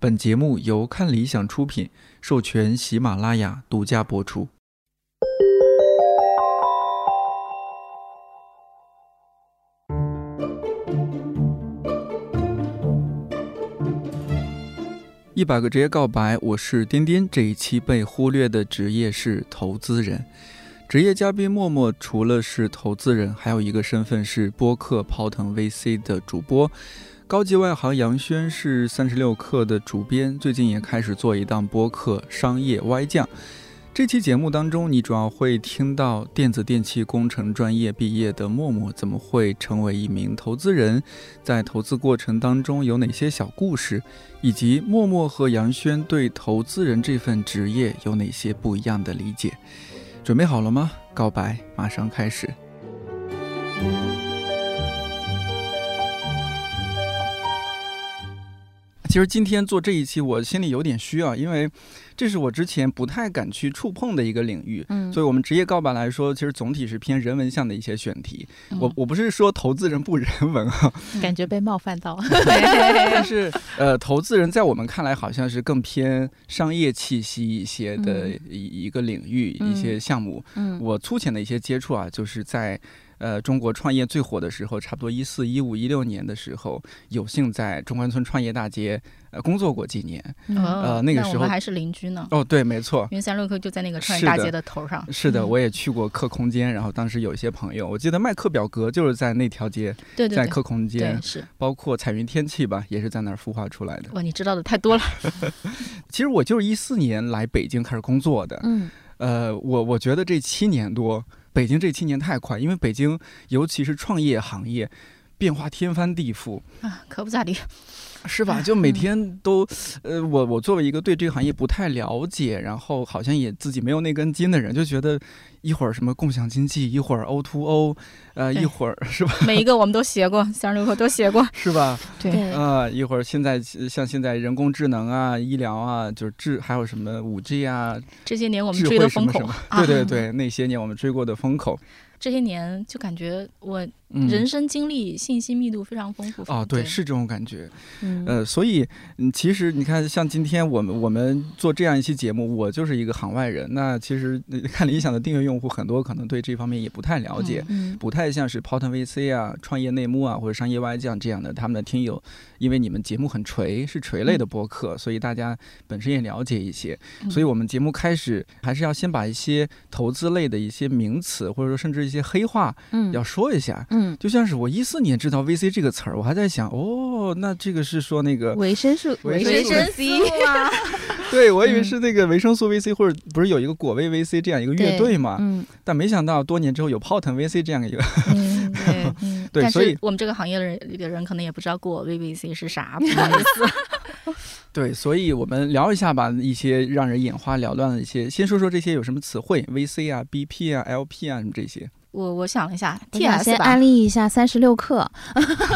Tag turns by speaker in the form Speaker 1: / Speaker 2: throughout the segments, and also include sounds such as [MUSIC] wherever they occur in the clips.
Speaker 1: 本节目由看理想出品，授权喜马拉雅独家播出。一百个职业告白，我是颠颠。这一期被忽略的职业是投资人。职业嘉宾默默除了是投资人，还有一个身份是播客抛腾 VC 的主播。高级外行杨轩是三十六氪的主编，最近也开始做一档播客《商业歪酱》。这期节目当中，你主要会听到电子电器工程专业毕业的默默怎么会成为一名投资人，在投资过程当中有哪些小故事，以及默默和杨轩对投资人这份职业有哪些不一样的理解。准备好了吗？告白马上开始。其实今天做这一期，我心里有点虚啊，因为这是我之前不太敢去触碰的一个领域。
Speaker 2: 嗯
Speaker 1: 所以，我们职业告白来说，其实总体是偏人文向的一些选题。我
Speaker 2: 嗯
Speaker 1: 我不是说投资人不人文
Speaker 2: [LAUGHS]
Speaker 1: 啊，
Speaker 2: 感觉被冒犯到，
Speaker 1: 但是呃，投资人在我们看来好像是更偏商业气息一些的
Speaker 2: 嗯
Speaker 1: 一一个领域、
Speaker 2: 嗯
Speaker 1: 一些项目。
Speaker 2: [LAUGHS] 嗯
Speaker 1: 我粗浅的一些接触啊，就是在呃中国创业最火的时候，差不多一四、一五、一六年的时候，有幸在中关村创业大街呃工作过几年。
Speaker 2: 嗯 [LAUGHS]
Speaker 1: 呃那个时
Speaker 2: 我
Speaker 1: 候
Speaker 2: 们还是邻居呢，
Speaker 1: 哦，对，没错。
Speaker 2: 因为三六氪就在那个创
Speaker 1: 是
Speaker 2: 业大
Speaker 1: 的
Speaker 2: 街的
Speaker 1: [LAUGHS]
Speaker 2: 头上，
Speaker 1: 是的，
Speaker 2: 嗯
Speaker 1: 我也去过客空间，然后当时有一些朋友，我记得卖课表格就是在那条街，
Speaker 2: 对对
Speaker 1: 在
Speaker 2: 对，
Speaker 1: 客空间
Speaker 2: 对，是
Speaker 1: 包括彩云天气吧，也是在那儿孵化出来的。
Speaker 2: 哇，你知道的太多了，
Speaker 1: 其实我就是一四年来北京开始工作的，
Speaker 2: 嗯
Speaker 1: 呃，我我觉得这七年多，北京这七年太快，因为北京尤其是创业行业变化天翻地覆，
Speaker 2: 啊，可不咋地，
Speaker 1: 是
Speaker 2: [LAUGHS]
Speaker 1: 吧？就每天都，呃，我我作为一个对这个行业不太了解，然后好像也自己没有那根筋的人，就觉得一会儿什么共享经济，一会儿 O to O，呃，
Speaker 2: 对
Speaker 1: 一会儿是
Speaker 2: [LAUGHS]
Speaker 1: 吧？
Speaker 2: 每一个我们都写过，三十六氪都
Speaker 1: [LAUGHS]
Speaker 2: 写过，
Speaker 1: 是吧？
Speaker 2: 对
Speaker 1: 啊，一会儿现在呃像现在人工智能啊、医疗啊，就是智还有什么五 G 啊，
Speaker 2: 这些年我们
Speaker 1: 智
Speaker 2: 追
Speaker 1: 慧
Speaker 2: 的
Speaker 1: 什
Speaker 2: 风
Speaker 1: 么
Speaker 2: 口 [LAUGHS]
Speaker 1: 什么，，
Speaker 2: 啊
Speaker 1: 对 [LAUGHS] 对对，那些年我们追过的风口，
Speaker 2: 这些年就感觉我
Speaker 1: 嗯，
Speaker 2: 人生经历、信息密度非常丰富
Speaker 1: 哦，对，是这种感觉。
Speaker 2: 嗯
Speaker 1: 呃，所以嗯，其实你看，像今天我们我们做这样一期节目，我就是一个行外人。那其实呃看理想的订阅用户很多，可能对这方面也不太了解。
Speaker 2: 嗯
Speaker 1: 不太像是 p o t o n VC 啊、创业内幕啊或者商业外酱这样的，他们的听友，因为你们节目很垂，是垂类的播客，所以大家本身也了解一些。
Speaker 2: 嗯
Speaker 1: 所以我们节目开始还是要先把一些投资类的一些名词，或者说甚至一些黑话
Speaker 2: 嗯
Speaker 1: 要说一下。
Speaker 2: 嗯。
Speaker 1: 就像是我一四年知道 VC 这个词儿，我还在想，哦，那这个是说那个，
Speaker 3: 维生素，
Speaker 2: 嗯
Speaker 1: 维
Speaker 3: 生
Speaker 1: 生
Speaker 3: 素 C，
Speaker 1: [LAUGHS]
Speaker 2: 啊，
Speaker 1: 对我以为
Speaker 2: 嗯
Speaker 1: 是那个维生素 VC，或者不是有一个果味 VC 这样一个乐
Speaker 3: 对
Speaker 1: 队嘛？
Speaker 3: 嗯，
Speaker 1: 但没想到多年之后有 Poten VC 这样一个，
Speaker 2: 嗯，对，
Speaker 3: 嗯
Speaker 1: [LAUGHS] 对，
Speaker 2: 但
Speaker 1: 所以
Speaker 2: 是我们这个行业的人里的人可能也不知道果 VVC 是
Speaker 1: [LAUGHS]
Speaker 2: 啥，不
Speaker 1: 嗯
Speaker 2: 好意思。
Speaker 1: 对，所以我们聊一下吧，一些让人眼花缭乱的一些，先说说这些有什么词汇，VC 啊、BP 啊、LP 啊什么这些。
Speaker 2: 我我想了一下
Speaker 3: 我想
Speaker 2: ，TS
Speaker 3: 先
Speaker 2: 吧
Speaker 3: 安，利一下三十六氪， [LAUGHS]
Speaker 2: [LAUGHS]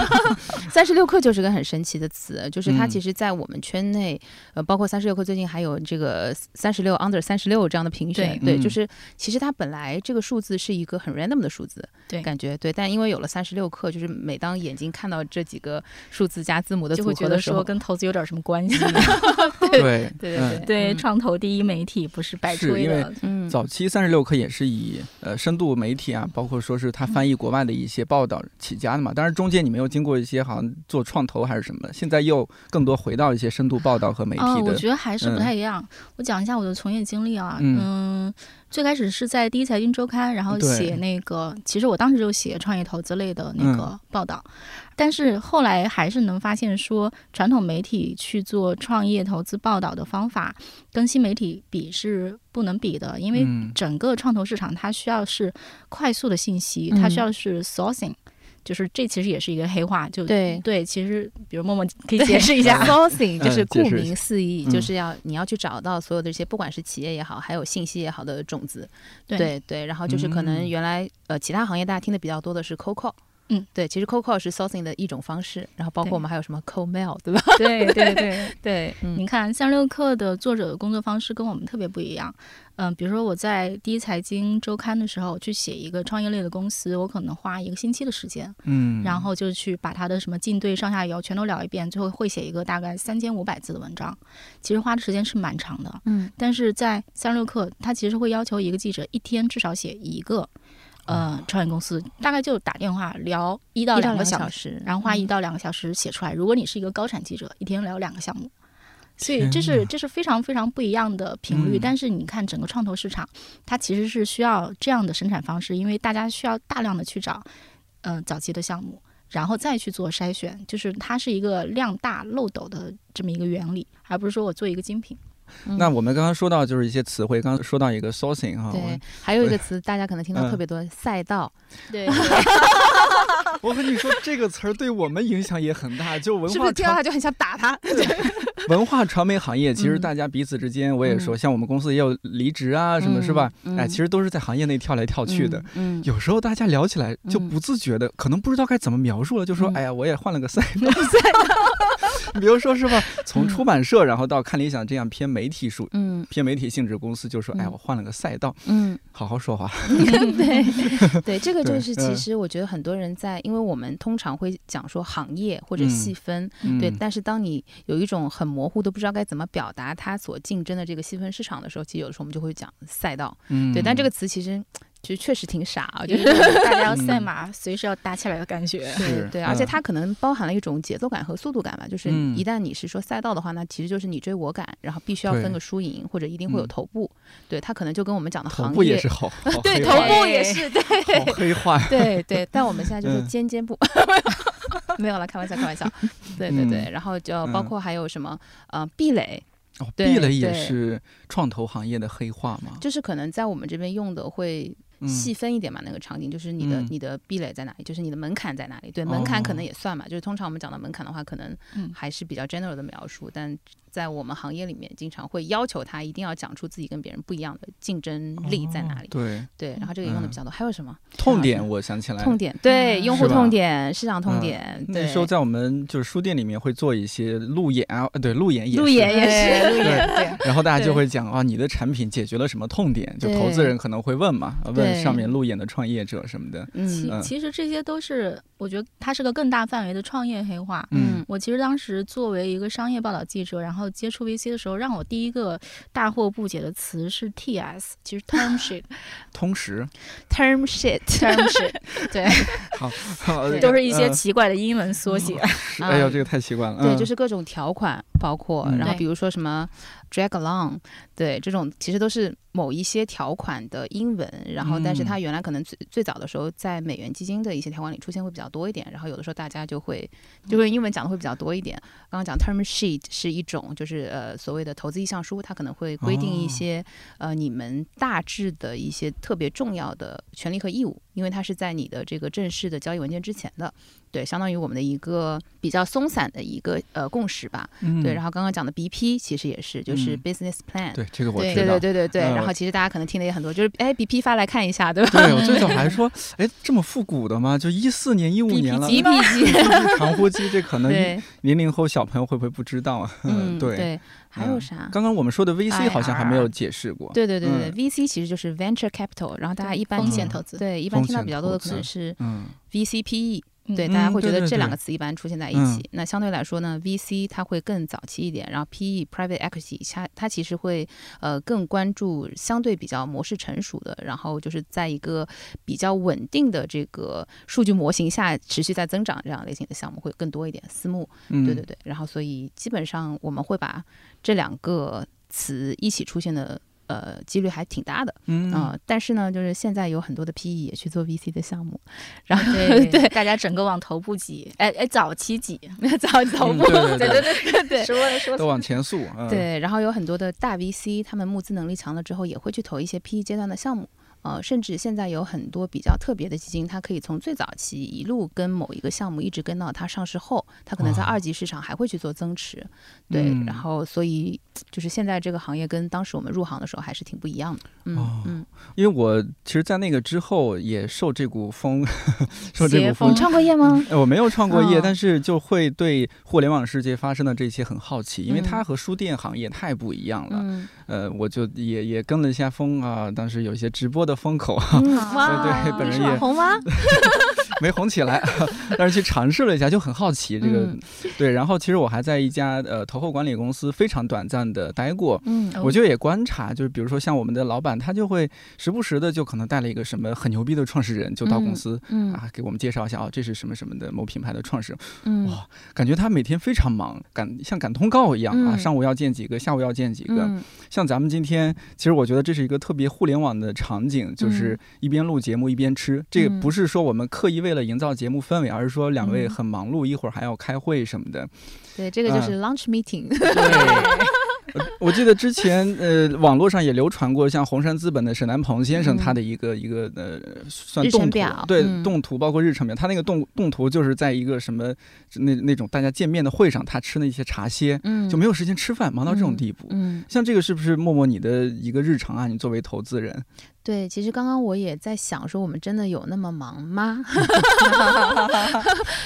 Speaker 3: 三十六氪就是个很神奇的词，就是它
Speaker 1: 嗯
Speaker 3: 其实，在我们圈内，呃，包括三十六氪最近还有这个三十六 under 三十六这样的评选，
Speaker 1: 对
Speaker 3: 对，
Speaker 1: 嗯
Speaker 3: 就是其实它本来这个数字是一个很 random 的数字，
Speaker 2: 对
Speaker 3: 感觉对，但因为有了三十六氪，就是每当眼睛看到这几个数字加字母的
Speaker 2: 就
Speaker 3: 组
Speaker 2: 会
Speaker 3: 合
Speaker 2: 觉
Speaker 3: 的
Speaker 2: 得
Speaker 3: 时
Speaker 2: 说
Speaker 3: 候，
Speaker 2: 跟投资有点什么关
Speaker 1: [LAUGHS]
Speaker 2: 系。
Speaker 1: 对
Speaker 3: 对
Speaker 1: 嗯
Speaker 3: 对
Speaker 2: 对，
Speaker 3: 嗯
Speaker 2: 创投第一媒体不是白
Speaker 1: 是
Speaker 2: 吹
Speaker 1: 因为
Speaker 2: 的，
Speaker 3: 嗯，
Speaker 1: 早期三十六氪也是以呃深度媒体啊，包括说是他翻译国外的一些报道起家的嘛。当然中间你们又经过一些好像做创投还是什么，现在又更多回到一些深度报道和媒
Speaker 2: 哦
Speaker 1: 体，
Speaker 2: 我
Speaker 1: 的。
Speaker 2: 觉得还是
Speaker 1: 嗯
Speaker 2: 不太一样。我讲一下我的从业经历啊，
Speaker 1: 嗯
Speaker 2: 嗯，最开始是在第一财经周刊，然后
Speaker 1: 对
Speaker 2: 写那个，其实我当时就写创业投资类的
Speaker 1: 嗯
Speaker 2: 那个报道，但是后来还是能发现说，传统媒体去做创业投资报道的方法跟新媒体比是不能比的，因为
Speaker 1: 嗯
Speaker 2: 整个创投市场它需要是快速的信息，
Speaker 3: 嗯
Speaker 2: 它需要是 sourcing。就是这其实也是一个黑话，就
Speaker 3: 对
Speaker 2: 对，其实比如默 [LAUGHS] 默可以解释一下，
Speaker 3: [LAUGHS]
Speaker 1: [LAUGHS]
Speaker 3: sourcing 就是
Speaker 1: 嗯
Speaker 3: 顾
Speaker 1: 解释一
Speaker 3: 名思义，
Speaker 1: 嗯
Speaker 3: 就是要你要去找到所有的这些，不管是企业也好，还有信息也好的种子。
Speaker 2: 对
Speaker 3: 对然后就是可能
Speaker 1: 嗯
Speaker 3: 原来呃其他行业大家听的比较多的是 COCO，
Speaker 2: 嗯，
Speaker 3: 对，其实 CoCo 是 sourcing 的一种方式，然后包括
Speaker 2: 对
Speaker 3: 我们还有什么 CoMail，对吧？
Speaker 2: 对 [LAUGHS] 对对，
Speaker 3: [LAUGHS] 对，嗯
Speaker 2: 你看，三十六课的作者的工作方式跟我们特别不一样。嗯、比如说我在第一财经周刊的时候去写一个创业类的公司，我可能花一个星期的时间，
Speaker 1: 嗯，
Speaker 2: 然后就去把它的什么进对上下游全都聊一遍，最后会写一个大概三千五百字的文章，其实花的时间是蛮长的。
Speaker 3: 嗯，
Speaker 2: 但是在三十六课，它其实会要求一个记者一天至少写一个，呃，创业公司，大概就打电话聊一到
Speaker 3: 一到
Speaker 2: 两
Speaker 3: 两个
Speaker 2: 个小
Speaker 3: 小
Speaker 2: 时。
Speaker 3: 时，
Speaker 2: 然后花一
Speaker 3: 嗯
Speaker 2: 到两个小时写出来。如果你是一个高产记者，一天聊两个项目，所以
Speaker 1: 天
Speaker 2: 这
Speaker 1: 哪
Speaker 2: 是这是非常非常不一样的频率。
Speaker 1: 嗯
Speaker 2: 但是你看整个创投市场，它其实是需要这样的生产方式，因为大家需要大量的去找，嗯、早期的项目。然后再去做筛选，就是它是一个量大漏斗的这么一个原理，而不是说我做一个精品。
Speaker 3: 嗯
Speaker 1: 那我们刚刚说到就是一些词汇，刚刚说到一个 sourcing 哈，
Speaker 3: 对，还有一
Speaker 1: 哦对嗯
Speaker 3: 个词大家可能听到特别多，赛道。
Speaker 2: 对，
Speaker 1: 我我和你说这个词儿对我们影响也很大，就文
Speaker 3: 是不
Speaker 1: 化
Speaker 3: 是听到
Speaker 1: 传
Speaker 3: 他就很想打他？
Speaker 1: 文化传媒行业，其实
Speaker 3: 嗯
Speaker 1: 大家彼此之间，我也说，
Speaker 3: 嗯
Speaker 1: 像我们公司也有离职啊什么，是吧？
Speaker 3: 嗯嗯
Speaker 1: 哎，其实都是在行业内跳来
Speaker 3: [LAUGHS]
Speaker 1: 跳去的。[LAUGHS]
Speaker 3: 嗯，嗯，
Speaker 1: 有时候大家聊起来就
Speaker 3: 嗯
Speaker 1: 不自觉的，可能不知道该怎么描述了，就说：“
Speaker 3: 嗯
Speaker 1: 哎呀，我也换了个赛道。”
Speaker 3: [LAUGHS]
Speaker 1: 你比如说是吧，从出版社，然后到看理想这样偏媒体属、
Speaker 3: 嗯
Speaker 1: 偏媒体性质公司，就说：“哎呀，
Speaker 3: 嗯
Speaker 1: 我换了个赛道，
Speaker 3: 嗯，
Speaker 1: 好好说话。
Speaker 3: [LAUGHS] 对对，这个
Speaker 1: 对
Speaker 3: 就是其
Speaker 1: 嗯
Speaker 3: 实我觉得很多人在，因为我们通常会讲说行业或者
Speaker 1: 嗯
Speaker 3: 细分，
Speaker 1: 嗯”
Speaker 3: 对，但是当你有一种很模糊都不知道该怎么表达它所竞争的这个细分市场的时候，其实有的时候我们就会讲赛道，
Speaker 1: 嗯，
Speaker 3: 对，但这个词其实就确实挺傻
Speaker 1: [LAUGHS]
Speaker 3: 啊，就是。
Speaker 2: 大家要赛马，随时要打起来的感觉。
Speaker 1: 是
Speaker 3: 对，而且
Speaker 1: 嗯
Speaker 3: 它可能包含了一种节奏感和速度感吧，就是
Speaker 1: 嗯
Speaker 3: 一旦你是说赛道的话，那其实就是你追我赶，然后必须要
Speaker 1: 对
Speaker 3: 分个输赢，或者一定会有
Speaker 1: 嗯
Speaker 3: 头部。对，它可能就跟我们讲的
Speaker 1: 头
Speaker 3: 行
Speaker 1: 部
Speaker 3: 业
Speaker 1: 也是好，好
Speaker 3: [LAUGHS] 对
Speaker 1: 黑
Speaker 3: 头
Speaker 1: 化
Speaker 3: 部也是对
Speaker 1: 好黑化。
Speaker 3: 对对，但我们现在就是
Speaker 1: 嗯
Speaker 3: 尖
Speaker 1: [LAUGHS]
Speaker 3: 尖部，没有了，开玩笑开玩笑，对对对，
Speaker 1: 嗯
Speaker 3: 然后就包括还有什么呃壁垒，
Speaker 1: 哦，
Speaker 3: 对
Speaker 1: 壁垒也
Speaker 3: 对
Speaker 1: 是创投行业的黑化嘛？
Speaker 3: 就是可能在我们这边用的会
Speaker 1: 嗯
Speaker 3: 细分一点嘛，那个场景就是你的
Speaker 1: 嗯哦
Speaker 3: 你的壁垒在哪里，就是你的门槛在哪里，对，门槛可能也算嘛，就是通常我们讲到门槛的话，可能
Speaker 2: 嗯
Speaker 3: 还是比较 general 的描述，但在我们行业里面，经常会要求他一定要讲出自己跟别人不一样的竞争力在哪
Speaker 1: 哦
Speaker 3: 里，
Speaker 1: 对，
Speaker 3: 对，然后这个也用的
Speaker 1: 嗯
Speaker 3: 比较多，还有什么
Speaker 1: 痛点我想起来，
Speaker 3: 痛点？对，用户
Speaker 1: 是吧
Speaker 3: 痛点、市场
Speaker 1: 嗯
Speaker 3: 痛点，对
Speaker 1: 那时候在我们就是书店里面会做一些路演啊，呃对，路演也是
Speaker 3: 路演也是路
Speaker 1: 演
Speaker 3: 对。
Speaker 1: 然后大家就
Speaker 3: 对
Speaker 1: 会讲啊，你的产品解决了什么痛点？就
Speaker 3: 对
Speaker 1: 投资人可能会问嘛，问
Speaker 3: 对
Speaker 1: 上面路演的创业者什么的。
Speaker 2: 其
Speaker 1: 嗯
Speaker 2: 其实这些都是，我觉得它是个更大范围的创业黑化。
Speaker 1: 嗯
Speaker 2: 我其实当时作为一个商业报道记者，然后接触 VC 的时候，让我第一个大惑不解的词是 TS，其实 term sheet，term
Speaker 1: 通识
Speaker 3: [LAUGHS] term shit，
Speaker 2: sheet
Speaker 3: [LAUGHS]
Speaker 1: 好 [LAUGHS]
Speaker 2: 都是一些
Speaker 1: 嗯
Speaker 2: 奇怪的英文缩写。
Speaker 1: 是哎呦，这个太奇怪了。
Speaker 3: 对，
Speaker 1: 嗯
Speaker 3: 就是各种条款，包括
Speaker 1: 嗯
Speaker 3: 然后
Speaker 2: 对
Speaker 3: 比如说什么 drag along，对，这种其实都是某一些条款的英文，然后但是
Speaker 1: 嗯
Speaker 3: 它原来可能最最早的时候在美元基金的一些条款里出现会比较多一点，然后有的时候大家就会就会英文讲的会比较多一点。刚刚讲 term sheet 是一种就是呃所谓的投资意向书，它可能会规定一
Speaker 1: 哦
Speaker 3: 些、呃你们大致的一些特别重要的权利和义务，因为它是在你的这个正式的交易文件之前的。对，相当于我们的一个比较松散的一个呃共识吧。
Speaker 1: 嗯
Speaker 3: 对，然后刚刚讲的 BP 其实也是，就是
Speaker 1: 嗯
Speaker 3: business plan、
Speaker 1: 对这个我
Speaker 2: 对
Speaker 1: 知
Speaker 3: 对
Speaker 1: 道
Speaker 3: 对。对对对，
Speaker 1: 嗯
Speaker 3: 然后其实大家可能听的也很多，就是哎，BP 发来看一下，对吧？
Speaker 1: 对，我最早还说，哎，这么复古的吗？就一四年、一 [LAUGHS]
Speaker 3: [LAUGHS]
Speaker 1: 五年了，
Speaker 3: BP 机，
Speaker 1: 长呼机，这可能
Speaker 3: 对，
Speaker 1: [LAUGHS] 零零后小朋友会不会不知道啊？
Speaker 3: 嗯
Speaker 1: 对。
Speaker 3: 对，还有啥？
Speaker 1: 刚刚我们说的 VC 好像还没有
Speaker 2: IR
Speaker 1: 解释过。
Speaker 3: 对对对对、
Speaker 1: 嗯
Speaker 3: v c 其实就是 venture capital，然后大家一般
Speaker 2: 风
Speaker 3: 听
Speaker 2: 险
Speaker 1: 嗯
Speaker 2: 投资，
Speaker 3: 对一般听
Speaker 1: 风
Speaker 3: 到
Speaker 1: 险
Speaker 3: 比较多的可
Speaker 1: 投资
Speaker 3: 能是
Speaker 1: 嗯
Speaker 3: VCPE，
Speaker 2: [LAUGHS] 嗯
Speaker 3: E，对，大家
Speaker 1: 嗯
Speaker 3: 会觉
Speaker 1: 对
Speaker 3: 得
Speaker 1: 对
Speaker 3: 这两
Speaker 1: 对
Speaker 3: 个词一般出现在一
Speaker 1: 嗯
Speaker 3: 起。那相对来说呢，VC 它会更早期一点，然后 PE private equity 它它其实会呃更关注相对比较模式成熟的，然后就是在一个比较稳定的这个数据模型下持续在增长这样类型的项目会更多一点。私募，
Speaker 1: 嗯，
Speaker 3: 对对对，然后所以基本上我们会把这两个词一起出现的。呃，几率还挺大的
Speaker 1: 嗯
Speaker 3: 啊、呃但是呢，就是现在有很多的 PE 也去做 VC 的项目，然后
Speaker 2: 啊 [LAUGHS]
Speaker 3: [LAUGHS]
Speaker 2: 对
Speaker 3: 对，
Speaker 2: 大家整个往头部挤，哎哎，早期挤，
Speaker 3: 早头
Speaker 1: 嗯
Speaker 3: 部， [LAUGHS]
Speaker 1: 对对对
Speaker 3: 对对
Speaker 2: 说了说
Speaker 1: 都往前溯。嗯，
Speaker 3: 对，然后有很多的大 VC，他们募资能力强了之后，也会去投一些 PE 阶段的项目。呃，甚至现在有很多比较特别的基金，它可以从最早期一路跟某一个项目一直跟到它上市后，它可能在
Speaker 1: 哇
Speaker 3: 二级市场还会去做增持。对，
Speaker 1: 啊嗯
Speaker 3: 然后所以就是现在这个行业跟当时我们入行的时候还是挺不一样的。嗯、
Speaker 1: 哦 [LAUGHS]
Speaker 3: 嗯，
Speaker 1: 因为我其实，在那个之后也受这股风， [LAUGHS] 受这股
Speaker 2: 邪
Speaker 1: 风
Speaker 2: 风
Speaker 3: 你。创过业吗？
Speaker 1: 呃我没有创过业，
Speaker 3: 哦
Speaker 1: 但是就会对互联网世界发生的这些很好奇，因为
Speaker 3: 嗯
Speaker 1: 它和书店行业太不一样了。 [LAUGHS]
Speaker 3: 嗯，
Speaker 1: 呃，我就也也跟了一下风啊，当时有一些直播的风口， [LAUGHS]
Speaker 3: 嗯
Speaker 1: 对对本
Speaker 3: 你
Speaker 1: 人
Speaker 3: 是网
Speaker 1: 也
Speaker 3: 红吗？
Speaker 1: 没红起来， [LAUGHS] 但是去尝试了一下，就很好奇这个。
Speaker 3: 嗯
Speaker 1: 对，然后其实我还在一家呃投后管理公司非常短暂的待过，
Speaker 3: 嗯
Speaker 2: 哦
Speaker 1: 我就也观察，就是比如说像我们的老板，他就会时不时的就可能带了一个什么很牛逼的创始人就到公司。
Speaker 3: 嗯
Speaker 1: 啊，给我们介绍一下哦，这是什么什么的某品牌的创始人，
Speaker 3: 嗯
Speaker 1: 哇感觉他每天非常忙，赶像赶通告一样啊，
Speaker 3: 嗯
Speaker 1: 上午要见几个，下午要见几个。
Speaker 3: 嗯
Speaker 1: 像咱们今天，其实我觉得这是一个特别互联网的场景，就是一边录节目一边吃。这个
Speaker 3: 嗯
Speaker 1: 不是说我们刻意为了营造节目氛围，而是说两位
Speaker 3: 嗯
Speaker 1: 很忙碌，一会儿还要开会什么的。
Speaker 3: 对，这个就是
Speaker 1: 嗯
Speaker 3: lunch meeting，
Speaker 1: 对， [LAUGHS] 我记得之前呃，网络上也流传过像红杉资本的沈南鹏先生
Speaker 3: 嗯
Speaker 1: 他的一个、一个呃，算
Speaker 3: 日
Speaker 1: 动
Speaker 3: 程
Speaker 1: 图
Speaker 3: 表
Speaker 1: 对、
Speaker 3: 嗯
Speaker 1: 动图，包括日程表，他那个动动图就是在一个什么那那种大家见面的会上，他吃那些茶歇，
Speaker 3: 嗯
Speaker 1: 就没有时间吃饭，忙到这种
Speaker 3: 嗯
Speaker 1: 地步。
Speaker 3: 嗯，
Speaker 1: 像这个是不是默默你的一个日常啊？你作为投资人， [LAUGHS]
Speaker 3: 对，其实刚刚我也在想，说我们真的有那么忙吗？ [LAUGHS]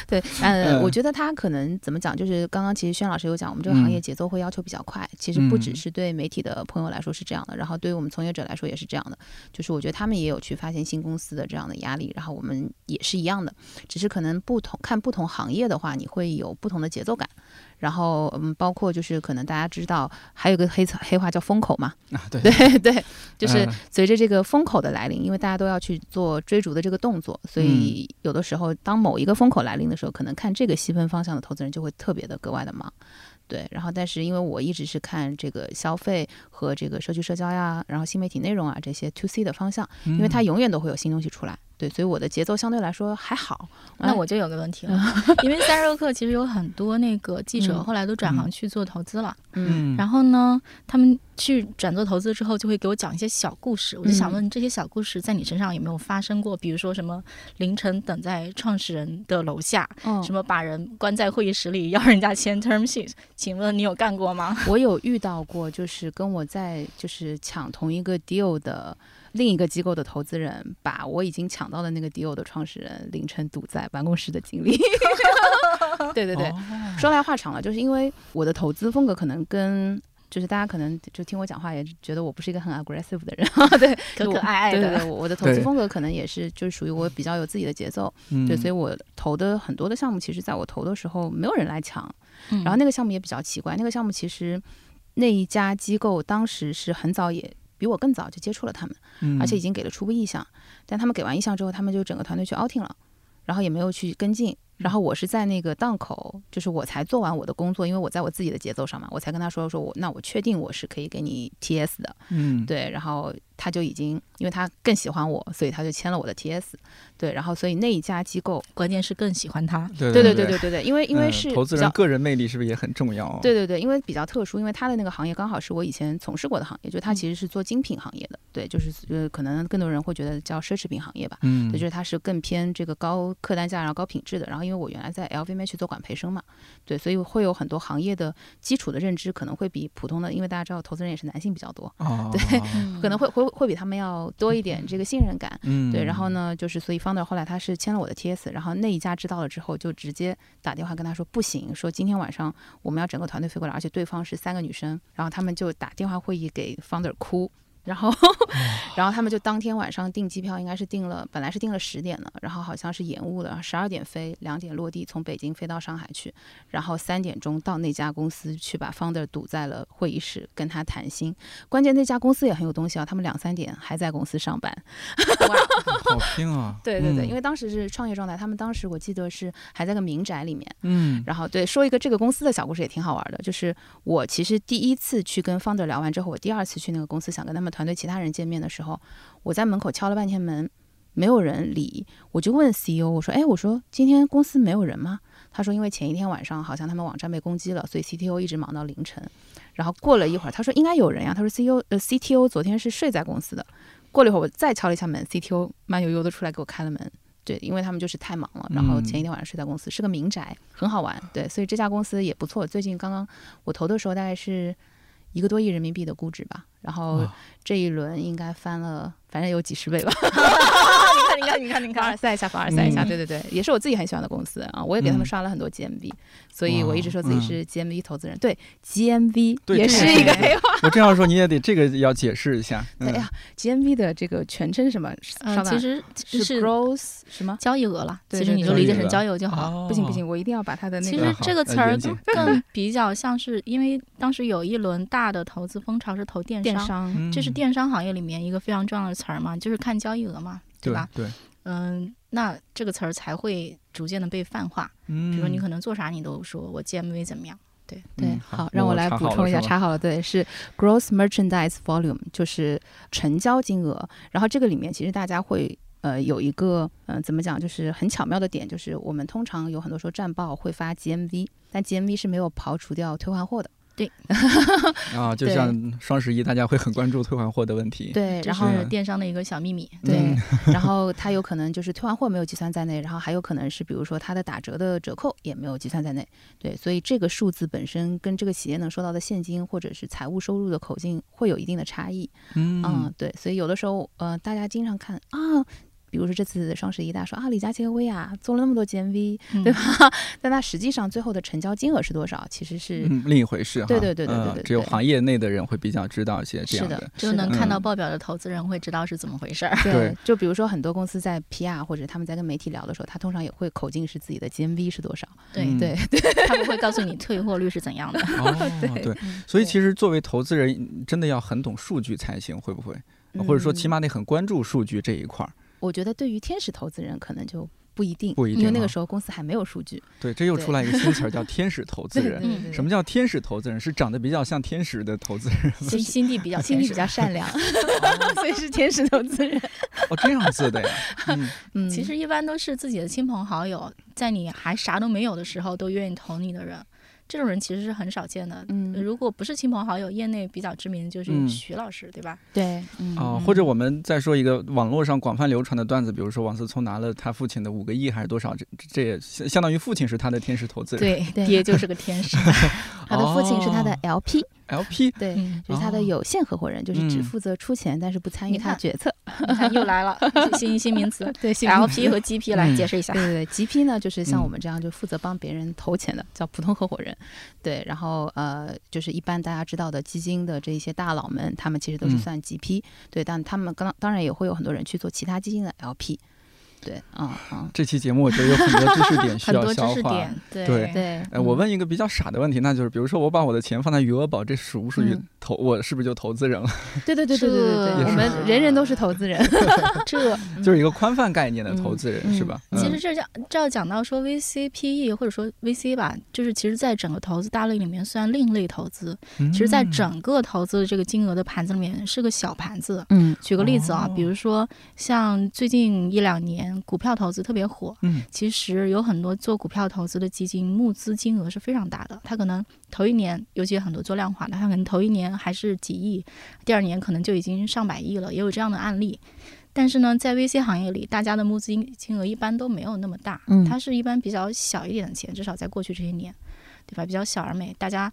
Speaker 3: 对，呃，
Speaker 1: 嗯
Speaker 3: 我觉得他可能怎么讲，就是刚刚其实轩老师有讲，我们这个行业节奏会要求比较快，其实不只
Speaker 1: 嗯
Speaker 3: 是对媒体的朋友来说是这样的，然后对于我们从业者来说也是这样的，就是我觉得他们也有去发现新公司的这样的压力，然后我们也是一样的，只是可能不同看不同行业的话，你会有不同的节奏感。然后，嗯，包括就是可能大家知道，还有个黑词黑话叫风口嘛，
Speaker 1: 啊，对
Speaker 3: 对 [LAUGHS] 对，就是
Speaker 1: 嗯
Speaker 3: 随着这个风口的来临，因为大家都要去做追逐的这个动作，所以有的时候当某一个风口来临的时候，可能看这个细分方向的投资人就会特别的格外的忙。对，然后但是因为我一直是看这个消费和这个社区社交呀，然后新媒体内容啊这些 to C 的方向，
Speaker 1: 嗯
Speaker 3: 因为它永远都会有新东西出来，对，所以我的节奏相对来说还好。
Speaker 2: 那我就有个问题了，因为赛洛克其实有很多那个记者
Speaker 3: 嗯
Speaker 2: 后来都转行去做投资了，
Speaker 3: 嗯
Speaker 1: 嗯，
Speaker 2: 然后呢，他们去转做投资之后，就会给我讲一些小故事。我就想
Speaker 3: 嗯
Speaker 2: 问，这些小故事在你身上有没有发生过？比如说什么凌晨等在创始人的楼下，
Speaker 3: 嗯
Speaker 2: 什么把人关在会议室里要人家签 [LAUGHS] term sheet，请问你有干过吗？
Speaker 3: 我有遇到过，就是跟我在就是抢同一个 deal 的另一个机构的投资人，把我已经抢到的那个 deal 的创始人凌晨堵在办公室的经历。 [LAUGHS] 对对对，
Speaker 1: 哦
Speaker 3: 说来话长了，就是因为我的投资风格可能跟。就是大家可能就听我讲话，也觉得我不是一个很 aggressive 的人，啊对，
Speaker 2: 可可爱爱
Speaker 3: 对
Speaker 2: 的。
Speaker 3: 对对，我我的投资
Speaker 1: 对
Speaker 3: 风格可能也是，就是属于我比较有自己的节奏，
Speaker 1: 嗯
Speaker 3: 对，所以我投的很多的项目，其实在我投的时候没有人来抢，
Speaker 2: 嗯
Speaker 3: 然后那个项目也比较奇怪，那个项目其实那一家机构当时是很早也。比我更早就接触了他们，
Speaker 1: 嗯
Speaker 3: 而且已经给了初步意向，但他们给完意向之后，他们就整个团队去 outing 了，然后也没有去跟进。然后我是在那个档口，就是我才做完我的工作，因为我在我自己的节奏上嘛，我才跟他说说我那我确定我是可以给你 TS 的，
Speaker 1: 嗯，
Speaker 3: 对，然后他就已经因为他更喜欢我，所以他就签了我的 TS，对，然后所以那一家机构
Speaker 2: 关键是更喜欢他。
Speaker 1: 对
Speaker 3: 对
Speaker 1: 对
Speaker 3: 对对对对对，因为因为
Speaker 1: 嗯
Speaker 3: 是
Speaker 1: 投资
Speaker 3: 比
Speaker 1: 人
Speaker 3: 较
Speaker 1: 个人魅力是不是也很重要哦？
Speaker 3: 对对对，因为比较特殊，因为他的那个行业刚好是我以前从事过的行业，就它
Speaker 2: 嗯
Speaker 3: 其实是做精品行业的，对，就是呃，可能更多人会觉得叫奢侈品行业吧，
Speaker 1: 嗯，
Speaker 3: 对，就是它是更偏这个高客单价，然后高品质的。然后因为我原来在 LVMH 去做管培生嘛，对，所以会有很多行业的基础的认知，可能会比普通的，因为大家知道投资人也是男性比较多，
Speaker 1: 哦，
Speaker 3: [LAUGHS] 对
Speaker 2: 嗯
Speaker 3: 可能会会会比他们要多一点这个信任感，
Speaker 1: 嗯，
Speaker 3: 对，然后呢，就是所以 founder 后来他是签了我的 TS，然后那一家知道了之后，就直接打电话跟他说不行，说今天晚上我们要整个团队飞过来，而且对方是三个女生，然后他们就打电话会议给 founder 哭。然后， [LAUGHS] 然后他们就当天晚上订机票，应该是订了，本来是订了十点的，然后好像是延误了，然后十二点飞，两点落地，从北京飞到上海去，然后三点钟到那家公司去把 founder 堵在了会议室，跟他谈心。关键那家公司也很有东西啊，他们两三点还在公司上班， [LAUGHS]
Speaker 1: [LAUGHS] 好拼啊！
Speaker 3: 对对对，因
Speaker 1: 为
Speaker 3: 为当时是创业状态，他们当时我记得是还在个民宅里面。 [LAUGHS]
Speaker 1: 嗯
Speaker 3: 然后对，说一个这个公司的小故事也挺好玩的，就是我其实第一次去跟 founder 聊完之后，我第二次去那个公司想跟他们团队其他人见面的时候，我在门口敲了半天门，没有人理，我就问 CEO 我说，哎，我说今天公司没有人吗？他说因为前一天晚上好像他们网站被攻击了，所以 CTO 一直忙到凌晨。然后过了一会儿，他说应该有人呀，他说 CEO 呃 CTO 昨天是睡在公司的。过了一会儿，我再敲了一下门，CTO 慢悠悠的出来给我开了门。对，因为他们就是太忙了，然后
Speaker 1: 嗯
Speaker 3: 前一天晚上睡在公司，是个民宅，很好玩。对，所以这家公司也不错。最近刚刚我投的时候大概是一个多亿人民币的估值吧。然后
Speaker 1: 哇
Speaker 3: 这一轮应该翻了，反正有几十倍吧。
Speaker 2: 你看，你看，你看，你
Speaker 3: 凡尔
Speaker 2: 看，
Speaker 3: 赛一下，凡尔赛一下，
Speaker 2: 嗯
Speaker 3: 对对对，也是我自己很喜欢的公司啊，我也给他
Speaker 1: 嗯
Speaker 3: 们刷了很多 GMV，、所以
Speaker 1: 哇
Speaker 3: 我一直说自己
Speaker 1: 嗯
Speaker 3: 是 GMV 投资人，对 GMV
Speaker 1: 对
Speaker 3: 也
Speaker 1: 这
Speaker 3: 是
Speaker 1: 个
Speaker 3: 一个哎
Speaker 1: 是
Speaker 3: 黑话，
Speaker 1: 我这样说你也得这个要解释一下。
Speaker 3: [LAUGHS] 哎
Speaker 1: 嗯
Speaker 3: 呀，GMV 的这个全称是什么？
Speaker 2: 嗯，
Speaker 3: 稍
Speaker 2: 其
Speaker 3: 等啊
Speaker 2: 实
Speaker 3: 是
Speaker 2: 是
Speaker 3: gross 什么？
Speaker 2: 交易额了，
Speaker 3: 对
Speaker 2: 其实
Speaker 3: 对
Speaker 2: 你
Speaker 3: 对
Speaker 2: 就理解成
Speaker 1: 交
Speaker 2: 交
Speaker 1: 易
Speaker 2: 易额就好。
Speaker 1: 哦
Speaker 3: 不行不行，我一定要把它的那
Speaker 2: 其
Speaker 3: 个
Speaker 2: 实
Speaker 1: 好
Speaker 2: 这个词儿
Speaker 1: 严谨
Speaker 2: 更更比较像是，因为当时有一轮大的投资风潮是投电
Speaker 3: 电
Speaker 2: 商，
Speaker 1: 嗯
Speaker 3: 商
Speaker 2: 这是电商行业里面一个非常重要的词儿嘛，就是看交易额嘛，
Speaker 1: 对
Speaker 2: 吧？？
Speaker 1: 对，
Speaker 2: 嗯，那这个词儿才会逐渐的被泛化。
Speaker 1: 嗯，
Speaker 2: 比如说你可能做啥你都说我 GMV 怎么样，
Speaker 3: 对
Speaker 1: 嗯，
Speaker 3: 好，让我来
Speaker 1: 查
Speaker 3: 补
Speaker 1: 好了
Speaker 3: 充一下，
Speaker 1: 是吧
Speaker 3: 查好了，对，是 gross merchandise volume，就是成交金额。然后这个里面其实大家会。呃，有一个嗯、呃怎么讲，就是很巧妙的点，就是我们通常有很多说战报会发 GMV，但 GMV 是没有刨除掉退换货的。
Speaker 1: 啊，就
Speaker 3: 对
Speaker 1: 像双十一，大家会很关注退换货的问题。
Speaker 3: 对，
Speaker 2: 这
Speaker 3: 然后
Speaker 2: 是电商的一个小秘密。
Speaker 3: 对，
Speaker 1: [LAUGHS]
Speaker 3: 然后它有可能就是退换货没有计算在内，然后还有可能是比如说它的打折的折扣也没有计算在内，对，所以这个数字本身跟这个企业能收到的现金或者是财务收入的口径会有一定的差异，
Speaker 1: 嗯，
Speaker 3: 嗯，对，所以有的时候呃，大家经常看啊。比如说这次双十一，大家说啊，李佳琦和薇娅做了那么多 GMV，[LAUGHS]
Speaker 2: 嗯
Speaker 3: [LAUGHS] 对吧？但它实际上最后的成交金额是多少，其实是、
Speaker 1: 嗯，另一回事哈。
Speaker 3: 对对对对
Speaker 1: 嗯
Speaker 3: 对对
Speaker 1: 只有
Speaker 3: 对
Speaker 1: 行业内的人会比较知道一些这
Speaker 3: 是
Speaker 1: 样
Speaker 3: 的，
Speaker 2: 就是
Speaker 3: 的
Speaker 2: 能看到报表的投资人会知道是怎么回
Speaker 3: [LAUGHS]
Speaker 2: 事儿。
Speaker 1: 对
Speaker 3: 对，就比如说很多公司在 PR 或者他们在跟媒体聊的时候，他通常也会口径是自己的 GMV 是多少。
Speaker 2: 对，
Speaker 1: 嗯
Speaker 3: 对
Speaker 2: 他不会告诉你退货率是怎样的。
Speaker 3: [LAUGHS]
Speaker 1: 哦，对，
Speaker 3: 嗯
Speaker 1: 所以其实作为投资人，真的要很懂数据才行，会不会？或者说起
Speaker 3: 嗯
Speaker 1: 码得很关注数据这一块儿，
Speaker 3: 我觉得对于天使投资人可能就不一定，
Speaker 1: 不一定
Speaker 3: 因为那
Speaker 1: 啊
Speaker 3: 个时候公司还没有数据。
Speaker 1: 对，这又
Speaker 3: 对
Speaker 1: 出来一个新词儿叫天使投资
Speaker 3: [LAUGHS]
Speaker 1: 人。
Speaker 2: 嗯
Speaker 1: 什么
Speaker 3: 叫
Speaker 1: 叫天使投资人？是长得比较像天使的投资人
Speaker 2: 心心地比较
Speaker 3: 心
Speaker 2: 天
Speaker 3: 地
Speaker 2: 使
Speaker 3: 比较善
Speaker 1: [LAUGHS]
Speaker 3: 良，所以是天使投资人。
Speaker 1: 哦，这样子的
Speaker 2: [LAUGHS]
Speaker 1: 呀。嗯，
Speaker 3: 嗯，
Speaker 2: 其实一般都是自己的亲朋好友，在你还啥都没有的时候都愿意投你的人，这种人其实是很少见的。
Speaker 3: 嗯，
Speaker 2: 如果不是亲朋好友，业内比较知名的就
Speaker 1: 嗯
Speaker 2: 是徐老师，对吧？
Speaker 3: 对，嗯
Speaker 1: 哦，或者我们再说一个网络上广泛流传的段子，比如说王思聪拿了他父亲的五个亿还是多少，这这也相相当于父亲是他的天使投资人。
Speaker 2: [LAUGHS] 对，
Speaker 3: 对
Speaker 2: 爹就是个天使。
Speaker 3: 他的父亲是他的
Speaker 1: 哦
Speaker 3: LP，
Speaker 1: LP
Speaker 3: 对，
Speaker 2: 嗯，
Speaker 3: 就是他的
Speaker 1: 哦
Speaker 3: 有限合伙人，就是只
Speaker 1: 嗯
Speaker 3: 负责出钱，但是不参
Speaker 2: 你
Speaker 3: 与他
Speaker 2: 看
Speaker 3: 决策。
Speaker 2: [LAUGHS] 你看又来 [LAUGHS] 了，新新名词
Speaker 3: 对，新
Speaker 2: ，LP 和 GP 来
Speaker 1: 嗯
Speaker 2: 解释一下
Speaker 3: 对。对对，GP 呢，就是像
Speaker 1: 嗯
Speaker 3: 我们这样就负责帮别人投钱的，叫普通合伙人。对，然后呃，就是一般大家知道的基金的这一些大佬们，他们其实都是
Speaker 1: 嗯
Speaker 3: 算 GP、对，但他们刚当然也会有很多人去做其他基金的 LP。对，嗯嗯，
Speaker 1: 这期节目我觉得有很多知识点需
Speaker 2: [LAUGHS] 很
Speaker 1: 要
Speaker 2: 多知
Speaker 1: 消
Speaker 2: 识
Speaker 1: 化
Speaker 2: 点。，嗯对
Speaker 1: 对
Speaker 3: 对。
Speaker 1: 哎，我问一个比较傻的问题，那就是比如说我把我的钱放在余额宝，这属不属于
Speaker 3: 嗯
Speaker 1: 投？我是不是就投资人了？
Speaker 3: 嗯，对对对对对对
Speaker 2: 这
Speaker 3: 对，我们人人都是投 [LAUGHS] 资人。
Speaker 2: 这
Speaker 1: 就是一个宽泛概念的投
Speaker 3: 嗯
Speaker 1: 资人，
Speaker 3: 嗯
Speaker 1: 是吧？
Speaker 3: 嗯
Speaker 2: 嗯其实这叫这要讲到说 VC、PE E 或者说 VC 吧，就是其实在整个投资大类里面算另类投资，
Speaker 1: 嗯
Speaker 2: 其实在整个投资这个金额的盘子里面是个小盘子。
Speaker 3: 嗯，
Speaker 2: 举个例子啊
Speaker 1: 哦，
Speaker 2: 比如说像最近一两年股票投资特别火，
Speaker 1: 嗯
Speaker 2: 其实有很多做股票投资的基金募资金额是非常大的，它可能头一年，尤其很多做量化的，它可能头一年还是几亿，第二年可能就已经上百亿了，也有这样的案例。但是呢，在 VC 行业里，大家的募资金金额一般都没有那么大，
Speaker 3: 嗯
Speaker 2: 它是一般比较小一点的钱，至少在过去这些年，对吧？比较小而美，大家。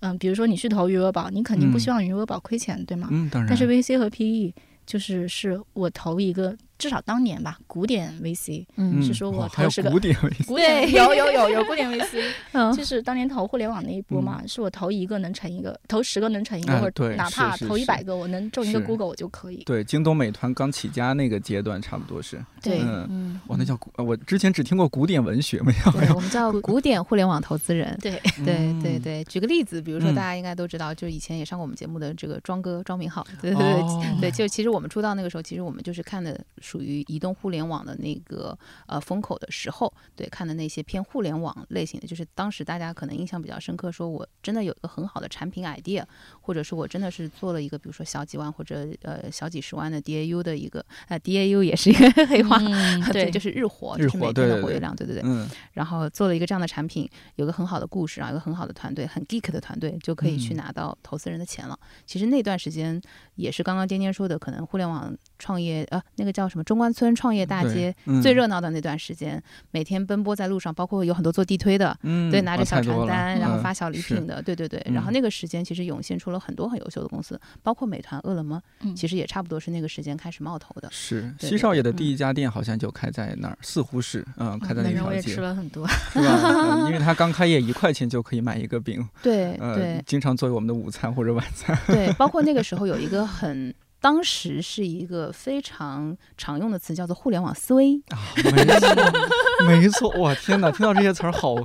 Speaker 2: 嗯，比如说你去投余额宝，你肯定不
Speaker 1: 嗯
Speaker 2: 希望余额宝亏钱，对吗？
Speaker 1: 嗯，当然。
Speaker 2: 但是 VC 和 PE 就是是我投一个，至少当年吧，古典 VC，
Speaker 1: 嗯
Speaker 3: 嗯
Speaker 2: 是说我
Speaker 1: 哦还有
Speaker 2: 投是个
Speaker 1: 古典为
Speaker 2: 古典
Speaker 3: 对
Speaker 2: 有有有有古典 VC，
Speaker 3: 嗯
Speaker 2: [LAUGHS] 就是当年投互联网那一波嘛，是我投一个能成一个，投十个能成一
Speaker 1: 哎
Speaker 2: 个，或
Speaker 1: 对
Speaker 2: 者哪
Speaker 1: 是
Speaker 2: 怕
Speaker 1: 是
Speaker 2: 投
Speaker 1: 是
Speaker 2: 一百个，我能中一个
Speaker 1: 是
Speaker 2: Google 我就可以。
Speaker 1: 对，京东、美团刚起家那个阶段，差不多是。
Speaker 2: 对
Speaker 1: 嗯，
Speaker 3: 嗯，
Speaker 1: 哇，那叫古，我之前只听过古典文学，没有。[LAUGHS]
Speaker 3: [LAUGHS] 对，我们叫古典互联网投资人。
Speaker 2: 对，
Speaker 3: 对
Speaker 1: 嗯
Speaker 3: 对对，举个例子，比如说
Speaker 1: 嗯
Speaker 3: 大家应该都知道，就以前也上过我们节目的这个庄哥庄明浩，对对对，
Speaker 1: 哦
Speaker 3: 对，就其实我们出道那个时候，其实我们就是看的属于移动互联网的那个呃风口的时候，对，看的那些偏互联网类型的，就是当时大家可能印象比较深刻，说我真的有一个很好的产品 idea，或者是我真的是做了一个，比如说小几万或者呃小几十万的 DAU 的一个，呃 DAU 也是一个 [LAUGHS] 黑话。
Speaker 2: 嗯对，
Speaker 3: 就是是日活，
Speaker 1: 日
Speaker 3: 就是
Speaker 1: 活
Speaker 3: 每
Speaker 1: 对
Speaker 3: 天的
Speaker 1: 对
Speaker 3: 活
Speaker 1: 对
Speaker 3: 跃量，对对对。
Speaker 1: 嗯，
Speaker 3: 然后做了一个这样的产品，有个很好的故事，啊然后有个很好的团队，很 geek 的团队，就可以去
Speaker 1: 嗯
Speaker 3: 拿到投资人的钱了。其实那段时间也是刚刚颠颠说的，可能互联网创业啊，那个叫什么中关村创业大街、
Speaker 1: 对嗯
Speaker 3: 最热闹的那段时间，每天奔波在路上，包括有很多做地推的，
Speaker 1: 嗯，
Speaker 3: 对，拿着
Speaker 1: 哦
Speaker 3: 小
Speaker 1: 太多了
Speaker 3: 传单，然后
Speaker 1: 嗯
Speaker 3: 发小礼
Speaker 1: 是
Speaker 3: 品的，对对对。
Speaker 1: 嗯
Speaker 3: 然后那个时间其实涌现出了很多很优秀的公司，包括美团、饿了么，
Speaker 2: 嗯
Speaker 3: 其实也差不多是那个时间开始冒头的。
Speaker 1: 是
Speaker 3: 对
Speaker 1: 西
Speaker 3: 对
Speaker 1: 少爷的
Speaker 3: 嗯
Speaker 1: 第一家店好像就开在那儿，似乎是，嗯，开在那
Speaker 2: 反
Speaker 1: 条
Speaker 2: 正我也
Speaker 1: 街，
Speaker 2: 吃了很多，
Speaker 1: 是吧？嗯因
Speaker 3: [LAUGHS]
Speaker 1: 为他刚开业，一块钱就可以买一个饼，
Speaker 3: 对
Speaker 1: 呃
Speaker 3: 对，
Speaker 1: 经常作为我们的午餐或者晚餐。 [LAUGHS]
Speaker 3: 对，包括那个时候有一个很。当时是一个非常常用的词，叫做互联网思维，
Speaker 1: 啊，没
Speaker 3: [LAUGHS]
Speaker 1: 错，没错，哇，天哪，听到这些词儿好，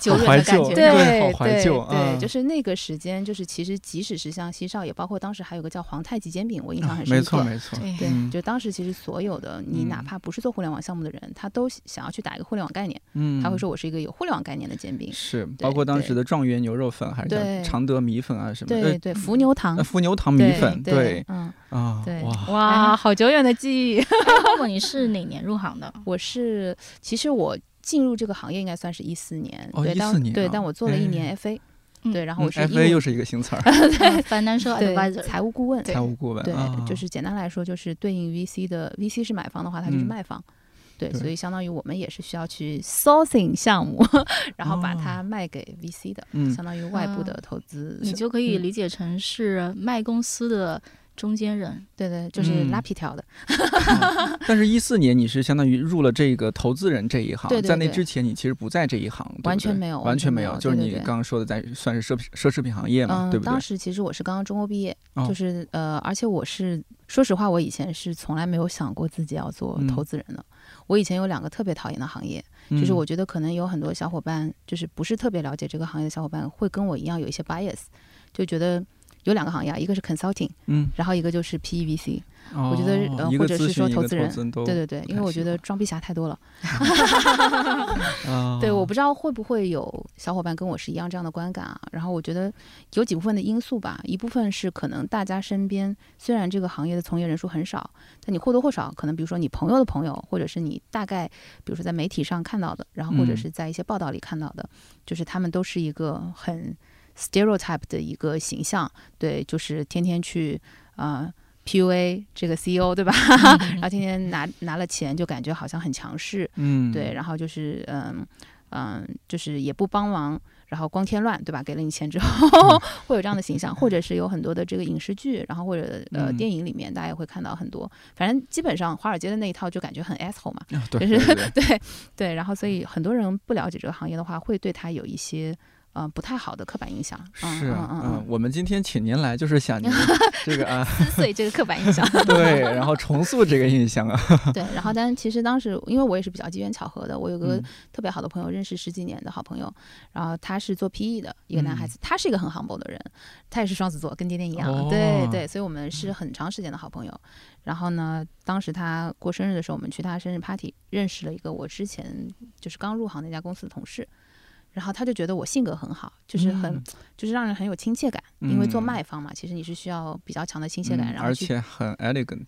Speaker 2: 久远
Speaker 1: 怀
Speaker 2: 的感
Speaker 1: 旧
Speaker 2: 觉。
Speaker 1: 对好
Speaker 3: 对
Speaker 1: 怀旧
Speaker 3: 对，
Speaker 1: 嗯
Speaker 3: 就是那个时间，就是其实即使是像西少爷，包括当时还有个叫皇太极煎饼，我印象很
Speaker 1: 啊没
Speaker 3: 深刻。
Speaker 1: 错没错，
Speaker 2: 对 [LAUGHS]
Speaker 3: 对，
Speaker 1: 嗯
Speaker 3: 就当时其实所有的你
Speaker 1: 嗯
Speaker 3: 哪怕不是做互联网项目的人，他都想要去打一个互联网概念，
Speaker 1: 嗯，
Speaker 3: 他会说我是一个有互联网概念的煎饼。
Speaker 1: 是，包括当时的状元牛肉粉，还是叫
Speaker 3: 对
Speaker 1: 常德米粉啊什么
Speaker 3: 对
Speaker 1: 的，
Speaker 3: 对，伏牛堂
Speaker 1: 呃，。伏牛堂米
Speaker 3: 对
Speaker 1: 粉，
Speaker 3: 对，嗯，
Speaker 1: 啊，
Speaker 3: 对，
Speaker 1: 哇，
Speaker 2: 哇
Speaker 3: 好久远的记忆。
Speaker 2: 包括你是哪年入行的？
Speaker 3: 我是，其实我进入这个行业应该算是一四年，
Speaker 1: 哦
Speaker 3: 对，
Speaker 1: 14
Speaker 3: 但
Speaker 1: 年
Speaker 3: 对
Speaker 1: 啊，
Speaker 3: 但我做了一年 FA，
Speaker 2: 嗯
Speaker 3: 对，然后
Speaker 1: 嗯
Speaker 3: 我是一
Speaker 1: FA 又是一个新词儿，
Speaker 2: 嗯
Speaker 3: [LAUGHS]
Speaker 2: financial
Speaker 3: 对
Speaker 2: advisor，
Speaker 3: 财务顾问，
Speaker 1: 财务顾问，
Speaker 3: [LAUGHS] 对
Speaker 1: 啊，
Speaker 3: 就是简单来说，就是对应 VC 的 VC 是买方的话，它就是
Speaker 1: 嗯
Speaker 3: 卖方。对，
Speaker 1: 对
Speaker 3: 所以相当于我们也是需要去 sourcing 项目，然后把它卖给 VC 的，
Speaker 1: 哦嗯
Speaker 3: 相当于外部的
Speaker 2: 啊
Speaker 3: 投资。
Speaker 2: 你就可以
Speaker 3: 嗯
Speaker 2: 理解成是卖公司的中间人。
Speaker 3: 对对，就是拉
Speaker 1: 嗯
Speaker 3: 皮条的。
Speaker 1: 啊但是，一四年你是相当于入了这个投资人这一行，
Speaker 3: 对对
Speaker 1: 在那
Speaker 3: 对
Speaker 1: 之前你其实不在这一行，对不对
Speaker 3: 完全没有
Speaker 1: 完
Speaker 3: 完
Speaker 1: 全
Speaker 3: 全
Speaker 1: 没
Speaker 3: 没
Speaker 1: 有，
Speaker 3: 有
Speaker 1: 就是
Speaker 3: 对
Speaker 1: 你
Speaker 3: 对对
Speaker 1: 刚刚说的，在算是奢侈奢侈品行业嘛，
Speaker 3: 嗯，
Speaker 1: 对不对
Speaker 3: 当？时其实我是刚刚中欧毕业，
Speaker 1: 哦
Speaker 3: 就是呃，而且我是说实话，我以前是从来没有想过自己要做
Speaker 1: 嗯
Speaker 3: 投资人的。我以前有两个特别讨厌的行业，就是我觉得可能有很多小伙伴，就是不是特别了解这个行业的小伙伴，会跟我一样有一些 bias，就觉得有两个行业，啊，一个是 consulting，
Speaker 1: 嗯，
Speaker 3: 然后一个就是 PEVC。
Speaker 1: 嗯，
Speaker 3: 我觉得
Speaker 1: 哦
Speaker 3: 呃
Speaker 1: 一个
Speaker 3: 或者是
Speaker 1: 咨询
Speaker 3: 说
Speaker 1: 一
Speaker 3: 投
Speaker 1: 个
Speaker 3: 资人
Speaker 1: 都
Speaker 3: 对对对，因
Speaker 1: 哦
Speaker 3: 为
Speaker 1: 太
Speaker 3: 我
Speaker 1: 喜
Speaker 3: 觉得
Speaker 1: 欢
Speaker 3: 装逼侠太多了。
Speaker 1: 啊哦
Speaker 3: 对，我不知道会不会有小伙伴跟我是一样这样的观感啊。然后我觉得有几部分的因素吧，一部分是可能大家身边虽然这个行业的从业人数很少，但你或多或少可能，比如说你朋友的朋友，或者是你大概比如说在媒体上看到的，然后或者
Speaker 1: 嗯
Speaker 3: 是在一些报道里看到的，就是他们都是一个很 stereotype 的一个形象，对，就是天天去啊。呃 PUA 这个 CEO 对吧？ [LAUGHS] 然后天天拿拿了钱，就感觉好像很强势，
Speaker 1: 嗯，
Speaker 3: 对，然后就是嗯嗯，就是也不帮忙，然后光添乱，对吧？给了你钱之后
Speaker 1: 嗯
Speaker 3: 会有这样的形象，或者是有很多的这个影视剧，然后或者呃
Speaker 1: 嗯
Speaker 3: 电影里面，大家也会看到很多，反正基本上华尔街的那一套就感觉很 asshole 嘛，
Speaker 1: 啊，对，
Speaker 3: 就是
Speaker 1: 对
Speaker 3: [LAUGHS]
Speaker 1: 对
Speaker 3: 对对，然后所以很多人不了解这个行业的话，会对他有一些。嗯、不太好的刻板印象，嗯
Speaker 1: 是啊，
Speaker 3: 嗯嗯
Speaker 1: 我们今天请您来就是想
Speaker 3: [LAUGHS]
Speaker 1: 您这个啊，
Speaker 3: 嗯， [LAUGHS] 所以这个刻板印象，
Speaker 1: 对，然后重塑这个印象啊， [LAUGHS]
Speaker 3: 对，然后但是其实当时因为我也是比较机缘巧合的，我有个
Speaker 1: 嗯
Speaker 3: 特别好的朋友，认识十几年的好朋友，然后他是做 PE 的一个男孩子，他是一个很 humble 的人，他也是双子座，跟爹爹一样，
Speaker 1: 嗯哦
Speaker 3: 对对，所以我们是很长时间的好朋友。然后呢，当时他过生日的时候，我们去他生日 party，认识了一个我之前就是刚入行那家公司的同事。然后他就觉得我性格很好，就是很，
Speaker 1: 嗯
Speaker 3: 就是让人很有亲切感，因为做
Speaker 1: 嗯
Speaker 3: 卖方嘛，其实你是需要比较强的亲切感，
Speaker 1: 嗯
Speaker 3: 然后
Speaker 1: 而
Speaker 3: 去
Speaker 1: 且很 elegant，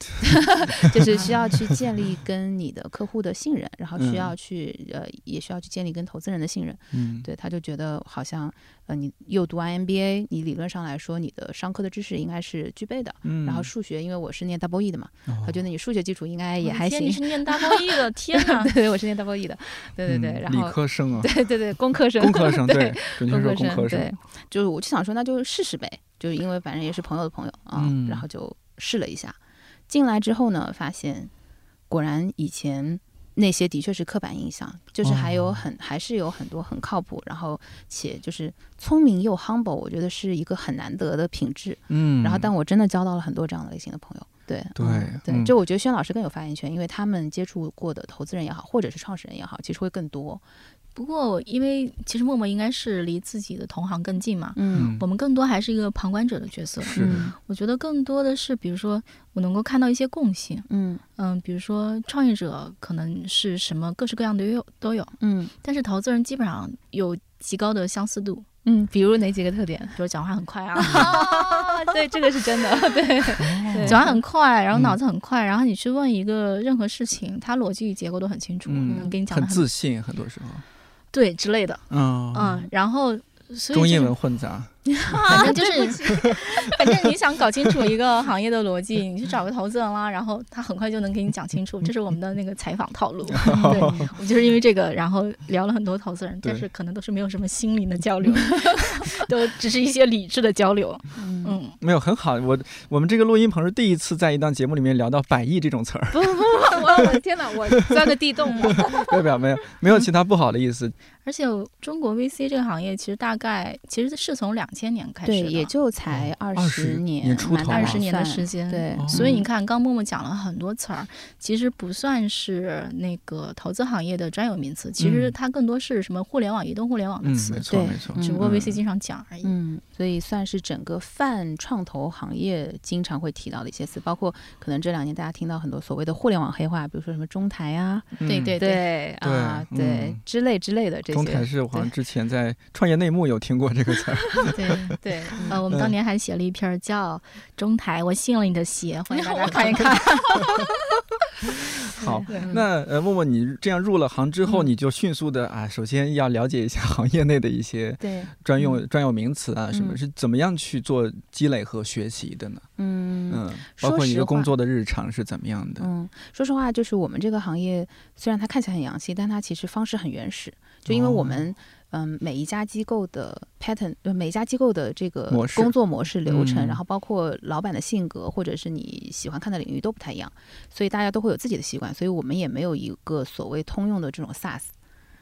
Speaker 1: [LAUGHS]
Speaker 3: 就是需要去建立跟你的客户的信任，然后需要去呃，也需要去建立跟投资人的信任。
Speaker 1: 嗯，
Speaker 3: 对，他就觉得好像呃，你又读完 MBA，你理论上来说，你的商科的知识应该是具备的。
Speaker 1: 嗯，哦
Speaker 3: 然后数学，因为我是念 double E 的嘛，他觉
Speaker 1: 得
Speaker 3: 得你数学基础应该也还
Speaker 2: 哦天你
Speaker 3: 行。
Speaker 2: 是念大高一的，天
Speaker 3: [LAUGHS]
Speaker 2: 哪！
Speaker 3: 对对，我是念 double E 的，对对对，然
Speaker 1: 理
Speaker 3: 后
Speaker 1: 科生啊，
Speaker 3: 对对对，工科生，
Speaker 1: [LAUGHS] 工科生，
Speaker 3: 对
Speaker 1: 对，，准确
Speaker 3: 工
Speaker 1: 说
Speaker 3: 科
Speaker 1: 工科生
Speaker 3: 对，，就是我就想说，那就试试呗，就是因为反正也是朋友的朋友啊，
Speaker 1: 嗯
Speaker 3: 然后就试了一下。进来之后呢，发现果然以前那些的确是刻板印象，就是还有
Speaker 1: 哦
Speaker 3: 很、还是有很多很靠谱，然后且就是聪明又 humble，我觉得是一个很难得的品质。
Speaker 1: 嗯，
Speaker 3: 然后，但我真的交到了很多这样的类型的朋友。对
Speaker 1: 对
Speaker 3: 嗯
Speaker 1: 嗯
Speaker 3: 对，就我觉得轩老师更有发言权，因为他们接触过的投资人也好，或者是创始人也好，其实会更多。
Speaker 2: 不过我因为其实默默应该是离自己的同行更近嘛，
Speaker 1: 嗯
Speaker 2: 我们更多还是一个旁观者的角色。
Speaker 1: 是
Speaker 3: 嗯
Speaker 1: 的，
Speaker 2: 我觉得更多的是，比如说我能够看到一些共性，
Speaker 3: 嗯
Speaker 2: 嗯，比如说创业者可能是什么各式各样的都有都有，
Speaker 3: 嗯
Speaker 2: 但是投资人基本上有极高的相似度，
Speaker 3: 嗯，比如哪几个特点？
Speaker 2: 比如讲话很快啊，
Speaker 3: 啊，对，这个是真的，对，
Speaker 1: 哦
Speaker 3: 对
Speaker 2: 讲话很快，然后
Speaker 1: 嗯
Speaker 2: 脑子很快，然后你去问一个任何事情，他逻辑结构都很清楚，
Speaker 1: 嗯
Speaker 2: 能给你讲的
Speaker 1: 很
Speaker 2: 很
Speaker 1: 自信，很多时候，
Speaker 2: 对之类的，
Speaker 1: 嗯
Speaker 2: 嗯，然后所以
Speaker 1: 中
Speaker 2: 这
Speaker 1: 英
Speaker 2: 个
Speaker 1: 文混杂，
Speaker 2: [LAUGHS] 反正就是，反正你想搞清楚一个行业的逻辑，你去找个投资人啦，然后他很快就能给你讲清楚。这是我们的那个采访套路。对，我们就是因为这个，然后聊了很多投资人，
Speaker 1: 对
Speaker 2: 但是可能都是没有什么心灵的交流， [LAUGHS] 都只是一些理智的交流。
Speaker 3: 嗯，
Speaker 2: 嗯，
Speaker 1: 没有很好。我我们这个录音棚是第一次在一档节目里面聊到“百亿”这种词儿， [LAUGHS]
Speaker 3: 不不不，我我的天哪，我
Speaker 2: 嗯
Speaker 3: 钻个地洞吧。
Speaker 1: 代表没有没有其他不好的意思。
Speaker 2: [LAUGHS] 而且中国 VC 这个行业其实大概其实是从两千年开始
Speaker 3: 对，
Speaker 2: 的
Speaker 3: 也就才二
Speaker 1: 20
Speaker 3: 年，
Speaker 1: 年出头
Speaker 2: 二
Speaker 1: 吧
Speaker 2: 十年的时间，
Speaker 3: 对
Speaker 1: 哦
Speaker 2: 所以你看，刚默默讲了很多词儿，其实不算是那个投资行业的专有名词，其实它更多是什么互联网、移动互联网的
Speaker 1: 嗯，
Speaker 2: 词，
Speaker 1: 没错
Speaker 3: 对
Speaker 1: 没错。
Speaker 2: 只不过
Speaker 1: 嗯
Speaker 2: VC 经常讲而已。
Speaker 3: 嗯，所以算是整个泛创投行业经常会提到的一些词，包括可能这两年大家听到很多所谓的互联网黑话，比如说什么中台啊，
Speaker 2: 对对
Speaker 3: 对啊，
Speaker 1: 对
Speaker 3: 对
Speaker 1: 嗯
Speaker 3: 之类之类的这
Speaker 1: 中台
Speaker 3: 些，
Speaker 1: 是我好像
Speaker 3: 对
Speaker 1: 之前在创业内幕有听过这个词儿，
Speaker 2: 对，
Speaker 3: 对，
Speaker 2: [LAUGHS]
Speaker 3: 嗯
Speaker 2: 呃，我
Speaker 1: 嗯
Speaker 2: 们当年还写了一篇儿叫《中台我信了你的邪》，欢迎大家
Speaker 3: 我看
Speaker 1: [LAUGHS]
Speaker 3: 一
Speaker 2: 看。
Speaker 1: 好，
Speaker 2: 对
Speaker 3: 嗯
Speaker 1: 那呃，默默，你这样入了行之后，
Speaker 3: 嗯
Speaker 1: 你就迅速的啊，首先要了解一下行业内的一些
Speaker 3: 对，
Speaker 1: 专用、专有名词啊，什么
Speaker 3: 嗯
Speaker 1: 是怎么样去做积累和学习的呢？
Speaker 3: 嗯
Speaker 1: 嗯，包括你
Speaker 3: 说实
Speaker 1: 的
Speaker 3: 话
Speaker 1: 工作的日常是怎么样的？
Speaker 3: 嗯，说实话，就是我们这个行业虽然它看起来很洋气，但它其实方式很原始，就因为我
Speaker 1: 哦
Speaker 3: 们、嗯，每一家机构的 pattern，呃每一家机构的这个
Speaker 1: 模式
Speaker 3: 工作模式、流程，
Speaker 1: 嗯
Speaker 3: 然后包括老板的性格，或者是你喜欢看的领域都不太一样，所以大家都会有自己的习惯，所以我们也没有一个所谓通用的这种 SaaS。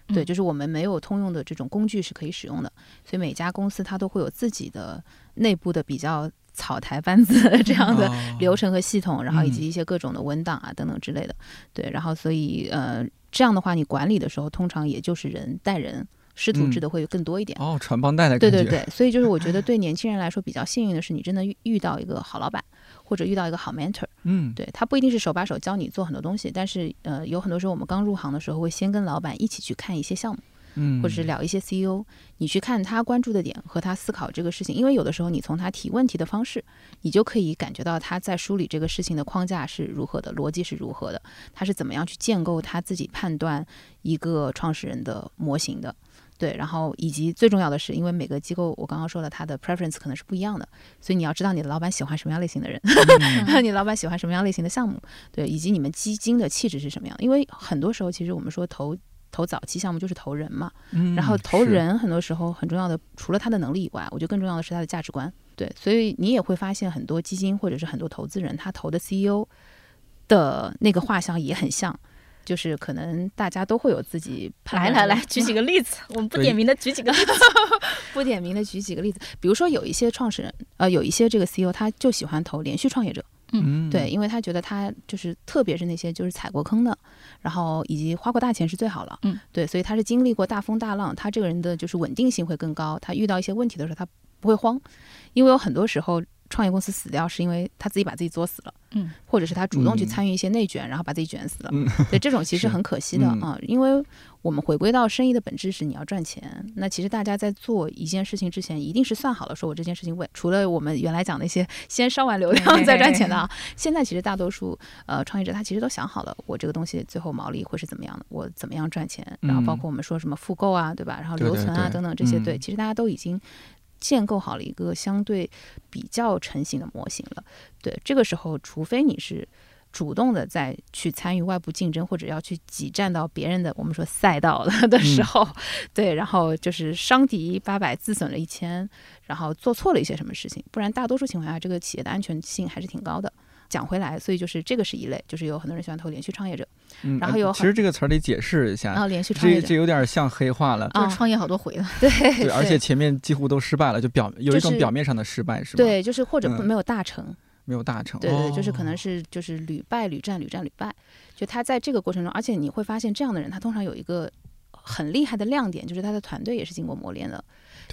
Speaker 3: 对，
Speaker 2: 嗯
Speaker 3: 就是我们没有通用的这种工具是可以使用的，所以每家公司它都会有自己的内部的比较草台班子 [LAUGHS] 的这样的
Speaker 1: 哦
Speaker 3: 流程和系统，然后以及
Speaker 1: 嗯
Speaker 3: 一些各种的文档啊等等之类的。对，然后所以呃，这样的话你管理的时候，通常也就是人带人，师徒制
Speaker 1: 嗯
Speaker 3: 的会更多一点。
Speaker 1: 哦，传帮带的
Speaker 3: 对
Speaker 1: 感觉，
Speaker 3: 对对，所以就是
Speaker 1: [LAUGHS]
Speaker 3: 我觉得对年轻人来说比较幸运的是，你真的遇遇到一个好老板，或者遇到一个好 mentor。
Speaker 1: 嗯，
Speaker 3: 对他不一定是手把手教你做很多东西，但是呃，有很多时候我们刚入行的时候会先跟老板一起去看一些项目。
Speaker 1: 嗯，
Speaker 3: 或者是聊一些 CEO，你去看他关注的点和他思考这个事情，因为有的时候你从他提问题的方式，你就可以感觉到他在梳理这个事情的框架是如何的，逻辑是如何的，他是怎么样去建构他自己判断一个创始人的模型的。对，然后以及最重要的是，因为每个机构我刚刚说了，他的 preference 可能是不一样的，所以你要知道你的老板喜欢什么样类型的人，
Speaker 1: 嗯
Speaker 3: [LAUGHS] 你的老板喜欢什么样类型的项目，对，以及你们基金的气质是什么样的。因为很多时候，其实我们说投投早期项目就是投人嘛，
Speaker 1: 嗯，
Speaker 3: 然后投
Speaker 1: 是，
Speaker 3: 人很多时候很重要的，除了他的能力以外，我觉得更重要的是他的价值观。对，所以你也会发现很多基金或者是很多投资人，他投的 CEO 的那个画像也很像，就是可能大家都会有自
Speaker 2: [LAUGHS]
Speaker 3: 己判
Speaker 2: [LAUGHS] 来
Speaker 3: 断
Speaker 2: 来
Speaker 3: 的
Speaker 2: 来，举几个例子，我们不
Speaker 1: 对
Speaker 2: 点名的举几个例子。
Speaker 3: 不点名的举几个例子，比如说有一些创始人，呃，有一些这个 CEO 他就喜欢投连续创业者，
Speaker 1: 嗯，
Speaker 3: 对，，因为他觉得他就是特别是那些就是踩过坑的，然后以及花过大钱是最好了，
Speaker 2: 嗯，
Speaker 3: 对，所以他是经历过大风大浪，他这个人的就是稳定性会更高，他遇到一些问题的时候他不会慌，因为有很多时候创业公司死掉是因为他自己把自己作死了，
Speaker 2: 嗯，
Speaker 3: 或者是他主动去
Speaker 1: 嗯
Speaker 3: 参与一些内卷，然后把自己卷死了，
Speaker 1: 嗯
Speaker 3: 对，这种其
Speaker 1: 是
Speaker 3: 实很可惜的
Speaker 1: 嗯
Speaker 3: 啊，因为我们回归到生意的本质是你要赚钱，那其实大家在做一件事情之前，一定是算好了，说我这件事情为除了我们原来讲那些先烧完流量再赚钱
Speaker 1: [LAUGHS]
Speaker 3: 的啊，现在其实大多数呃创业者他其实都想好了，我这个东西最后毛利会是怎么样的，我怎么样赚钱，然后包
Speaker 1: 嗯
Speaker 3: 括我们说什么复购啊，对吧？然后
Speaker 1: 对
Speaker 3: 留
Speaker 1: 对
Speaker 3: 存啊
Speaker 1: 对
Speaker 3: 等等这些，对，
Speaker 1: 嗯
Speaker 3: 其实大家都已经建构好了一个相对比较成型的模型了。对，这个时候除非你是。主动的再去参与外部竞争，或者要去挤占到别人的我们说赛道了的 [LAUGHS]
Speaker 1: 嗯
Speaker 3: 时候，对，然后就是伤敌八百，自损了一千，然后做错了一些什么事情，不然大多数情况下，这个企业的安全性还是挺高的。讲回来，所以就是这个是一类，就是有很多人喜欢投连续创业者，
Speaker 1: 嗯
Speaker 3: 然
Speaker 1: 呃
Speaker 3: 后有
Speaker 1: 其实这个词儿得解释一
Speaker 3: 然
Speaker 1: 下，
Speaker 3: 后连续创业
Speaker 1: 啊这
Speaker 3: 者
Speaker 1: 这有点像黑话了，
Speaker 2: 就
Speaker 3: 啊
Speaker 2: 是创业好多回了，
Speaker 3: 对
Speaker 1: 对，而且前面几乎都失败了，就表有一
Speaker 3: 就
Speaker 1: 种
Speaker 3: 是
Speaker 1: 表面上的失败是吗？，
Speaker 3: 对，就是或者
Speaker 1: 嗯
Speaker 3: 没有大成，
Speaker 1: 没有大成，
Speaker 3: 对对，对就是可
Speaker 1: 哦
Speaker 3: 能是就是屡败屡战屡战屡败，就他在这个过程中，而且你会发现这样的人，他通常有一个很厉害的亮点，就是他的团队也是经过磨练的，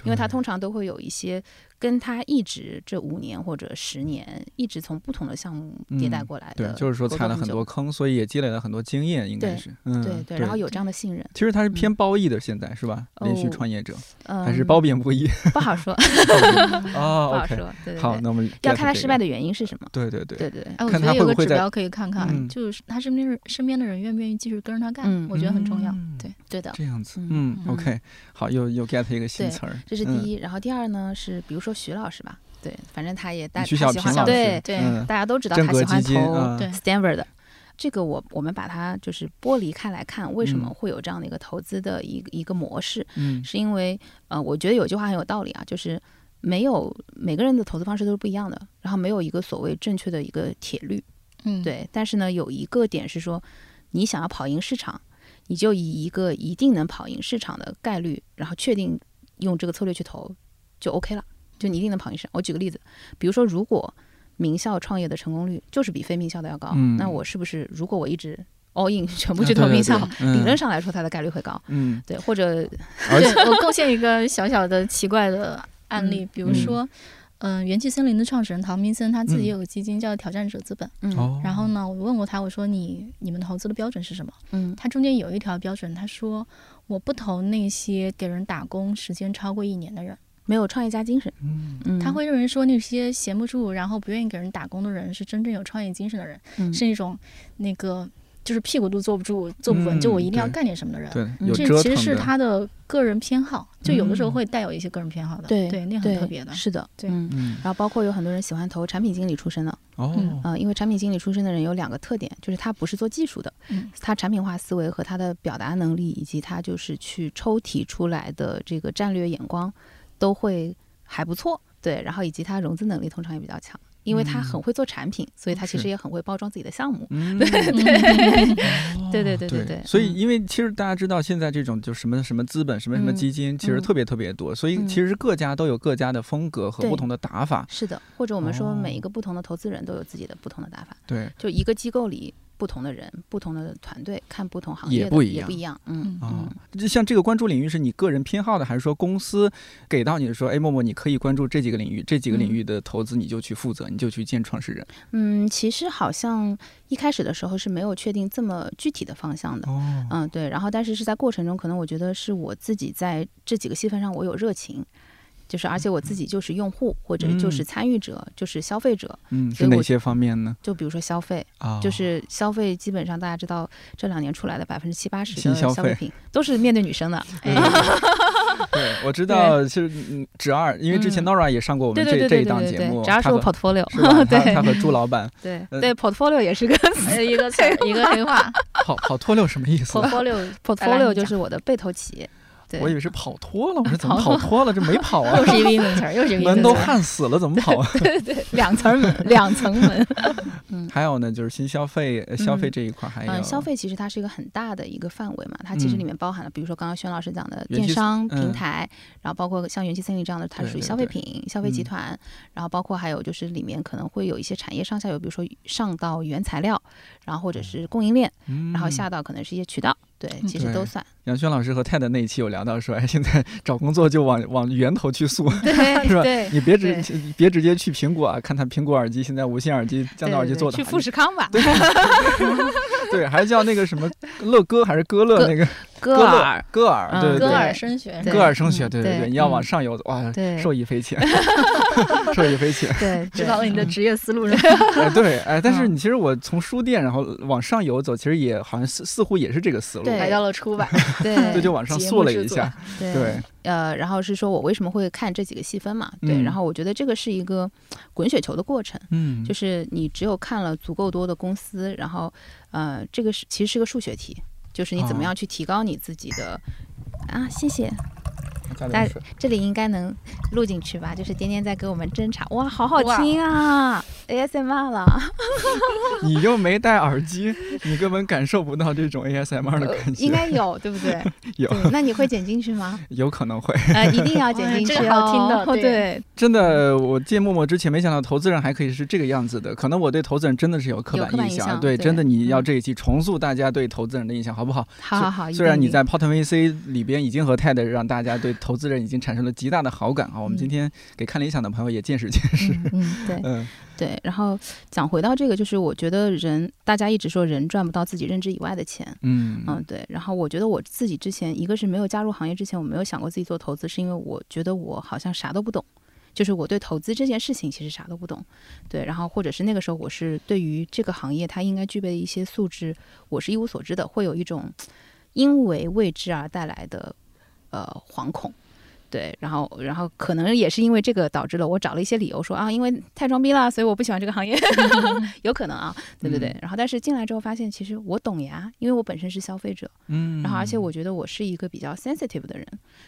Speaker 3: 因为他
Speaker 1: 对
Speaker 3: 通常都会有一些跟他一直这五年或者十年一直从不同的项目迭代过来的、
Speaker 1: 嗯对，就是说
Speaker 3: 沟
Speaker 1: 踩了
Speaker 3: 通
Speaker 1: 很
Speaker 3: 久
Speaker 1: 多坑，所以也积累了很多经验，应该是，嗯，
Speaker 3: 对对，然后有这样的信任，
Speaker 1: 其实他是偏包艺的，现在是吧？连续
Speaker 3: 哦
Speaker 1: 创业者
Speaker 3: 嗯，
Speaker 1: 还是包贬不一
Speaker 3: 不
Speaker 1: [LAUGHS]
Speaker 3: 好说， [LAUGHS] 不
Speaker 1: 哦
Speaker 3: 好
Speaker 1: ，OK，
Speaker 3: 说，嗯对对
Speaker 1: 好，
Speaker 3: 对，
Speaker 1: 那我们
Speaker 3: 要
Speaker 1: get
Speaker 3: 看他
Speaker 1: 这
Speaker 3: 失
Speaker 1: 个
Speaker 3: 败，的原因是什么，
Speaker 1: 对对对，
Speaker 3: 对对，对
Speaker 2: 哎，我
Speaker 1: 看
Speaker 2: 觉
Speaker 1: 他
Speaker 2: 得有
Speaker 1: 会
Speaker 2: 个
Speaker 1: 不会
Speaker 2: 指
Speaker 1: 在
Speaker 2: 标可以看看，
Speaker 1: 嗯
Speaker 2: 就是他身边人身边的人愿不愿意继续跟着他干，
Speaker 3: 嗯
Speaker 2: 我觉得很重要。
Speaker 1: 嗯
Speaker 2: 对，
Speaker 3: 对的。
Speaker 1: 这样子，嗯
Speaker 3: 嗯嗯
Speaker 1: ，OK，好，又又 get 一个新
Speaker 3: 对
Speaker 1: 词儿，
Speaker 3: 这是第
Speaker 1: 嗯，
Speaker 3: 一，然后第二呢是，比如说徐老师吧，对，反正他也带
Speaker 1: 徐
Speaker 3: 他
Speaker 1: 小
Speaker 3: 喜
Speaker 1: 平
Speaker 3: 欢
Speaker 1: 老师，
Speaker 3: 对，
Speaker 2: 对
Speaker 1: 嗯
Speaker 3: 大家都知道
Speaker 1: 正
Speaker 3: 他
Speaker 1: 格
Speaker 3: 喜欢
Speaker 1: 基金
Speaker 3: 投
Speaker 1: 啊，
Speaker 2: 对
Speaker 3: Stanford 的。这个我我们把它就是剥离开来看，为什么
Speaker 1: 嗯
Speaker 3: 会有这样的一个投资的一个一个模式？
Speaker 1: 嗯
Speaker 3: 是因为呃，我觉得有句话很有道理啊，就是没有每个人的投资方式都是不一样的，然后没有一个所谓正确的一个铁律。
Speaker 2: 嗯，
Speaker 3: 对，但是呢，有一个点是说，你想要跑赢市场，你就以一个一定能跑赢市场的概率，然后确定用这个策略去投，就 OK 了，就你一定能跑赢市场。我举个例子，比如说，如果名校创业的成功率就是比非名校的要高，
Speaker 1: 嗯
Speaker 3: 那我是不是如果我一直 all in 全部
Speaker 1: 啊
Speaker 3: 去
Speaker 1: 对
Speaker 3: 投
Speaker 1: 对
Speaker 3: 名校，
Speaker 1: 对嗯
Speaker 3: 理论上来说它的概率会高，
Speaker 1: 嗯，
Speaker 3: 对，或者
Speaker 1: 而
Speaker 2: 对 [LAUGHS] 我贡献一个小小的奇怪的案例，
Speaker 3: 嗯
Speaker 2: 比如说，嗯、元气森林的创始人陶明森他自己有个基金叫挑战者资本。
Speaker 3: 嗯、
Speaker 1: 嗯哦，
Speaker 2: 然后呢，我问过他，我说你你们投资的标准是什么？
Speaker 3: 嗯
Speaker 2: 他中间有一条标准，他说我不投那些给人打工时间超过一年的人，
Speaker 3: 没有创业家精神，
Speaker 1: 嗯
Speaker 3: 嗯，
Speaker 2: 他会认为说那些闲不住，然后不愿意给人打工的人是真正有创业精神的人，
Speaker 3: 嗯
Speaker 2: 是一种那个就是屁股都坐不住、坐不稳，就我一定要
Speaker 1: 嗯对
Speaker 2: 干点什么的人。
Speaker 1: 对，
Speaker 3: 嗯
Speaker 1: 有
Speaker 2: 这
Speaker 1: 折
Speaker 2: 其
Speaker 1: 腾
Speaker 2: 实是
Speaker 1: 的
Speaker 2: 他的个人偏好，就有的时候
Speaker 1: 嗯
Speaker 2: 会带有一些个人偏好的，
Speaker 3: 对
Speaker 2: 对，那很特别的。
Speaker 3: 是的，
Speaker 2: 对
Speaker 3: 嗯
Speaker 1: 嗯，
Speaker 3: 然后包括有很多人喜欢投产品经理出身的，
Speaker 1: 哦
Speaker 2: 嗯，
Speaker 3: 呃，因为产品经理出身的人有两个特点，就是他不是做技术的，
Speaker 1: [LAUGHS]
Speaker 2: 嗯
Speaker 3: 他产品化思维和他的表达能力，以及他就是去抽提出来的这个战略眼光都会还不错，对，然后以及他融资能力通常也比较强，因为他
Speaker 1: 嗯
Speaker 3: 很会做产品，所以他其
Speaker 1: 是
Speaker 3: 实也很会包装自己的
Speaker 1: [LAUGHS]
Speaker 3: 项目，
Speaker 1: 嗯，
Speaker 3: 对对
Speaker 1: 哦
Speaker 3: 对
Speaker 1: 对
Speaker 3: 对对
Speaker 1: 所以
Speaker 3: 嗯
Speaker 1: 因为其实大家知道，现在这种就什么什么资本、什么什么
Speaker 3: 嗯
Speaker 1: 基金，其实
Speaker 3: 嗯
Speaker 1: 特别特别多，所以
Speaker 3: 嗯
Speaker 1: 其实各家都有各家的风格和
Speaker 3: 对
Speaker 1: 不同的打法。
Speaker 3: 是的，或者我们说每
Speaker 1: 哦
Speaker 3: 一个不同的投资人都有自己的不同的打法，
Speaker 1: 对，
Speaker 3: 就一个机构里不同的人、不同的团队看不同行业
Speaker 1: 也
Speaker 3: 的
Speaker 1: 不一
Speaker 3: 也不
Speaker 1: 样
Speaker 3: 一样，嗯
Speaker 2: 嗯
Speaker 1: 啊
Speaker 3: 嗯，
Speaker 1: 就像这个关注领域是你个人偏好的，还是说公司给到你说，哎，默默你可以关注这几个领域，这几个领域的投资你就去负责，你就去见创始人。
Speaker 3: 嗯，其实好像一开始的时候是没有确定这么具体的方向的。
Speaker 1: 哦，
Speaker 3: 嗯，对，然后但是是在过程中，可能我觉得是我自己在这几个细分上我有热情，就是而且我自己就是用户或者就是
Speaker 1: 嗯
Speaker 3: 参与者，就是消费者，
Speaker 1: 嗯，
Speaker 3: 所
Speaker 1: 是
Speaker 3: 以
Speaker 1: 哪
Speaker 3: 我
Speaker 1: 些方面呢？
Speaker 3: 就比如说消费，
Speaker 1: 啊，
Speaker 3: 就是消费基本上大家知道这两年出来的百分之七八十
Speaker 1: 新
Speaker 3: 的
Speaker 1: 消
Speaker 3: 消费
Speaker 1: 费
Speaker 3: 品都是面对女生的，
Speaker 1: 对。
Speaker 3: [LAUGHS]
Speaker 1: 对，我知道是嗯侄儿，因为之前
Speaker 3: 嗯
Speaker 1: Nora 也上过我们
Speaker 3: 对对
Speaker 1: 这
Speaker 3: 对
Speaker 1: 这
Speaker 3: 对
Speaker 1: 一
Speaker 3: 对
Speaker 1: 档
Speaker 3: 对
Speaker 1: 节目，
Speaker 3: 对，只要
Speaker 1: 她
Speaker 3: 是我
Speaker 1: 和 [LAUGHS]
Speaker 3: portfolio，
Speaker 1: 是
Speaker 3: [LAUGHS]
Speaker 1: 吧？他他
Speaker 3: 对
Speaker 1: 和朱老板
Speaker 3: 对
Speaker 1: 嗯
Speaker 3: 对，portfolio 也是个词
Speaker 2: 呃一个词儿一个黑话
Speaker 1: 跑跑脱六什么意思？
Speaker 2: [LAUGHS] ，portfolio 来来
Speaker 3: ，portfolio 就
Speaker 2: 你讲
Speaker 3: 是我的被投企业，对 [LAUGHS] 啊
Speaker 1: 我以为是跑脱了，我说怎么跑
Speaker 3: 跑
Speaker 1: 脱了？这没跑啊
Speaker 2: 又，
Speaker 1: [LAUGHS]
Speaker 2: 是一个英文词儿，又是一个英
Speaker 1: 门
Speaker 2: 文词
Speaker 1: 都
Speaker 2: 儿。
Speaker 1: 焊死了，怎么跑啊？
Speaker 3: [LAUGHS] 对对，两层
Speaker 1: [LAUGHS]
Speaker 3: 门，两层门。
Speaker 1: 还有呢，就是新消费呃消费这一块，还有
Speaker 3: 嗯，消费其实它是一个很大的一个范围嘛，它其实里
Speaker 1: 嗯
Speaker 3: 面包含了，比如说刚刚轩老师讲的
Speaker 1: 元
Speaker 3: 电
Speaker 1: 气
Speaker 3: 商
Speaker 1: 嗯
Speaker 3: 平台，然后包括像元气森林这样的，它
Speaker 1: 对
Speaker 3: 属于
Speaker 1: 对
Speaker 3: 消费
Speaker 1: 对
Speaker 3: 品、消费集
Speaker 1: 嗯
Speaker 3: 团，然后包括还有就是里面可能会有一些产业上下游，比如说上到原材料，然后或者是供应链，
Speaker 1: 嗯，
Speaker 3: 然后下到可能是一些渠道，对，其实
Speaker 1: 对
Speaker 3: 都
Speaker 1: [LAUGHS]
Speaker 3: 算。
Speaker 1: 杨轩老师和 TED 那一期有聊到说，哎，现在找工作就往往源头去
Speaker 3: [LAUGHS]
Speaker 1: 溯。
Speaker 3: 对
Speaker 1: 是吧
Speaker 3: 对
Speaker 1: 你别直
Speaker 3: 对
Speaker 1: 你别直接去苹果啊，看它苹果耳机现在无线耳机、降噪耳机
Speaker 3: 对
Speaker 1: 做的
Speaker 3: 对，去
Speaker 1: 好
Speaker 3: 富士康吧，
Speaker 1: [LAUGHS] 对，还是叫那个什么乐歌还是歌乐
Speaker 3: 歌
Speaker 1: 那个
Speaker 3: 歌
Speaker 1: 歌
Speaker 3: 尔
Speaker 1: 乐，歌尔，
Speaker 3: 嗯
Speaker 1: 对对
Speaker 2: 歌
Speaker 1: 对，
Speaker 2: 尔声学，
Speaker 3: 对
Speaker 1: 歌尔声学，
Speaker 3: 嗯
Speaker 1: 对对
Speaker 3: 对
Speaker 1: 对，你要往
Speaker 3: 嗯
Speaker 1: 上游，哇，
Speaker 3: 对
Speaker 1: 受益匪浅， [LAUGHS] 受益匪浅。 [LAUGHS]
Speaker 3: 对，
Speaker 2: 指
Speaker 3: 对
Speaker 2: 导了你的
Speaker 3: 嗯
Speaker 2: 职业思路是吧？
Speaker 3: [LAUGHS]
Speaker 1: 哎，对，哎，但是
Speaker 3: 嗯
Speaker 1: 你其实我从书店然后往上游走，其实也好像似似乎也是这个思路，
Speaker 3: 对
Speaker 2: 来到了出版，
Speaker 1: 这就
Speaker 3: 对
Speaker 1: 往上
Speaker 2: 节
Speaker 1: 溯
Speaker 2: 目
Speaker 1: 了
Speaker 2: 制
Speaker 1: 一
Speaker 2: 作 [LAUGHS]
Speaker 1: 下，对，
Speaker 3: 呃，然后是说我为什么会看这几个细分嘛？对，
Speaker 1: 嗯
Speaker 3: 然后我觉得这个是一个滚雪球的过程，
Speaker 1: 嗯
Speaker 3: 就是是你只有看了足够多的公司，然后呃，这个是其实是个数学题，就是你怎么
Speaker 1: 哦
Speaker 3: 样去提高你自己的。啊，谢谢，大这里应该能录进去吧？就是颠颠在给我们斟茶，哇，好好
Speaker 2: 哇
Speaker 3: 听啊！ ASMR 了。
Speaker 1: 你又没戴耳机，你根本感受不到这种 ASMR 的感觉。
Speaker 3: 呃应该有，对不对？
Speaker 1: [LAUGHS] 有，
Speaker 3: 对那你会剪进去吗？
Speaker 1: [LAUGHS] 有可能会。
Speaker 3: 呃，一定要剪进去、哦
Speaker 2: 哎这个好听的
Speaker 3: 哦
Speaker 2: 对
Speaker 3: 对，
Speaker 1: 真的，我进陌陌之前没想到投资人还可以是这个样子的。可能我对投资人真的是有刻
Speaker 3: 有
Speaker 1: 板
Speaker 3: 刻板
Speaker 1: 印
Speaker 3: 印
Speaker 1: 象。
Speaker 3: 象
Speaker 1: 对，
Speaker 3: 对嗯
Speaker 1: 真的，你要这一期重塑大家对投资人的印象，好不好？
Speaker 3: 好好好。
Speaker 1: 虽然
Speaker 3: 啊一定
Speaker 1: 你在 Pot VC 里边已经和 TED 让大家对投资人已经产生了极大的好感啊，我们今天给看理想的朋友也见识见识。
Speaker 3: 嗯嗯，对
Speaker 1: 嗯，
Speaker 3: [LAUGHS] 对。然后讲回到这个，就是我觉得人，大家一直说人赚不到自己认知以外的钱。
Speaker 1: 嗯
Speaker 3: 嗯，对。然后我觉得我自己之前，一个是没有加入行业之前，我没有想过自己做投资，是因为我觉得我好像啥都不懂，就是我对投资这件事情其实啥都不懂。对，然后或者是那个时候，我是对于这个行业它应该具备的一些素质，我是一无所知的，会有一种因为未知而带来的呃惶恐。对，然后，然后可能也是因为这个导致了我找了一些理由说啊，因为太装逼了，所以我不喜欢这个
Speaker 1: [LAUGHS]
Speaker 3: 行业，有可能啊，对对对。
Speaker 1: 嗯
Speaker 3: 然后，但是进来之后发现，其实我懂呀，因为我本身是消费者，
Speaker 1: 嗯
Speaker 3: 然后而且我觉得我是一个比较 sensitive 的人，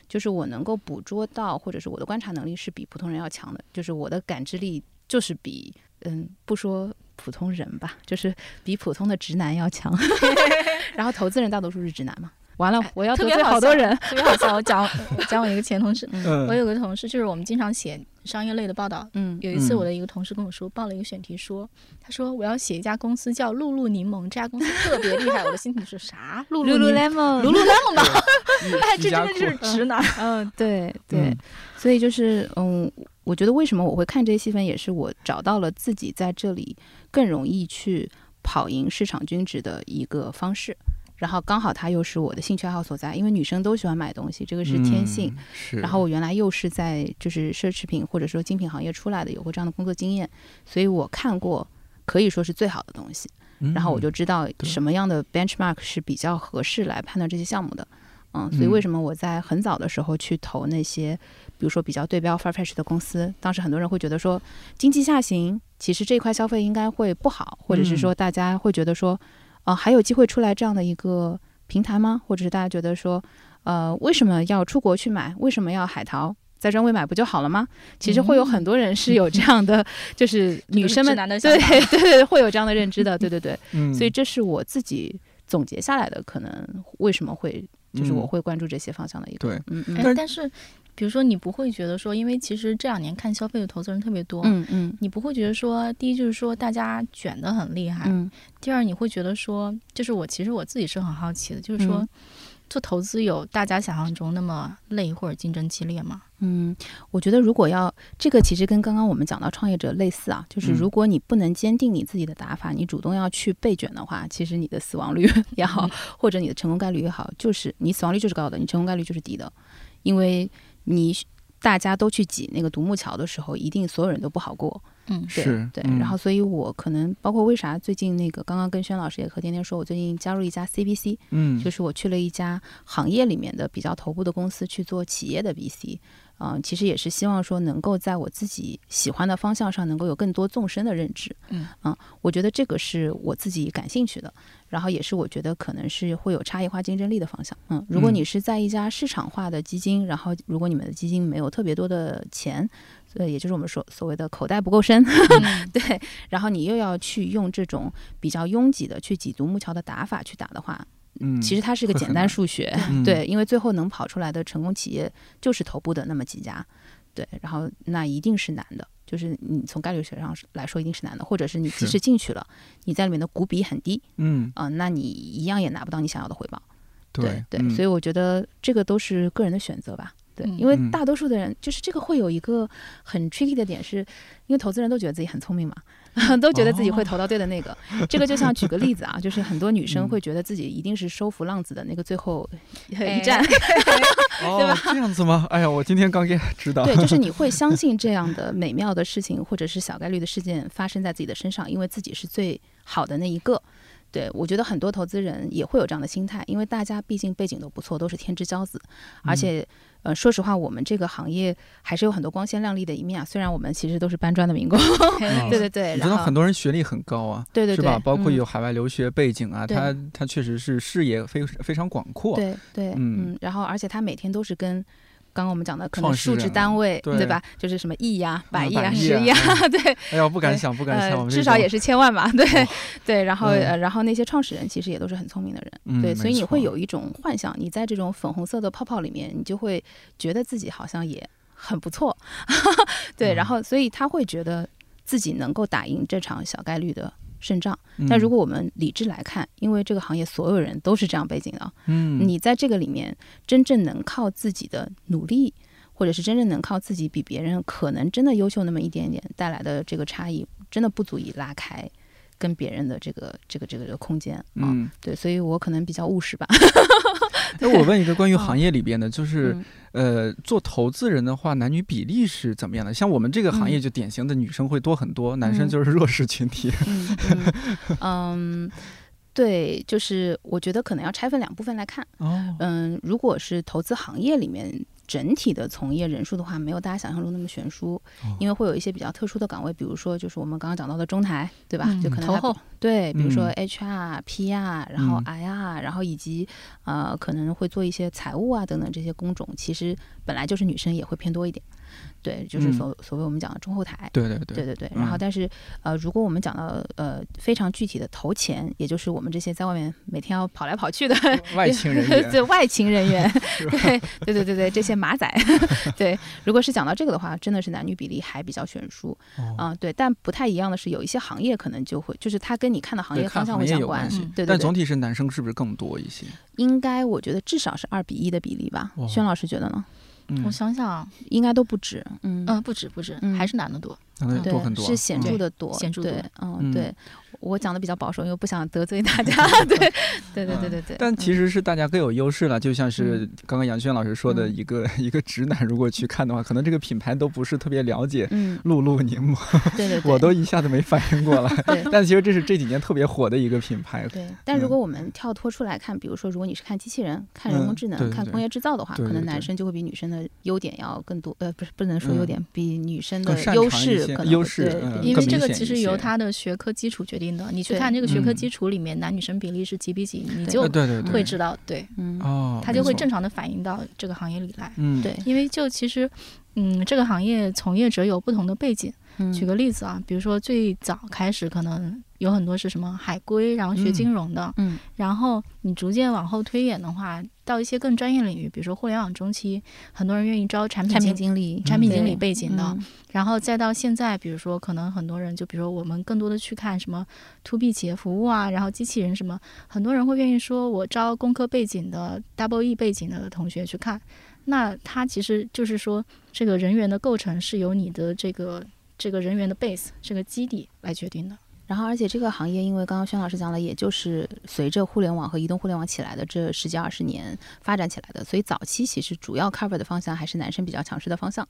Speaker 3: 就是我能够捕捉到，或者是我的观察能力是比普通人要强的，就是我的感知力就是比嗯不说普通人吧，就是比普通的直男要强。 [LAUGHS] 然后投资人大多数是直男嘛，完了我要
Speaker 2: 哎特
Speaker 3: 得
Speaker 2: 别
Speaker 3: 罪
Speaker 2: 好
Speaker 3: 好多
Speaker 2: 笑
Speaker 3: 人。
Speaker 2: 特别好笑。我讲我讲我一个前同事，我
Speaker 1: 嗯
Speaker 2: 有个同事，就是我们经常写商业类的报道。
Speaker 3: [LAUGHS] 嗯
Speaker 2: 有一次，
Speaker 1: 嗯
Speaker 2: 我的一个同事跟我说，报了一个选题说，他说我要写一家公司叫露露柠檬，这家公司特别厉害。我的心情是啥？露露柠檬
Speaker 3: Lululemon，
Speaker 2: 露露柠檬吧？
Speaker 3: [LAUGHS]
Speaker 2: 哎，
Speaker 1: 一嗯
Speaker 2: 这
Speaker 1: 一家
Speaker 2: 真的就是
Speaker 1: 库
Speaker 2: 直男。
Speaker 3: 嗯，对对，
Speaker 1: 嗯
Speaker 3: 所以就是嗯，我觉得为什么我会看这些细分，也是我找到了自己在这里更容易去跑赢市场均值的一个方式。然后刚好它又是我的兴趣爱好所在，因为女生都喜欢买东西，这个是天性。
Speaker 1: 嗯是，
Speaker 3: 然后我原来又是在就是奢侈品或者说精品行业出来的，有过这样的工作经验，所以我看过可以说是最好的东西。
Speaker 1: 嗯，
Speaker 3: 然后我就知道
Speaker 1: 对
Speaker 3: 什么样的 benchmark 是比较合适来判断这些项目的。嗯，所以为
Speaker 1: 嗯
Speaker 3: 什么我在很早的时候去投那些，比如说比较对标 Farfetch 的公司，当时很多人会觉得说经济下行，其实这一块消费应该会不好，或者是说大家会觉得说，呃，还有机会出来这样的一个平台吗？或者是大家觉得说，呃，为什么要出国去买？为什么要海淘？在专柜买不就好了吗？其实会有很多人是有这样的，就是女生们
Speaker 2: 直男的想
Speaker 3: 对
Speaker 2: 法
Speaker 3: 对对对，会有这样的认知的，对对对。
Speaker 1: 嗯，
Speaker 3: 所以这是我自己总结下来的，可能为什么会就是我会关注这些方向的一个
Speaker 1: 嗯对
Speaker 3: 嗯
Speaker 2: 哎
Speaker 3: 嗯
Speaker 1: 但
Speaker 2: 但是，比如说你不会觉得说，因为其实这两年看消费的投资人特别多，
Speaker 3: 嗯嗯
Speaker 2: 你不会觉得说，第一就是说大家卷得很厉害，
Speaker 3: 嗯
Speaker 2: 第二你会觉得说，就是我其实我自己是很好奇的，就是说。
Speaker 3: 嗯
Speaker 2: 做投资有大家想象中那么累或者竞争激烈吗？
Speaker 3: 嗯，我觉得如果要这个其实跟刚刚我们讲到创业者类似啊，就是
Speaker 1: 嗯
Speaker 3: 如果你不能坚定你自己的打法，你主动要去被卷的话，其实你的死亡率 [LAUGHS] 也好，或者你的成功概率也好，就是你死亡率就是高的，你成功概率就是低的，因为你大家都去挤那个独木桥的时候，一定所有人都不好过。
Speaker 2: 嗯，
Speaker 3: 对
Speaker 1: 是
Speaker 3: 对，
Speaker 1: 嗯
Speaker 3: 然后所以我可能包括为啥最近那个刚刚跟轩老师也和天天说，我最近加入一家 CVC，
Speaker 1: 嗯，
Speaker 3: 就是我去了一家行业里面的比较头部的公司去做企业的 VC，嗯、其实也是希望说能够在我自己喜欢的方向上能够有更多纵深的认知，啊
Speaker 2: 嗯
Speaker 3: 我觉得这个是我自己感兴趣的，然后也是我觉得可能是会有差异化竞争力的方向，嗯，如果
Speaker 1: 嗯
Speaker 3: 你是在一家市场化的基金，然后如果你们的基金没有特别多的钱，呃，也就是我们所所谓的口袋不够深，
Speaker 2: [LAUGHS]
Speaker 3: [LAUGHS]
Speaker 2: 嗯
Speaker 3: 对，然后你又要去用这种比较拥挤的去挤独木桥的打法去打的话，
Speaker 1: 嗯，
Speaker 3: 其实它
Speaker 1: [LAUGHS]
Speaker 3: 是一个
Speaker 1: 会很
Speaker 3: 简单
Speaker 1: 难
Speaker 3: 数学，
Speaker 1: 嗯
Speaker 3: [LAUGHS] 对，因为最后能跑出来的成功企业就是头部的那么几家，对，然后那一定是难的，就是你从概率学上来说一定是难的，或者是你即
Speaker 1: 是
Speaker 3: 使进去了，你在里面的股比很低，
Speaker 1: 嗯，
Speaker 3: 啊、那你一样也拿不到你想要的回报，对
Speaker 1: 嗯
Speaker 3: 所以我觉得这个都是个人的选择吧。对，
Speaker 2: 嗯
Speaker 3: 因为
Speaker 1: 嗯
Speaker 3: 大多数的人就是这个会有一个很 tricky 的点是，因为投资人都觉得自己很聪明嘛， [LAUGHS] 都觉得自己
Speaker 1: 哦
Speaker 3: 会投到对的那个。这个就像举个例子啊，就是很多女生
Speaker 1: 嗯
Speaker 3: 会觉得自己一定是收服浪子的那个最后
Speaker 2: 哎
Speaker 3: 一
Speaker 2: [LAUGHS]
Speaker 3: 站，
Speaker 1: 哦，这样子吗？哎呀，我今天刚 get 知道，
Speaker 3: 对，就是你会相信这样的美妙的事情，或者是小概率的事件发生在自己的身上，因为自己是最好的那一个。对，我觉得很多投资人也会有这样的心态，因为大家毕竟背景都不错，都是天之骄子，
Speaker 1: 嗯
Speaker 3: 而且，呃，说实话，我们这个行业还是有很多光鲜亮丽的一面啊。虽然我们其实都是搬砖的民工，
Speaker 1: 嗯
Speaker 3: [LAUGHS] 对对对，
Speaker 1: [LAUGHS] 你
Speaker 3: 然
Speaker 1: 知
Speaker 3: 后
Speaker 1: 道很多人学历很高啊，
Speaker 3: 对对
Speaker 1: 是
Speaker 3: 对，
Speaker 1: 吧？包括
Speaker 3: 嗯
Speaker 1: 有海外留学背景啊，
Speaker 2: 对
Speaker 1: 他他确实是视野非非常广阔。
Speaker 3: 对对，
Speaker 1: 嗯
Speaker 3: 嗯，然后而且他每天都是跟刚刚我们讲的可能
Speaker 1: 创始
Speaker 3: 数值
Speaker 1: 人啊
Speaker 3: 单位
Speaker 1: 对
Speaker 3: 对吧？就是什么亿呀、百亿
Speaker 1: 百
Speaker 3: 呀、
Speaker 1: 亿
Speaker 3: 十亿呀
Speaker 1: 啊，
Speaker 3: [LAUGHS] 对，
Speaker 1: 哎呀，我不敢想，不敢想，我
Speaker 3: 呃，
Speaker 1: 们哦
Speaker 3: 至少也
Speaker 1: 是，
Speaker 3: 是千万吧，对
Speaker 1: 哇
Speaker 3: 对。然后
Speaker 1: 嗯
Speaker 3: 呃，然后那些创始人其实也都是很聪明的人，
Speaker 1: 嗯
Speaker 3: 对，所以
Speaker 1: 没
Speaker 3: 你会
Speaker 1: 错
Speaker 3: 有一种幻想，你在这种粉红色的泡泡里面，你就会觉得自己好像也很不错， [LAUGHS] 对。然
Speaker 1: 嗯
Speaker 3: 后，所以他会觉得自己能够打赢这场小概率的胜仗。
Speaker 1: 嗯
Speaker 3: 但如果我们理智来看，因为这个行业所有人都是这样背景的啊，
Speaker 1: 嗯
Speaker 3: 你在这个里面真正能靠自己的努力，或者是真正能靠自己比别人可能真的优秀那么一点点带来的这个差异，真的不足以拉开跟别人的这个这个这个这个空间啊、
Speaker 1: 嗯，
Speaker 3: 对，所以我可能比较务实
Speaker 1: [LAUGHS]
Speaker 3: 吧。
Speaker 1: 那我问一个关于
Speaker 3: 嗯
Speaker 1: 行业里边的，就是
Speaker 3: 嗯
Speaker 1: 呃，做投资人的话，男女比例是怎么样的？像我们这个行业就典型的女生会多很多，男生
Speaker 3: 嗯
Speaker 1: 就是弱势群体。
Speaker 3: 嗯嗯嗯，对，就是我觉得可能要拆分两部分来看。
Speaker 1: [LAUGHS] 哦，
Speaker 3: 嗯，如果是投资行业里面整体的从业人数的话，没有大家想象中那么悬殊，
Speaker 1: 哦
Speaker 3: 因为会有一些比较特殊的岗位，比如说就是我们刚刚讲到的中台，对吧？就
Speaker 2: 嗯
Speaker 3: 可能
Speaker 2: 投
Speaker 3: 还不
Speaker 2: 后
Speaker 3: 对，比如说
Speaker 1: 嗯
Speaker 3: HR、PR，然后
Speaker 1: 嗯
Speaker 3: IR，然后以及呃可能会做一些财务啊等等这些工种，其实本来就是女生也会偏多一点。对，就是
Speaker 1: 嗯
Speaker 3: 所所谓我们讲的中后台。
Speaker 1: 对对对，
Speaker 3: 对对对，然后
Speaker 1: 嗯
Speaker 3: 但是呃，如果我们讲到呃非常具体的投钱，也就是我们这些在外面每天要跑来跑去的
Speaker 1: 外勤
Speaker 3: [LAUGHS]
Speaker 1: 人员，
Speaker 3: 对啊外勤
Speaker 1: [LAUGHS]
Speaker 3: 人员，对对对对对，这些马仔， [LAUGHS] 对，如果是讲到这个的话，真的是男女比例还比较悬殊
Speaker 1: 哦
Speaker 3: 啊、对，但不太一样的是，有一些行业可能就会，就是它跟你看的行
Speaker 1: 对
Speaker 3: 业
Speaker 1: 看
Speaker 3: 方向
Speaker 1: 行
Speaker 3: 会
Speaker 1: 业
Speaker 3: 相
Speaker 1: 有
Speaker 3: 关
Speaker 1: 关，系
Speaker 2: 嗯，
Speaker 3: 对对
Speaker 1: 但
Speaker 3: 对
Speaker 1: 总，体是男生是不是更多一些？
Speaker 3: 应该我觉得至少是二比一的比例吧
Speaker 1: 哇。
Speaker 3: 轩老师觉得呢？
Speaker 1: 嗯
Speaker 2: 我，想想，
Speaker 3: 应该都不止，嗯
Speaker 2: 嗯，不止不止，
Speaker 3: 嗯
Speaker 2: 还是男的多。
Speaker 1: 相对
Speaker 3: 对
Speaker 1: 多很多啊，
Speaker 3: 是显著
Speaker 1: 嗯
Speaker 3: 的多，
Speaker 2: 显著多
Speaker 3: 对，
Speaker 1: 嗯
Speaker 3: 嗯，对，我讲的比较保守，因为不想得
Speaker 1: [LAUGHS]
Speaker 3: 罪大家， [LAUGHS] 对，对对对对对。
Speaker 1: 但其
Speaker 3: 嗯
Speaker 1: 实是大家各有优势了，就像是刚刚杨轩老师说的，
Speaker 3: 嗯
Speaker 1: 一个、一个直男如果去看的话，可能这个品牌都不是特别了解。
Speaker 3: 嗯，
Speaker 1: 露露宁波，
Speaker 3: 对对对，
Speaker 1: 我都一下子没反应过来。
Speaker 3: 对 [LAUGHS]
Speaker 1: 但其实这是这几年特别火的一个品牌。
Speaker 3: 对，但
Speaker 1: 嗯
Speaker 3: 如果我们跳脱出来看，比如说，如果你是看机器人、看人
Speaker 1: 嗯
Speaker 3: 工智能、
Speaker 1: 对对
Speaker 3: 看
Speaker 1: 对
Speaker 3: 工业制造的话，
Speaker 1: 对
Speaker 3: 可
Speaker 1: 对
Speaker 3: 能
Speaker 1: 对
Speaker 3: 男生就会比女生的优点要更多，呃，不是不能说优
Speaker 1: 嗯
Speaker 3: 点，比女生
Speaker 1: 更
Speaker 3: 的
Speaker 1: 擅
Speaker 3: 优
Speaker 1: 长一
Speaker 3: 势
Speaker 1: 些
Speaker 3: 可能
Speaker 1: 优
Speaker 3: 会
Speaker 1: 势嗯
Speaker 3: 对对
Speaker 1: 更
Speaker 3: 对
Speaker 2: 因为
Speaker 1: 明
Speaker 2: 这个
Speaker 1: 显
Speaker 2: 其
Speaker 1: 一
Speaker 2: 实
Speaker 1: 些
Speaker 2: 由它的学科基础决定的。你去
Speaker 3: 对
Speaker 2: 看这个学科
Speaker 1: 嗯
Speaker 2: 基础里面男女生比例是几比几，你
Speaker 1: 呃
Speaker 3: 对
Speaker 2: 就
Speaker 1: 对对对，
Speaker 2: 会知道，对，
Speaker 3: 嗯
Speaker 1: 哦，
Speaker 2: 它就会
Speaker 1: 没错
Speaker 2: 正常的反映到这个行业里来。
Speaker 1: 嗯，
Speaker 3: 对，
Speaker 2: 因为就其实，嗯，这个行业从业者有不同的背景。
Speaker 3: 嗯
Speaker 2: 举个例子啊，比如说最早开始可能有很多是什么海归，然后学
Speaker 1: 嗯
Speaker 2: 金融的，
Speaker 3: 嗯
Speaker 2: 然后你逐渐往后推演的话，到一些更专业领域，比如说互联网中期，很多人愿意招产品
Speaker 3: 嗯产
Speaker 2: 经
Speaker 3: 品经理、
Speaker 2: 产品经
Speaker 3: 对
Speaker 2: 理背景的，
Speaker 3: 嗯
Speaker 2: 然后再到现在，比如说可能很多人就比如说我们更多的去看什么 to B 企业服务啊，然后机器人什么，很多人会愿意说我招工科背景的 double E 背景的同学去看，那他其实就是说这个人员的构成是由你的这个这个人员的 base 这个基底来决定的。
Speaker 3: 然后，而且这个行业，因为刚刚宣老师讲了，也就是随着互联网和移动互联网起来的这十几二十年发展起来的，所以早期其实主要 cover 的方向还是男生比较强势的方向。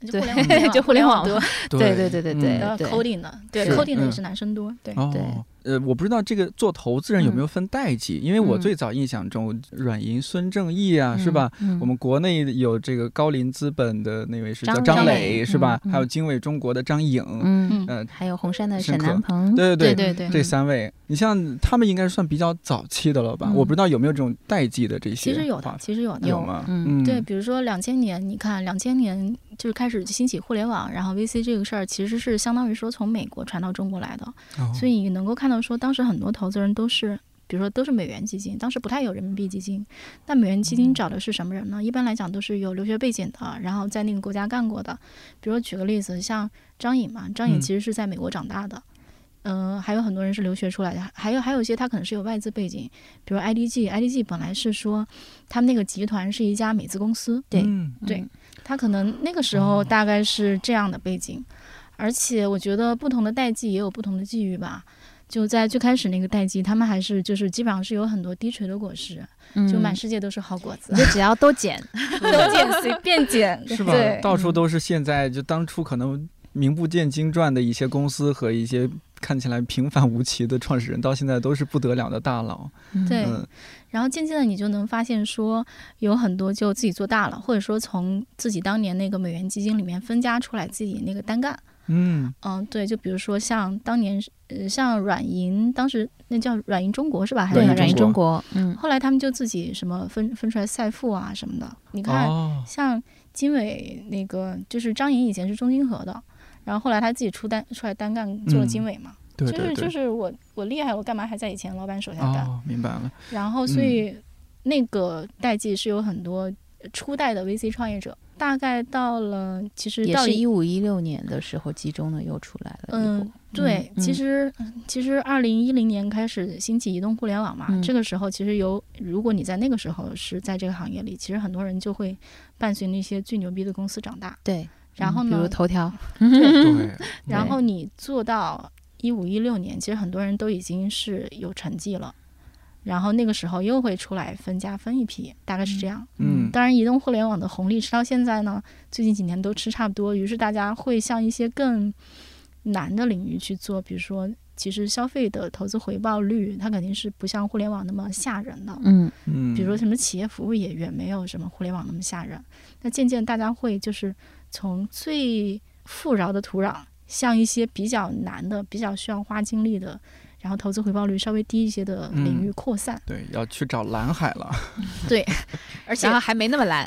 Speaker 2: 就
Speaker 3: 对
Speaker 2: 互
Speaker 3: [LAUGHS]
Speaker 2: 联
Speaker 3: 就互联
Speaker 2: 网
Speaker 3: 网
Speaker 2: 多，
Speaker 3: 对对对对对
Speaker 2: 然后 coding 的，对
Speaker 1: 哎是
Speaker 2: coding 的也
Speaker 1: 嗯
Speaker 2: 是男生多，对。
Speaker 1: 哦
Speaker 3: 对，
Speaker 1: 呃，我不知道这个做投资人有没有分代际，因为我
Speaker 3: 嗯
Speaker 1: 最早印象中，阮银、孙正义啊，是吧？
Speaker 3: 嗯？嗯
Speaker 1: 我们国内有这个高瓴资本的那位是叫
Speaker 3: 张
Speaker 1: 张
Speaker 3: 磊
Speaker 1: 磊，是吧？
Speaker 3: 嗯嗯
Speaker 1: 还有经纬中国的张颖，
Speaker 3: 嗯，
Speaker 2: 嗯
Speaker 1: 呃，
Speaker 3: 还有红杉的
Speaker 1: 深
Speaker 3: 沈
Speaker 1: 刻
Speaker 3: 南鹏，
Speaker 1: 对对对，
Speaker 2: 对对对，嗯
Speaker 1: 这三位，你像他们应该算比较早期的了吧？
Speaker 3: 嗯
Speaker 1: 我不知道有没有这种代际的这些
Speaker 2: 其实有
Speaker 1: 划
Speaker 2: 的，
Speaker 1: 分，
Speaker 2: 其实有的，
Speaker 1: 有吗？
Speaker 3: 嗯
Speaker 2: 对，比如说两千年，你看两千年就是开始兴起互联网，然后 VC 这个事儿其实是相当于说从美国传到中国来的，
Speaker 1: 哦
Speaker 2: 所以你能够看到说当时很多投资人都是。比如说都是美元基金，当时不太有人民币基金。那美元
Speaker 1: 嗯
Speaker 2: 基金找的是什么人呢？一般来讲都是有留学背景的，然后在那个国家干过的。比如举个例子，像张颖嘛，张颖
Speaker 1: 嗯
Speaker 2: 其实是在美国长大的，嗯、还有很多人是留学出来的，还有还有一些他可能是有外资背景，比如 IDG，IDG 本来是说他们那个集团是一家美资公司，
Speaker 3: 对
Speaker 1: 嗯
Speaker 2: 对他可能那个
Speaker 1: 哦
Speaker 2: 时候大概是这样的背景，而且我觉得不同的代际也有不同的际遇吧。就在最开始那个代际，他们还是就是基本上是有很多低垂的果实，
Speaker 3: 嗯
Speaker 1: 嗯
Speaker 2: 就 [LAUGHS] 满世界都是好果子 [LAUGHS]
Speaker 3: 你，就只要都 [LAUGHS] 捡，
Speaker 2: 都捡随便捡，
Speaker 1: 是吧
Speaker 2: 对？，
Speaker 1: 到
Speaker 3: 嗯
Speaker 1: 处都是现在就当初可能名不见经传的一些公司和一些看起来平凡无奇的创始人，到现在都是不得了的大佬。
Speaker 2: 对
Speaker 1: 嗯
Speaker 2: 然后渐渐的，你就能发现说，有很多就自己做大了，或者说从自己当年那个美元基金里面分家出来自己那个单干。
Speaker 1: 嗯
Speaker 2: 嗯，对，就比如说像当年，呃，像软银，当时那叫软银中国是吧？还是
Speaker 1: 对
Speaker 3: 对，
Speaker 1: 软
Speaker 3: 软
Speaker 1: 银
Speaker 3: 银
Speaker 1: 中
Speaker 3: 中国，嗯
Speaker 2: 后来他们就自己什么分分出来赛富啊什么的。你看，
Speaker 1: 哦，
Speaker 2: 像经纬那个就是张莹以前是中金合的，然后后来他自己出单出来单干做了经纬嘛，
Speaker 1: 嗯对
Speaker 2: 就
Speaker 1: 对
Speaker 2: 是
Speaker 1: 对，
Speaker 2: 就是我我厉害，我干嘛还在以前老板手下干？
Speaker 1: 哦，嗯明白
Speaker 3: [LAUGHS]
Speaker 1: 了，
Speaker 2: 然后所以那个代际是有很多初代的 VC 创业者，大概到了其实
Speaker 3: 也
Speaker 2: 到
Speaker 3: 是一五一六年的时候，集中的又出来了一波。
Speaker 2: 嗯，对，
Speaker 1: 嗯
Speaker 2: 其实其实二零一零年开始兴起移动互联网嘛，
Speaker 3: 嗯
Speaker 2: 这个时候其实有，如果你在那个时候是在这个行业里，其实很多人就会伴随那些最牛逼的公司长大，
Speaker 3: 对，
Speaker 2: 然后
Speaker 3: 嗯比
Speaker 2: 呢
Speaker 3: 如，头
Speaker 2: [LAUGHS]
Speaker 3: 条，嗯
Speaker 1: 对，
Speaker 2: 然后你做到一五一六年，其实很多人都已经是有成绩了。然后那个时候又会出来分家分一批，大概是这样。
Speaker 1: 嗯
Speaker 2: 当然，移动互联网的红利吃到现在呢，最近几年都吃差不多，于是大家会向一些更难的领域去做，比如说，其实消费的投资回报率，它肯定是不像互联网那么吓人的。
Speaker 3: 嗯，
Speaker 1: 嗯，
Speaker 2: 比如说什么企业服务也远没有什么互联网那么吓人。那渐渐大家会就是从最富饶的土壤，向一些比较难的、比较需要花精力的，然后投资回报率稍微低一些的领域
Speaker 1: 嗯 [LAUGHS]
Speaker 2: 扩散。
Speaker 1: 对，要去找蓝海了，
Speaker 3: 而且还没那么
Speaker 2: [LAUGHS]
Speaker 3: 蓝，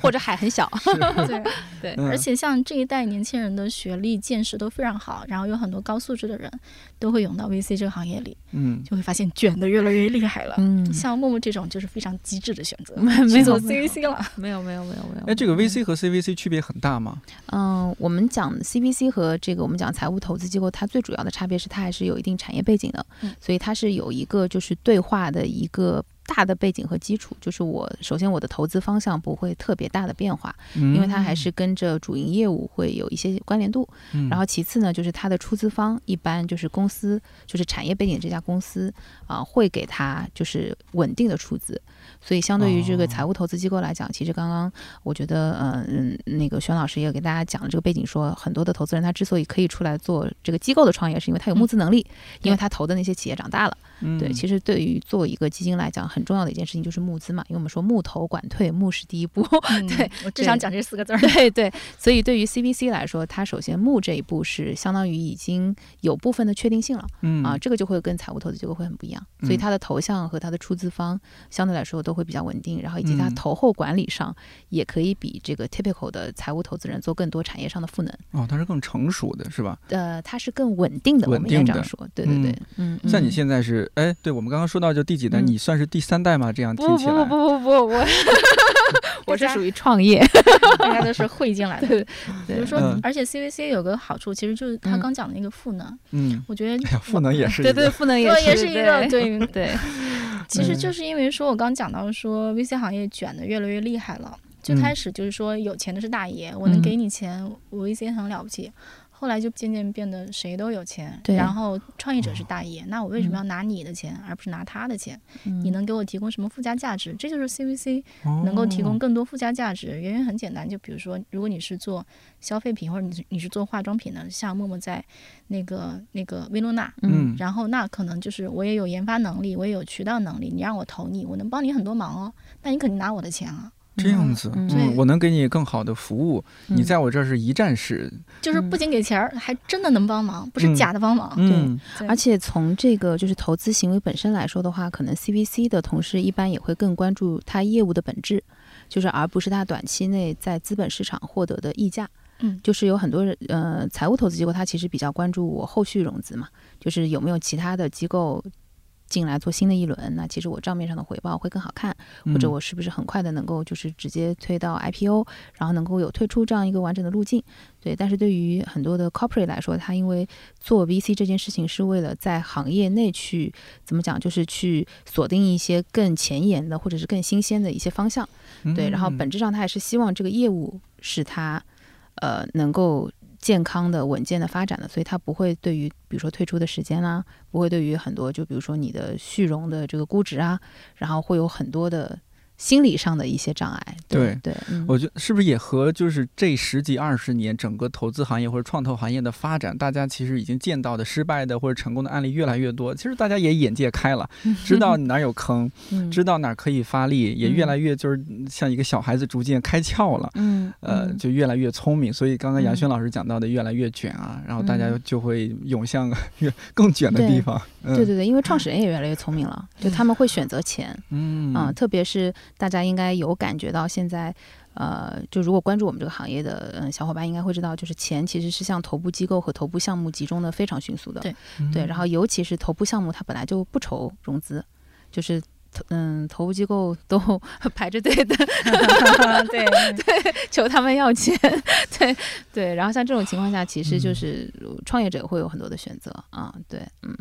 Speaker 3: 或者海很小。 [LAUGHS]
Speaker 2: 对。
Speaker 3: 对，
Speaker 1: 嗯
Speaker 2: 而且像这一代年轻人的学历、见识都非常好，然后有很多高素质的人都会涌到 VC 这个行业里，
Speaker 1: 嗯，
Speaker 2: 就会发现卷的越来越厉害了。
Speaker 3: 嗯
Speaker 2: 像默默这种就是非常机智的选择，
Speaker 3: 没没
Speaker 2: 去
Speaker 3: 有
Speaker 2: 做
Speaker 3: 没有
Speaker 2: CVC 了。 [LAUGHS]
Speaker 3: 没有没有没有没有。
Speaker 1: 哎，这个 VC 和 CVC 区别很大吗？
Speaker 3: 嗯，我们讲 CVC 和这个我们讲财务投资机构，它最主要的差别是它还是有一定产业背景的，
Speaker 2: 嗯
Speaker 3: 所以它是有一个就是对话的一个大的背景和基础。就是我首先我的投资方向不会特别大的变化，因
Speaker 1: 因
Speaker 3: 为它还是跟着主营业务会有一些关联度。
Speaker 1: 嗯，
Speaker 3: 然后其次呢，就是它的出资方一般就是公司，就是产业背景这家公司啊、会给它就是稳定的出资。所以相对于这
Speaker 1: 哦
Speaker 3: 个财务投资机构来讲，其实刚刚我觉得，呃嗯、那个宣老师也给大家讲了这个背景说，很多的投资人他之所以可以出来做这个机构的创业，是因为他有募资能力，因为他投的那些企业长大了。
Speaker 1: 嗯
Speaker 3: 对，其实对于做一个基金来讲，很重要的一件事情就是募资嘛，因为我们说募投管退，募是第一步。
Speaker 2: 嗯
Speaker 3: 对，
Speaker 2: 我只想
Speaker 3: 对
Speaker 2: 讲这四个字
Speaker 3: [LAUGHS]
Speaker 2: [LAUGHS] 儿。
Speaker 3: 对对，所以对于 CVC 来说，它首先募这一步是相当于已经有部分的确定性了、
Speaker 1: 嗯
Speaker 3: 啊，这个就会跟财务投资机构会很不一样，所以它的投向和它的出资方相对来说都会比较稳定，然后以及它
Speaker 1: 嗯
Speaker 3: 投后管理上也可以比这个 typical 的财务投资人做更多产业上的赋能，
Speaker 1: 哦，它是更成熟的是吧？
Speaker 3: 呃，它是更稳定的，我
Speaker 1: 稳
Speaker 3: 们应该
Speaker 1: 定
Speaker 3: 这样
Speaker 1: 的
Speaker 3: 说，对对对，嗯，
Speaker 1: 像你
Speaker 3: 嗯
Speaker 1: 现在是，哎，对我们刚刚说到就第几代，
Speaker 3: 嗯
Speaker 1: 你算是第三代吗？这样听
Speaker 3: 不
Speaker 1: 起
Speaker 3: 不
Speaker 1: 来，
Speaker 3: 不不不不，我我是属于创业，
Speaker 2: 大家都是汇进来的。
Speaker 3: 对，
Speaker 2: 比
Speaker 3: 比
Speaker 2: 如说
Speaker 1: 嗯，
Speaker 2: 而且 CVC 有个好处，其实就是他刚讲的那个赋能，
Speaker 1: 嗯，
Speaker 2: 我觉得
Speaker 1: 哎呀，赋能也是一
Speaker 3: 对
Speaker 1: 个，
Speaker 3: 对，赋能 [LAUGHS] 也
Speaker 2: 对
Speaker 3: 是
Speaker 2: 也是一个
Speaker 3: 对
Speaker 2: 对
Speaker 3: 对，
Speaker 2: 其实
Speaker 1: 嗯
Speaker 2: 就是因为说，我刚讲到说 VC 行业卷的越来越厉害了。最
Speaker 1: 嗯
Speaker 2: 开始就是说有钱的是大爷，我能
Speaker 3: 嗯
Speaker 2: 给你钱，我 VC 很了不起。后来就渐渐变得谁都有钱，
Speaker 3: 对
Speaker 2: 然后创业者
Speaker 1: 哦
Speaker 2: 是大爷，那我为什么
Speaker 1: 嗯
Speaker 2: 要拿你的钱，而不是拿他的钱？你
Speaker 3: 你
Speaker 2: 能给我提供什么附加价值？这就是 CVC
Speaker 1: 哦
Speaker 2: 能够提供更多附加价值。原因很简单，就比如说，如果你是做消费品或者你是你是做化妆品的，像默默在那个那个薇诺娜，
Speaker 1: 嗯，
Speaker 2: 然后那可能就是我也有研发能力，我也有渠道能力，你让我投你，我能帮你很多忙哦。那你肯定拿我的钱啊，
Speaker 1: 这样子，嗯
Speaker 3: 嗯
Speaker 2: 对
Speaker 1: 我能给你更好的服务，你在我这儿是一站式，
Speaker 2: 就是
Speaker 3: 嗯
Speaker 2: 不仅给钱儿，还真的能帮忙，不
Speaker 1: 嗯
Speaker 2: 是假的帮
Speaker 3: 啊
Speaker 2: 忙。
Speaker 1: 嗯，
Speaker 2: 对
Speaker 3: 而且从这个就是投资行为本身来说的话，可能 CVC 的同事一般也会更关注它业务的本质，就是而不是它短期内在资本市场获得的溢价。
Speaker 2: 嗯
Speaker 3: 就是有很多人，呃，财务投资机构它其实比较关注我后续融资嘛，就是有没有其他的机构进来做新的一轮，那其实我账面上的回报会更好看。
Speaker 1: 嗯
Speaker 3: 或者我是不是很快的能够就是直接推到 IPO，然后能够有退出这样一个完整的路径。对，但是对于很多的 corporate 来说，它因为做 VC 这件事情是为了在行业内去怎么讲，就是去锁定一些更前沿的或者是更新鲜的一些方向。
Speaker 1: 嗯
Speaker 3: 对，然后本质上它也是希望这个业务是它呃能够。健康的、稳健的发展的，所以它不会对于比如说退出的时间啦、不会对于很多就比如说你的续融的这个估值啊，然后会有很多的心理上的一些障碍。对对，嗯
Speaker 1: 我觉得是不是也和就是这十几二十年整个投资行业或者创投行业的发展，大家其实已经见到的失败的或者成功的案例越来越多，其实大家也眼界开了，知道哪儿有坑，
Speaker 3: 嗯
Speaker 1: 知道哪儿可以发力，也越
Speaker 3: 嗯
Speaker 1: 来越就是像一个小孩子逐渐开窍了。
Speaker 3: 嗯
Speaker 1: 呃，
Speaker 3: 嗯
Speaker 1: 就越来越聪明，所以刚刚杨
Speaker 3: 嗯
Speaker 1: 轩老师讲到的越来越卷啊，然后大家
Speaker 3: 嗯
Speaker 1: 就会涌向 [LAUGHS] 越更卷的
Speaker 3: 对
Speaker 1: 地方。嗯
Speaker 3: 对对对，因为创始人也越来越聪明了，就他们会选择钱，
Speaker 1: 嗯，
Speaker 3: 嗯，特别是大家应该有感觉到现在。呃，就如果关注我们这个行业的嗯小伙伴，应该会知道，就是钱其实是向头部机构和头部项目集中的非常迅速的。
Speaker 2: 对
Speaker 1: 嗯
Speaker 3: 对，然后尤其是头部项目，它本来就不愁融资，就是投嗯头部机构都 [LAUGHS] 排着队的
Speaker 2: 嗯
Speaker 4: [LAUGHS] 对，嗯
Speaker 2: [LAUGHS]
Speaker 3: 求他们要钱， [LAUGHS] 对对。然后像这种情况下，其实就是创业者会有很多的选择啊、对，嗯，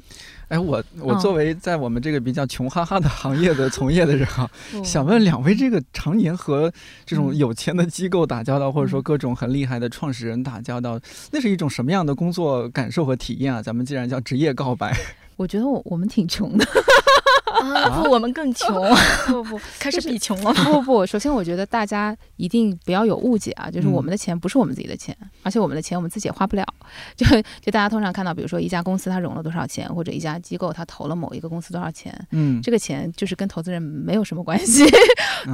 Speaker 1: 哎，我我
Speaker 3: 嗯
Speaker 1: 作为在我们这个比较穷哈哈的行业的从业的人
Speaker 3: [LAUGHS]
Speaker 1: 啊，
Speaker 3: 哦
Speaker 1: 想问两位，这个常年和这种有钱的机构打交道，或者说
Speaker 3: 嗯
Speaker 1: 各种很厉害的创始人打交道，那是一种什么样的工作感受和体验啊？咱们既然叫职业告白，
Speaker 3: 我觉得我我们挺穷的，
Speaker 2: 啊，不，我们
Speaker 4: [LAUGHS]
Speaker 2: 更穷，
Speaker 3: 不不，
Speaker 2: 开始
Speaker 3: 就是
Speaker 2: 比穷
Speaker 3: [LAUGHS]
Speaker 2: 了。
Speaker 3: 不不不，首先我觉得大家一定不要有误解啊，就是
Speaker 1: 嗯
Speaker 3: 我们的钱不是我们自己的钱，而且我们的钱我们自己也花不了。就就大家通常看到，比如说一家公司它融了多少钱，或者一家机构它投了某一个公司多少钱，
Speaker 1: 嗯，
Speaker 3: 这个钱就是跟投资人没有什么关系。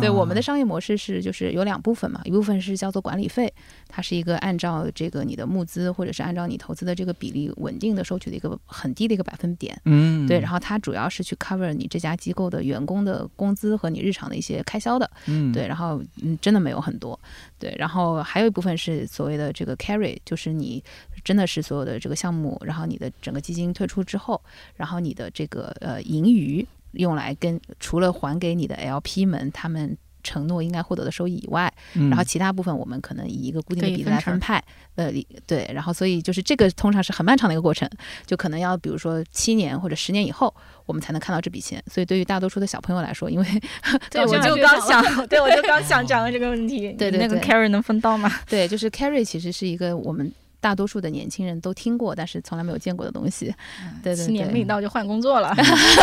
Speaker 3: 对，
Speaker 1: 啊
Speaker 3: 我们的商业模式是就是有两部分嘛，一部分是叫做管理费，它是一个按照这个你的募资或者是按照你投资的这个比例稳定的收取的一个很低的一个百分点。
Speaker 1: 嗯，
Speaker 3: 对，然
Speaker 1: 后
Speaker 3: 后它主要是去 cover 你这家机构的员工的工资和你日常的一些开销的。
Speaker 1: 嗯，
Speaker 3: 对，然后嗯，真的没有很多，对，然后还有一部分是所谓的这个 carry，就是你真的是所有的这个项目，然后你的整个基金退出之后，然后你的这个呃盈余用来跟除了还给你的 LP 们他们。承诺应该获得的收益以外，
Speaker 1: 嗯，
Speaker 3: 然后其他部分我们可能以一个固定的
Speaker 2: 可
Speaker 3: 比
Speaker 2: 以
Speaker 3: 例
Speaker 2: 分
Speaker 3: 来
Speaker 2: 成
Speaker 3: 分派，呃，对，然后所以就是这个通常是很漫长的一个过程，就可能要比如说七年或者十年以后，我们才能看到这笔钱。所以对于大多数的小朋友来说，因为 [LAUGHS]
Speaker 4: 对，我
Speaker 3: 现在
Speaker 4: 就
Speaker 3: 就
Speaker 4: 刚
Speaker 3: 想
Speaker 4: 想，对我就刚
Speaker 2: [LAUGHS]
Speaker 4: 想讲这个问题。
Speaker 3: 对
Speaker 4: 你
Speaker 3: 对
Speaker 4: 那个
Speaker 3: 对
Speaker 4: carry 能分到吗？
Speaker 3: 对，就是 carry 其实是一个我们大多数的年轻人都听过，但是从来没有见过的东西。对对
Speaker 2: 嗯七年
Speaker 3: 对
Speaker 2: 没到就换工作了，
Speaker 3: [LAUGHS]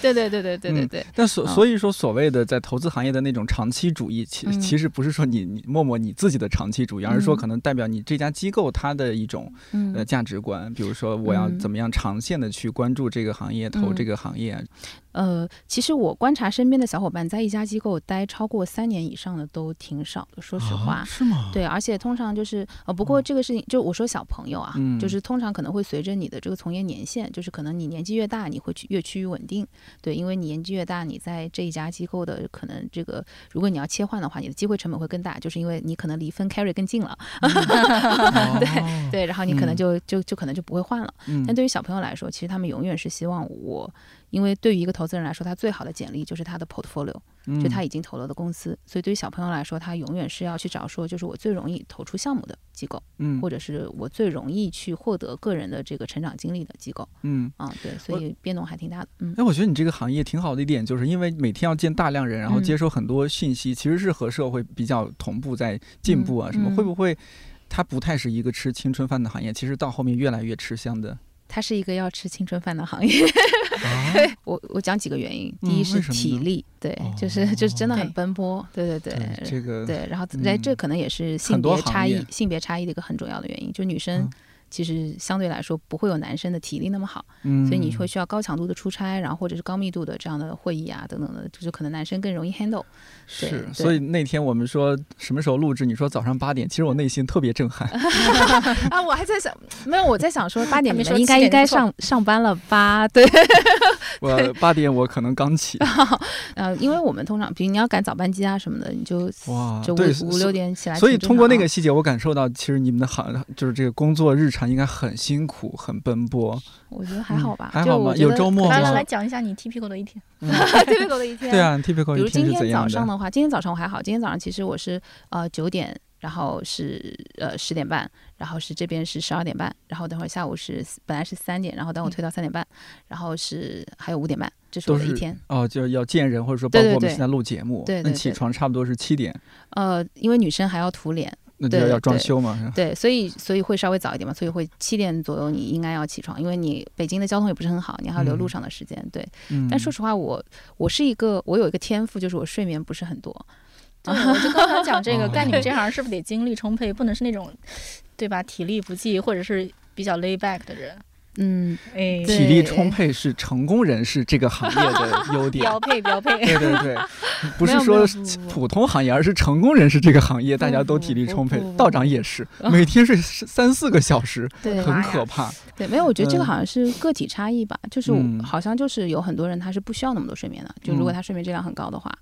Speaker 3: 对对对对对对
Speaker 1: 嗯
Speaker 3: 对，
Speaker 1: 但所
Speaker 3: 嗯
Speaker 1: 所以说，所谓的在投资行业的那种长期主义，其
Speaker 3: 嗯
Speaker 1: 其实不是说你你默默你自己的长期主义，而是说
Speaker 3: 嗯
Speaker 1: 可能代表你这家机构它的一种
Speaker 3: 嗯
Speaker 1: 呃价值观，比如说我要
Speaker 3: 嗯
Speaker 1: 怎么样长线的去关注这个行业，投
Speaker 3: 嗯
Speaker 1: 这个行业。
Speaker 3: 呃，其实我观察身边的小伙伴在一家机构待超过三年以上的都挺少的，
Speaker 1: 啊
Speaker 3: 说实话。
Speaker 1: 是吗？
Speaker 3: 啊对，而且通常就是呃，不过这个事情就我说小朋友啊，
Speaker 1: 嗯
Speaker 3: 就是通常可能会随着你的这个从业年限，就是可能你年纪越大，你会去越趋于稳定，对，因为你年纪越大，你在这一家机构的可能这个，如果你要切换的话，你的机会成本会更大，就是因为你可能离分 carry 更近了，啊
Speaker 1: 对，
Speaker 3: [LAUGHS] 对，然后你可能
Speaker 1: 嗯
Speaker 3: 就、就就可能就不会换了。
Speaker 1: 嗯
Speaker 3: [LAUGHS] 但对于小朋友来说，其实他们永远是希望我，因为对于一个投资人来说，他最好的简历就是他的 portfolio，
Speaker 1: 嗯
Speaker 3: 就他已经投了的公司。所以对于小朋友来说，他永远是要去找说，就是我最容易投出项目的机构，
Speaker 1: 嗯
Speaker 3: 或者是我最容易去获得个人的这个成长经历的机构
Speaker 1: 嗯。
Speaker 3: 啊、对，所以变动还挺大的。嗯
Speaker 1: [LAUGHS] 哎，我觉得你这个行业挺好的一点，就是因为每天要见大量人，然后
Speaker 3: 嗯
Speaker 1: 接收很多讯息，其实是和社会比较同步在进步啊。
Speaker 3: 嗯
Speaker 1: 什么会
Speaker 3: 嗯
Speaker 1: 不会它不太是一个吃青春饭的行业？其实到后面越来越吃香的。
Speaker 3: 它是一个要吃青春饭的行业。 [LAUGHS]
Speaker 1: 哦
Speaker 3: 我我讲几个原因，第
Speaker 1: 嗯
Speaker 3: 一是
Speaker 1: 为什么呢哦
Speaker 3: 体力，对，就是就是真的很
Speaker 2: 对
Speaker 3: 奔波，对对对。
Speaker 1: 这个
Speaker 3: 对，然后哎，这
Speaker 1: 嗯
Speaker 3: 可能也是
Speaker 1: 很
Speaker 3: 性
Speaker 1: 多
Speaker 3: 别
Speaker 1: 行
Speaker 3: 差
Speaker 1: 业
Speaker 3: 异，性别差异的一个很重要的原因。就女生
Speaker 1: 嗯
Speaker 3: 其实相对来说不会有男生的体力那么好，
Speaker 1: 嗯，
Speaker 3: 所以你会需要高强度的出差，然后或者是高密度的这样的会议啊等等的，就是可能男生更容易 handle。对
Speaker 1: 是，
Speaker 3: 对
Speaker 1: 所以那天我们说什么时候录制？你说早上八点，其实我内心特别震
Speaker 3: [LAUGHS]
Speaker 1: 撼。
Speaker 3: 啊，我还在想，没有，我在想说八点
Speaker 2: 还没
Speaker 3: 你
Speaker 2: 说
Speaker 3: 们应该
Speaker 2: 七点
Speaker 3: 应该
Speaker 2: 不错
Speaker 3: 上上班了吧？ [LAUGHS] 对，
Speaker 1: 我八点我可能刚
Speaker 3: [LAUGHS]
Speaker 1: 起，
Speaker 3: 呃，因为我们通常，比如你要赶早班机啊什么的，你就
Speaker 1: 哇，
Speaker 3: 就
Speaker 1: 对，
Speaker 3: 五五六点起来挺正常啊。
Speaker 1: 所以通过那个细节，我感受到其实你们的行就是这个工作日常应该很辛苦、很奔波。
Speaker 3: 我觉得还好吧，
Speaker 1: 嗯还
Speaker 3: 就
Speaker 1: 好
Speaker 3: 我
Speaker 1: 吗
Speaker 3: 觉
Speaker 1: 有
Speaker 3: 得
Speaker 1: 周末
Speaker 3: 可
Speaker 2: 来
Speaker 3: 能
Speaker 2: 来
Speaker 1: 吗
Speaker 2: 来讲一下你 T P 过的一天，
Speaker 4: 嗯
Speaker 2: [LAUGHS]
Speaker 3: 特别狗的一天
Speaker 1: 对啊，typical
Speaker 3: 比如
Speaker 1: 一天
Speaker 3: 今
Speaker 1: 是怎
Speaker 3: 天早
Speaker 1: 样
Speaker 3: 上
Speaker 1: 的？
Speaker 3: 的话，今天早上我还好，今天早上其实我是呃九点，然后是呃十点半，然后是这边是十二点半，然后等会儿下午是本来是三点，然后但我推到三点半，然后是还有五点半，这是我
Speaker 1: 嗯都
Speaker 3: 的一
Speaker 1: 是
Speaker 3: 天。
Speaker 1: 哦，就是要见人，或者说包
Speaker 3: 对
Speaker 1: 括
Speaker 3: 对
Speaker 1: 我们
Speaker 3: 对
Speaker 1: 现在录节目，
Speaker 3: 对对
Speaker 1: 那
Speaker 3: 对
Speaker 1: 起
Speaker 3: 对
Speaker 1: 床差不多是七点，
Speaker 3: 呃，因为女生还要涂脸，
Speaker 1: 那就
Speaker 3: 对
Speaker 1: 要
Speaker 3: 对
Speaker 1: 装
Speaker 3: 对
Speaker 1: 修嘛。是吧
Speaker 3: 对，所以所以会稍微早一点嘛，所以会七点左右你应该要起床，因为你北京的交通也不是很好，你还要留路上的时间。对，
Speaker 1: 嗯，
Speaker 3: 但说实话，我我是一个我有一个天赋，就是我睡眠不是很多。
Speaker 2: 对，我就刚刚讲这个，
Speaker 1: 哦
Speaker 2: 干你们这行是不是得精力充沛，不能是那种，对吧？体力不济或者是比较 lay back 的人，
Speaker 3: 嗯，
Speaker 4: 哎，
Speaker 3: 对
Speaker 1: 体力充沛是成功人士这个行业
Speaker 3: [LAUGHS]
Speaker 1: 的优点。
Speaker 2: 标配标配。
Speaker 1: 对对对，不
Speaker 3: 没
Speaker 1: 是
Speaker 3: 有没
Speaker 1: 说
Speaker 3: 有嗯不不
Speaker 1: 普通行业，而是成功人士这个行业，大家都体力充沛
Speaker 3: 不不，不
Speaker 1: 道长也是，每天睡三四个小时，
Speaker 3: 嗯对，哎
Speaker 1: 很可怕。
Speaker 3: 对，没有，我觉得这
Speaker 1: 嗯
Speaker 3: 个好像是个体差异吧，就是我
Speaker 1: 嗯
Speaker 3: 好像就是有很多人他是不需要那么多睡眠的，就如果
Speaker 1: 嗯
Speaker 3: 他睡眠质量很高的话。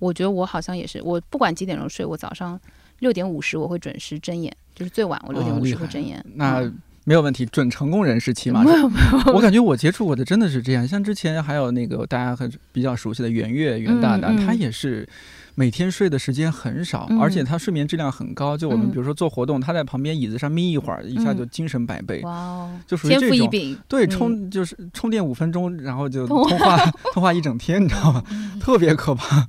Speaker 3: 我觉得我好像也是，我不管几点钟睡，我早上六点五十我会准时睁眼，就是最晚我六点
Speaker 1: 哦
Speaker 3: 五
Speaker 1: 厉
Speaker 3: 十
Speaker 1: 害
Speaker 3: 会睁眼。
Speaker 1: 那没有问题，准成功人士起码
Speaker 3: 嗯没
Speaker 1: 是。
Speaker 3: 有没有，
Speaker 1: 我感觉我接触过的真的是这样，像之前还有那个大家很比较熟悉的袁岳袁大大，
Speaker 3: 嗯嗯
Speaker 1: 他也是每天睡的时间很少，
Speaker 3: 嗯
Speaker 1: 而且他睡眠质量很高。就我们
Speaker 3: 嗯
Speaker 1: 比如说做活动，他在旁边椅子上眯一会儿，一下就精神百倍，
Speaker 3: 哇哦，
Speaker 1: 就属于
Speaker 3: 天赋
Speaker 1: 这
Speaker 3: 异
Speaker 1: 种。
Speaker 3: 禀，
Speaker 1: 对，
Speaker 3: 嗯
Speaker 1: 充就是充电五分钟，然后就
Speaker 3: 通嗯
Speaker 1: 通话通话一整天，你知道吗？特别可怕。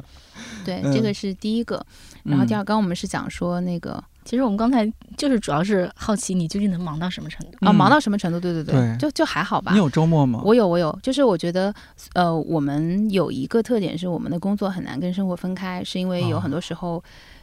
Speaker 3: 对，
Speaker 1: 嗯
Speaker 3: 这个是第一个。然后第
Speaker 1: 嗯
Speaker 3: 二，刚刚我们是讲说那个啊
Speaker 2: 其实我们刚才就是主要是好奇你究竟能忙到什么程度。
Speaker 3: 啊，
Speaker 1: 嗯
Speaker 3: 忙到什么程度？对对
Speaker 1: 对
Speaker 3: 就就还好
Speaker 1: 嗯
Speaker 3: 吧
Speaker 1: 你。有周末吗？
Speaker 3: 我有，我有，就是我觉得，呃，我们有一个特点是，我们的工作很难跟生活分开，是因为有
Speaker 1: 啊
Speaker 3: 很多时候，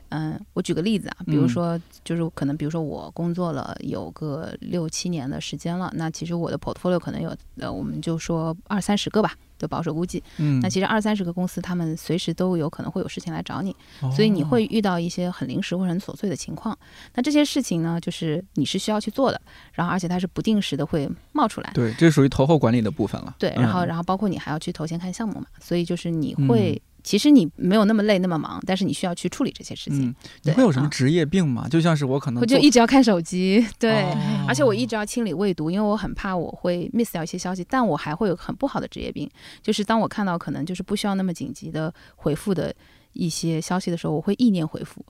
Speaker 3: 嗯、我举个例子啊，比如
Speaker 1: 嗯
Speaker 3: 说，就是可能，比如说我工作了有个六七年的时间了，那其实我的 portfolio 可能有，呃，我们就说二三十个吧，就保守估计。
Speaker 1: 嗯，
Speaker 3: 那其实二三十个公司，他们随时都有可能会有事情来找你，
Speaker 1: 哦
Speaker 3: 所以你会遇到一些很临时或者很琐碎的情况。那这些事情呢，就是你是需要去做的，然后而且它是不定时的会冒出来。
Speaker 1: 对，这属于投后管理的部分了。
Speaker 3: 对，然后
Speaker 1: 嗯
Speaker 3: 然后包括你还要去投钱看项目嘛，所以就是你
Speaker 1: 嗯
Speaker 3: 会，其实你没有那么累那么忙，但是你需要去处理这些事情，
Speaker 1: 嗯，你
Speaker 3: 对
Speaker 1: 会有什么
Speaker 3: 啊
Speaker 1: 职业病吗？就像是我嗯可能
Speaker 3: 我就
Speaker 1: 做
Speaker 3: 一直要看手机，对。
Speaker 1: 哦
Speaker 3: 而且我一直要清理未读，因为我很怕我会 miss 掉一些消息，但我还会有很不好的职业病，就是当我看到可能就是不需要那么紧急的回复的一些消息的时候，我会意念回复。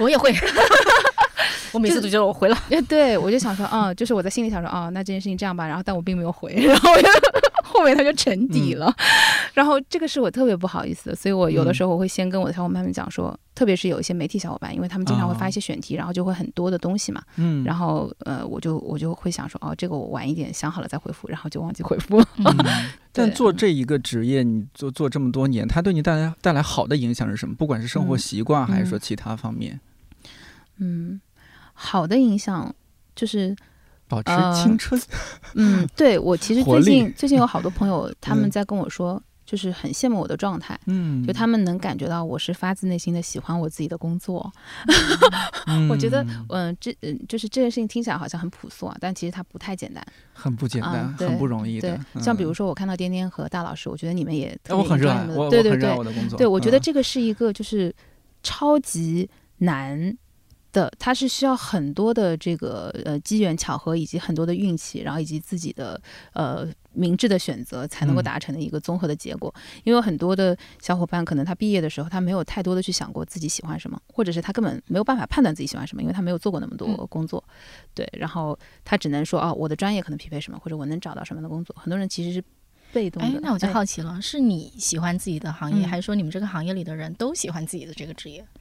Speaker 2: 我也会， [LAUGHS] 我每次都觉得我回了。
Speaker 3: 哎对，我就想说，嗯，就是我在心里想说，哦，那这件事情这样吧，然后但我并没有回，然后我就后面它就沉
Speaker 1: 嗯
Speaker 3: 底了，然后这个是我特别不好意思的，所以我有的时候我会先跟我的小伙伴们讲说，特别是有一些媒体小伙伴，因为他们经常会
Speaker 1: 哦
Speaker 3: 发一些选题，然后就会很多的东西嘛，
Speaker 1: 嗯，
Speaker 3: 然后呃，我就我就会想说，哦，这个我晚一点想好了再回复，然后就忘记回复了。 [LAUGHS]
Speaker 1: 嗯但
Speaker 3: 对
Speaker 1: 做这一个职业，你做做这么多年，它对你带来带来好的影响是什么？不管是生活
Speaker 3: 嗯
Speaker 1: 习惯，还是说其他方面，
Speaker 3: 嗯，好的影响就是
Speaker 1: 保持
Speaker 3: 呃
Speaker 1: 青春。
Speaker 3: 嗯，对我其实
Speaker 1: 活
Speaker 3: 最
Speaker 1: 力
Speaker 3: 近最近有好多朋友他
Speaker 1: 嗯
Speaker 3: 们在跟我说，就是很羡慕我的状态。
Speaker 1: 嗯，
Speaker 3: 就他们能感觉到我是发自内心的喜欢我自己的工作，
Speaker 1: 嗯，
Speaker 3: 我觉得嗯，这嗯就是这件事情听起来好像很朴素啊，但其实它不太简单。
Speaker 1: 很不简单，
Speaker 3: 嗯对
Speaker 1: 很不容易
Speaker 3: 对
Speaker 1: 的。，嗯
Speaker 3: 像比如
Speaker 1: 说，
Speaker 3: 说我看到颠颠和大老师，我觉得你们也特
Speaker 1: 哎我
Speaker 3: 别
Speaker 1: 很热
Speaker 3: enjoy
Speaker 1: 爱，
Speaker 3: 你们的
Speaker 1: 我我
Speaker 3: 对对
Speaker 1: 很热爱
Speaker 3: 对，
Speaker 1: 我的工作。
Speaker 3: 对我觉得
Speaker 1: 嗯
Speaker 3: 这个是一个就是超级难的，它是需要很多的这个呃机缘巧合，以及很多的运气，然后以及自己的呃。明智的选择才能
Speaker 1: 嗯
Speaker 3: 够达成的一个综合的结果，因为有很多的小伙伴可能他毕业的时候，他没有太多的去想过自己喜欢什么，或者是他根本没有办法判断自己喜欢什么，因为他没有做过那么多
Speaker 2: 嗯
Speaker 3: 工作，对，然后他只能说啊、我的专业可能匹配什么，或者我能找到什么样的工作。很多人其实是被动的。
Speaker 2: 哎，那我就好奇了，是你喜欢自己的行业，
Speaker 3: 嗯
Speaker 2: 还是说你们这个行业里的人都喜欢自己的这个职业？
Speaker 3: 嗯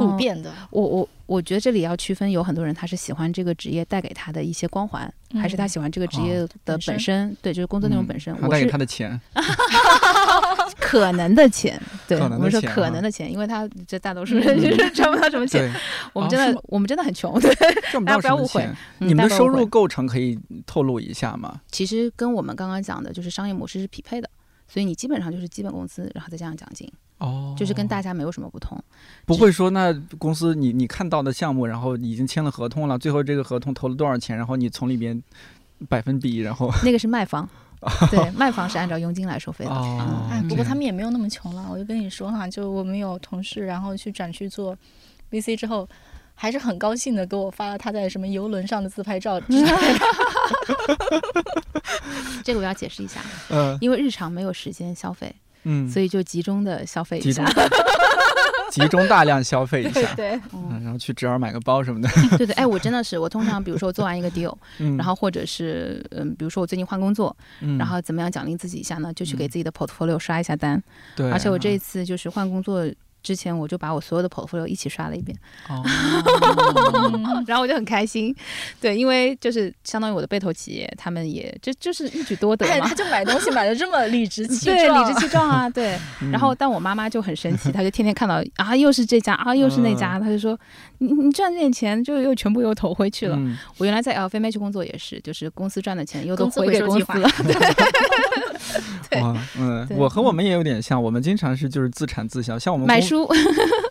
Speaker 2: 普遍的，
Speaker 3: 我我我觉得这里要区分，有很多人他是喜欢这个职业带给他的一些光环，还是他
Speaker 2: 嗯
Speaker 3: 喜欢这个职
Speaker 1: 哦
Speaker 3: 业的
Speaker 2: 本身
Speaker 3: 本身，对，就是工作内容本身。
Speaker 1: 还
Speaker 3: 我
Speaker 1: 带给
Speaker 3: 是
Speaker 1: 他的钱，
Speaker 3: [LAUGHS] 可能的钱，对，
Speaker 1: 可
Speaker 3: 我
Speaker 1: 能的
Speaker 3: 们说
Speaker 1: 钱啊嗯
Speaker 3: 可能的钱，因为他这大多数人就是赚不到什么钱。
Speaker 1: 对， [LAUGHS] 哦
Speaker 3: 我们真
Speaker 1: 是
Speaker 3: 的
Speaker 1: 吗
Speaker 3: 我们真的很
Speaker 1: [LAUGHS]
Speaker 3: 穷，对，
Speaker 1: 赚不
Speaker 3: 大
Speaker 1: 到什
Speaker 3: 家不要
Speaker 1: 么
Speaker 3: 误会
Speaker 1: 钱。
Speaker 3: 嗯
Speaker 1: 你们
Speaker 3: 大
Speaker 1: 的
Speaker 3: 家
Speaker 1: 收
Speaker 3: 不要误
Speaker 1: 入
Speaker 3: 会
Speaker 1: 构成可以透露一下吗？
Speaker 3: 其实跟我们刚刚讲的就是商业模式是匹配的。所以你基本上就是基本工资，然后再加上奖金，
Speaker 1: 哦，
Speaker 3: 就是跟大家没有什么不同。
Speaker 1: 不会说，那公司你你看到的项目，然后已经签了合同了，最后这个合同投了多少钱，然后你从里边百分比，然后
Speaker 3: 那个是卖方，对，卖方是按照佣金来收费的。
Speaker 1: 哦
Speaker 3: 嗯
Speaker 2: 哎，
Speaker 1: 这
Speaker 2: 不过
Speaker 1: 样
Speaker 2: 他们也没有那么穷了。我就跟你说哈，就我们有同事，然后去转去做 VC 之后，还是很高兴的给我发了他在什么游轮上的自拍
Speaker 1: [LAUGHS]
Speaker 2: 照之类的。
Speaker 3: [LAUGHS] 这个我要解释一下，
Speaker 1: [LAUGHS] 呃
Speaker 3: 因为日常没有时间消费，
Speaker 1: 嗯，
Speaker 3: 所以就集中的消费一
Speaker 1: 集中
Speaker 3: 下。
Speaker 1: 集中大量消费一下，
Speaker 4: 对，
Speaker 1: 嗯，然后去侄儿买个包什么 [LAUGHS] 的，
Speaker 3: [LAUGHS] 对对，哎，我真的是，我通常比如说我做完一个 deal，
Speaker 1: 嗯，
Speaker 3: 然后或者是嗯，比如说我最近换工作，
Speaker 1: 嗯
Speaker 3: 然后怎么样奖励自己一下呢？就去
Speaker 1: 嗯
Speaker 3: 给自己的 portfolio 刷一下单，
Speaker 1: 对，
Speaker 3: 而且我这一
Speaker 1: 嗯
Speaker 3: 次就是换工作。之前我就把我所有的 portfolio 一起刷了一遍， [LAUGHS]
Speaker 1: 嗯 [LAUGHS] 哦
Speaker 3: 然后我就很开心，对，因为就是相当于我的被投企业，他们也这就是一举多得
Speaker 2: 哎，
Speaker 3: 嘛
Speaker 2: 他，就买东西买的这么理直
Speaker 1: [LAUGHS]
Speaker 3: [LAUGHS]
Speaker 2: 气
Speaker 3: 对，
Speaker 2: 壮，
Speaker 3: 理直气壮啊，对。然后
Speaker 1: 嗯
Speaker 3: 但我妈妈就很生气，她就天天看到啊又是这家啊又是那
Speaker 1: 嗯
Speaker 3: 家，她就说你你赚这点钱就又全部又投回去了，
Speaker 1: 嗯
Speaker 3: 我原来在 LVMH 工作也是，就是公司赚的钱又都
Speaker 2: 公司
Speaker 3: 回给
Speaker 2: 回收
Speaker 3: 公
Speaker 2: 计
Speaker 3: 司了。
Speaker 1: 哇，嗯，
Speaker 3: 对
Speaker 1: 哦嗯我和我们也有点像，我们经常是就是自产自销，像我们
Speaker 3: 买
Speaker 1: 公
Speaker 3: 书书，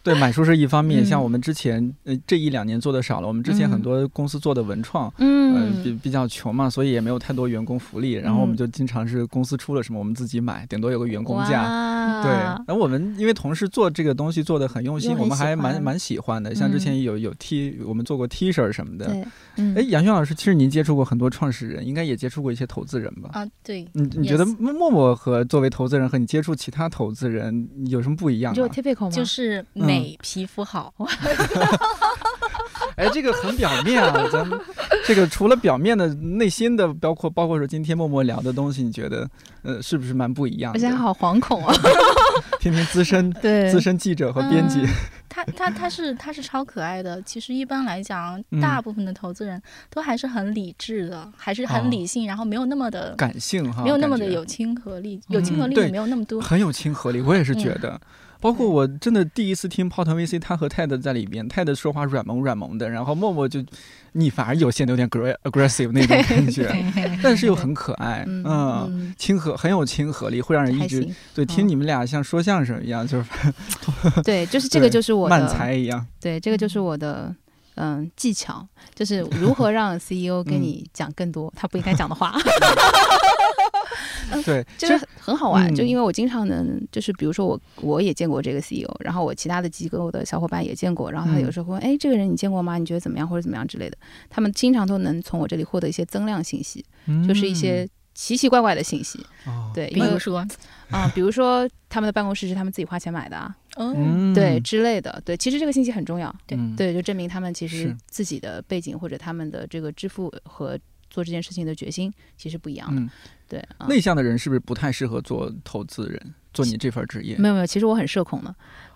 Speaker 1: 对，买书是一方面，
Speaker 3: 嗯
Speaker 1: 像我们之前呃这一两年做的少了，我们之前很
Speaker 3: 嗯
Speaker 1: 多公司做的文创，呃比
Speaker 3: 嗯，
Speaker 1: 比较穷嘛，所以也没有太多员工福利，然后我们就经常是公司出了什么我们自己买，顶多有个员工价。
Speaker 3: 哇
Speaker 1: 对，然后我们因为同事做这个东西做的很用心，
Speaker 3: 又很
Speaker 1: 我们还
Speaker 3: 喜欢嗯
Speaker 1: 蛮蛮喜欢的。像之前有有 T，我们做过 T 恤什么的。
Speaker 3: 对，嗯
Speaker 1: 哎，杨轩老师，其实您接触过很多创始人，应该也接触过一些投资人
Speaker 3: 哦
Speaker 1: 吧？
Speaker 2: 啊，对，
Speaker 1: 你你觉得
Speaker 2: yes
Speaker 1: 默默默和作为投资人和你接触其他投资人有什么不一样、
Speaker 3: 你
Speaker 1: 啊？
Speaker 3: 就 typical 吗？
Speaker 2: 就是
Speaker 1: 嗯
Speaker 2: 美，皮肤好。
Speaker 1: 哎，这个很表面啊，咱们这个除了表面的、内心的，包括包括说今天默默聊的东西，你觉得呃是不是蛮不一样
Speaker 3: 而
Speaker 1: 的？
Speaker 3: 且还好惶
Speaker 1: [LAUGHS]
Speaker 3: 恐啊，
Speaker 1: 听听资深
Speaker 3: 对
Speaker 1: 资深记者和编辑，
Speaker 2: 他他他是他是超可爱的。其实一般来讲
Speaker 1: 嗯，
Speaker 2: 大部分的投资人都还是很理智的，还是
Speaker 1: 哦
Speaker 2: 很理性，然后没有那么的
Speaker 1: 感性哈，
Speaker 2: 没有那么
Speaker 1: 感
Speaker 2: 的
Speaker 1: 觉
Speaker 2: 有亲和力，有亲和
Speaker 1: 嗯
Speaker 2: 力
Speaker 1: 对
Speaker 2: 也没有那么多。
Speaker 1: 很有亲和力，我也是觉得。包括
Speaker 2: 对
Speaker 1: 我真的第一次听泡腾 VC，他和 TED 在里边，TED 说话软萌软萌的，然后默默就，你反而有显得有点 gra- aggressive 那种感觉，但是又很可爱，
Speaker 3: 嗯
Speaker 2: 嗯
Speaker 1: 亲和很有亲和力，会让人一
Speaker 3: 还
Speaker 1: 直
Speaker 3: 行，
Speaker 1: 对听
Speaker 3: 嗯
Speaker 1: 你们俩像说相声一样，就是
Speaker 3: 对，就是这个
Speaker 1: 对
Speaker 3: 就是我
Speaker 1: 慢
Speaker 3: 的，
Speaker 1: 才一样。
Speaker 3: 对，这个就是我的。嗯，技巧就是如何让 CEO
Speaker 1: 嗯
Speaker 3: 跟你讲更多他不应该讲的话，
Speaker 1: 对，其
Speaker 3: 这
Speaker 1: 实
Speaker 3: 个很很好玩。
Speaker 1: 嗯
Speaker 3: 嗯就因为我经常能，就是比如说我我也见过这个 CEO，然后我其他的机构的小伙伴也见过，然后
Speaker 1: 嗯
Speaker 3: 他有时候会问，哎，这个人你见过吗？你觉得怎么样或者怎么样之类的，他们经常都能从我这里获得一些增量信息，就是一些奇奇怪怪的信息。
Speaker 1: 嗯哦
Speaker 3: 对，
Speaker 2: 比
Speaker 3: 因为
Speaker 2: 如说，
Speaker 3: 啊、比如说他们的办公室是他们自己花钱买的啊，
Speaker 2: 哦，
Speaker 1: 嗯
Speaker 3: 对之类的，对，其实这个信息很重要，
Speaker 2: 对
Speaker 1: 嗯
Speaker 3: 对，就证明他们其实
Speaker 1: 是
Speaker 3: 自己的背景或者他们的这个支付和做这件事情的决心其实不一样的，
Speaker 1: 嗯，
Speaker 3: 对，啊、
Speaker 1: 内向的人是不是不太适合做投资人，做你这份职业？
Speaker 3: 没有没有，其实我很社恐的，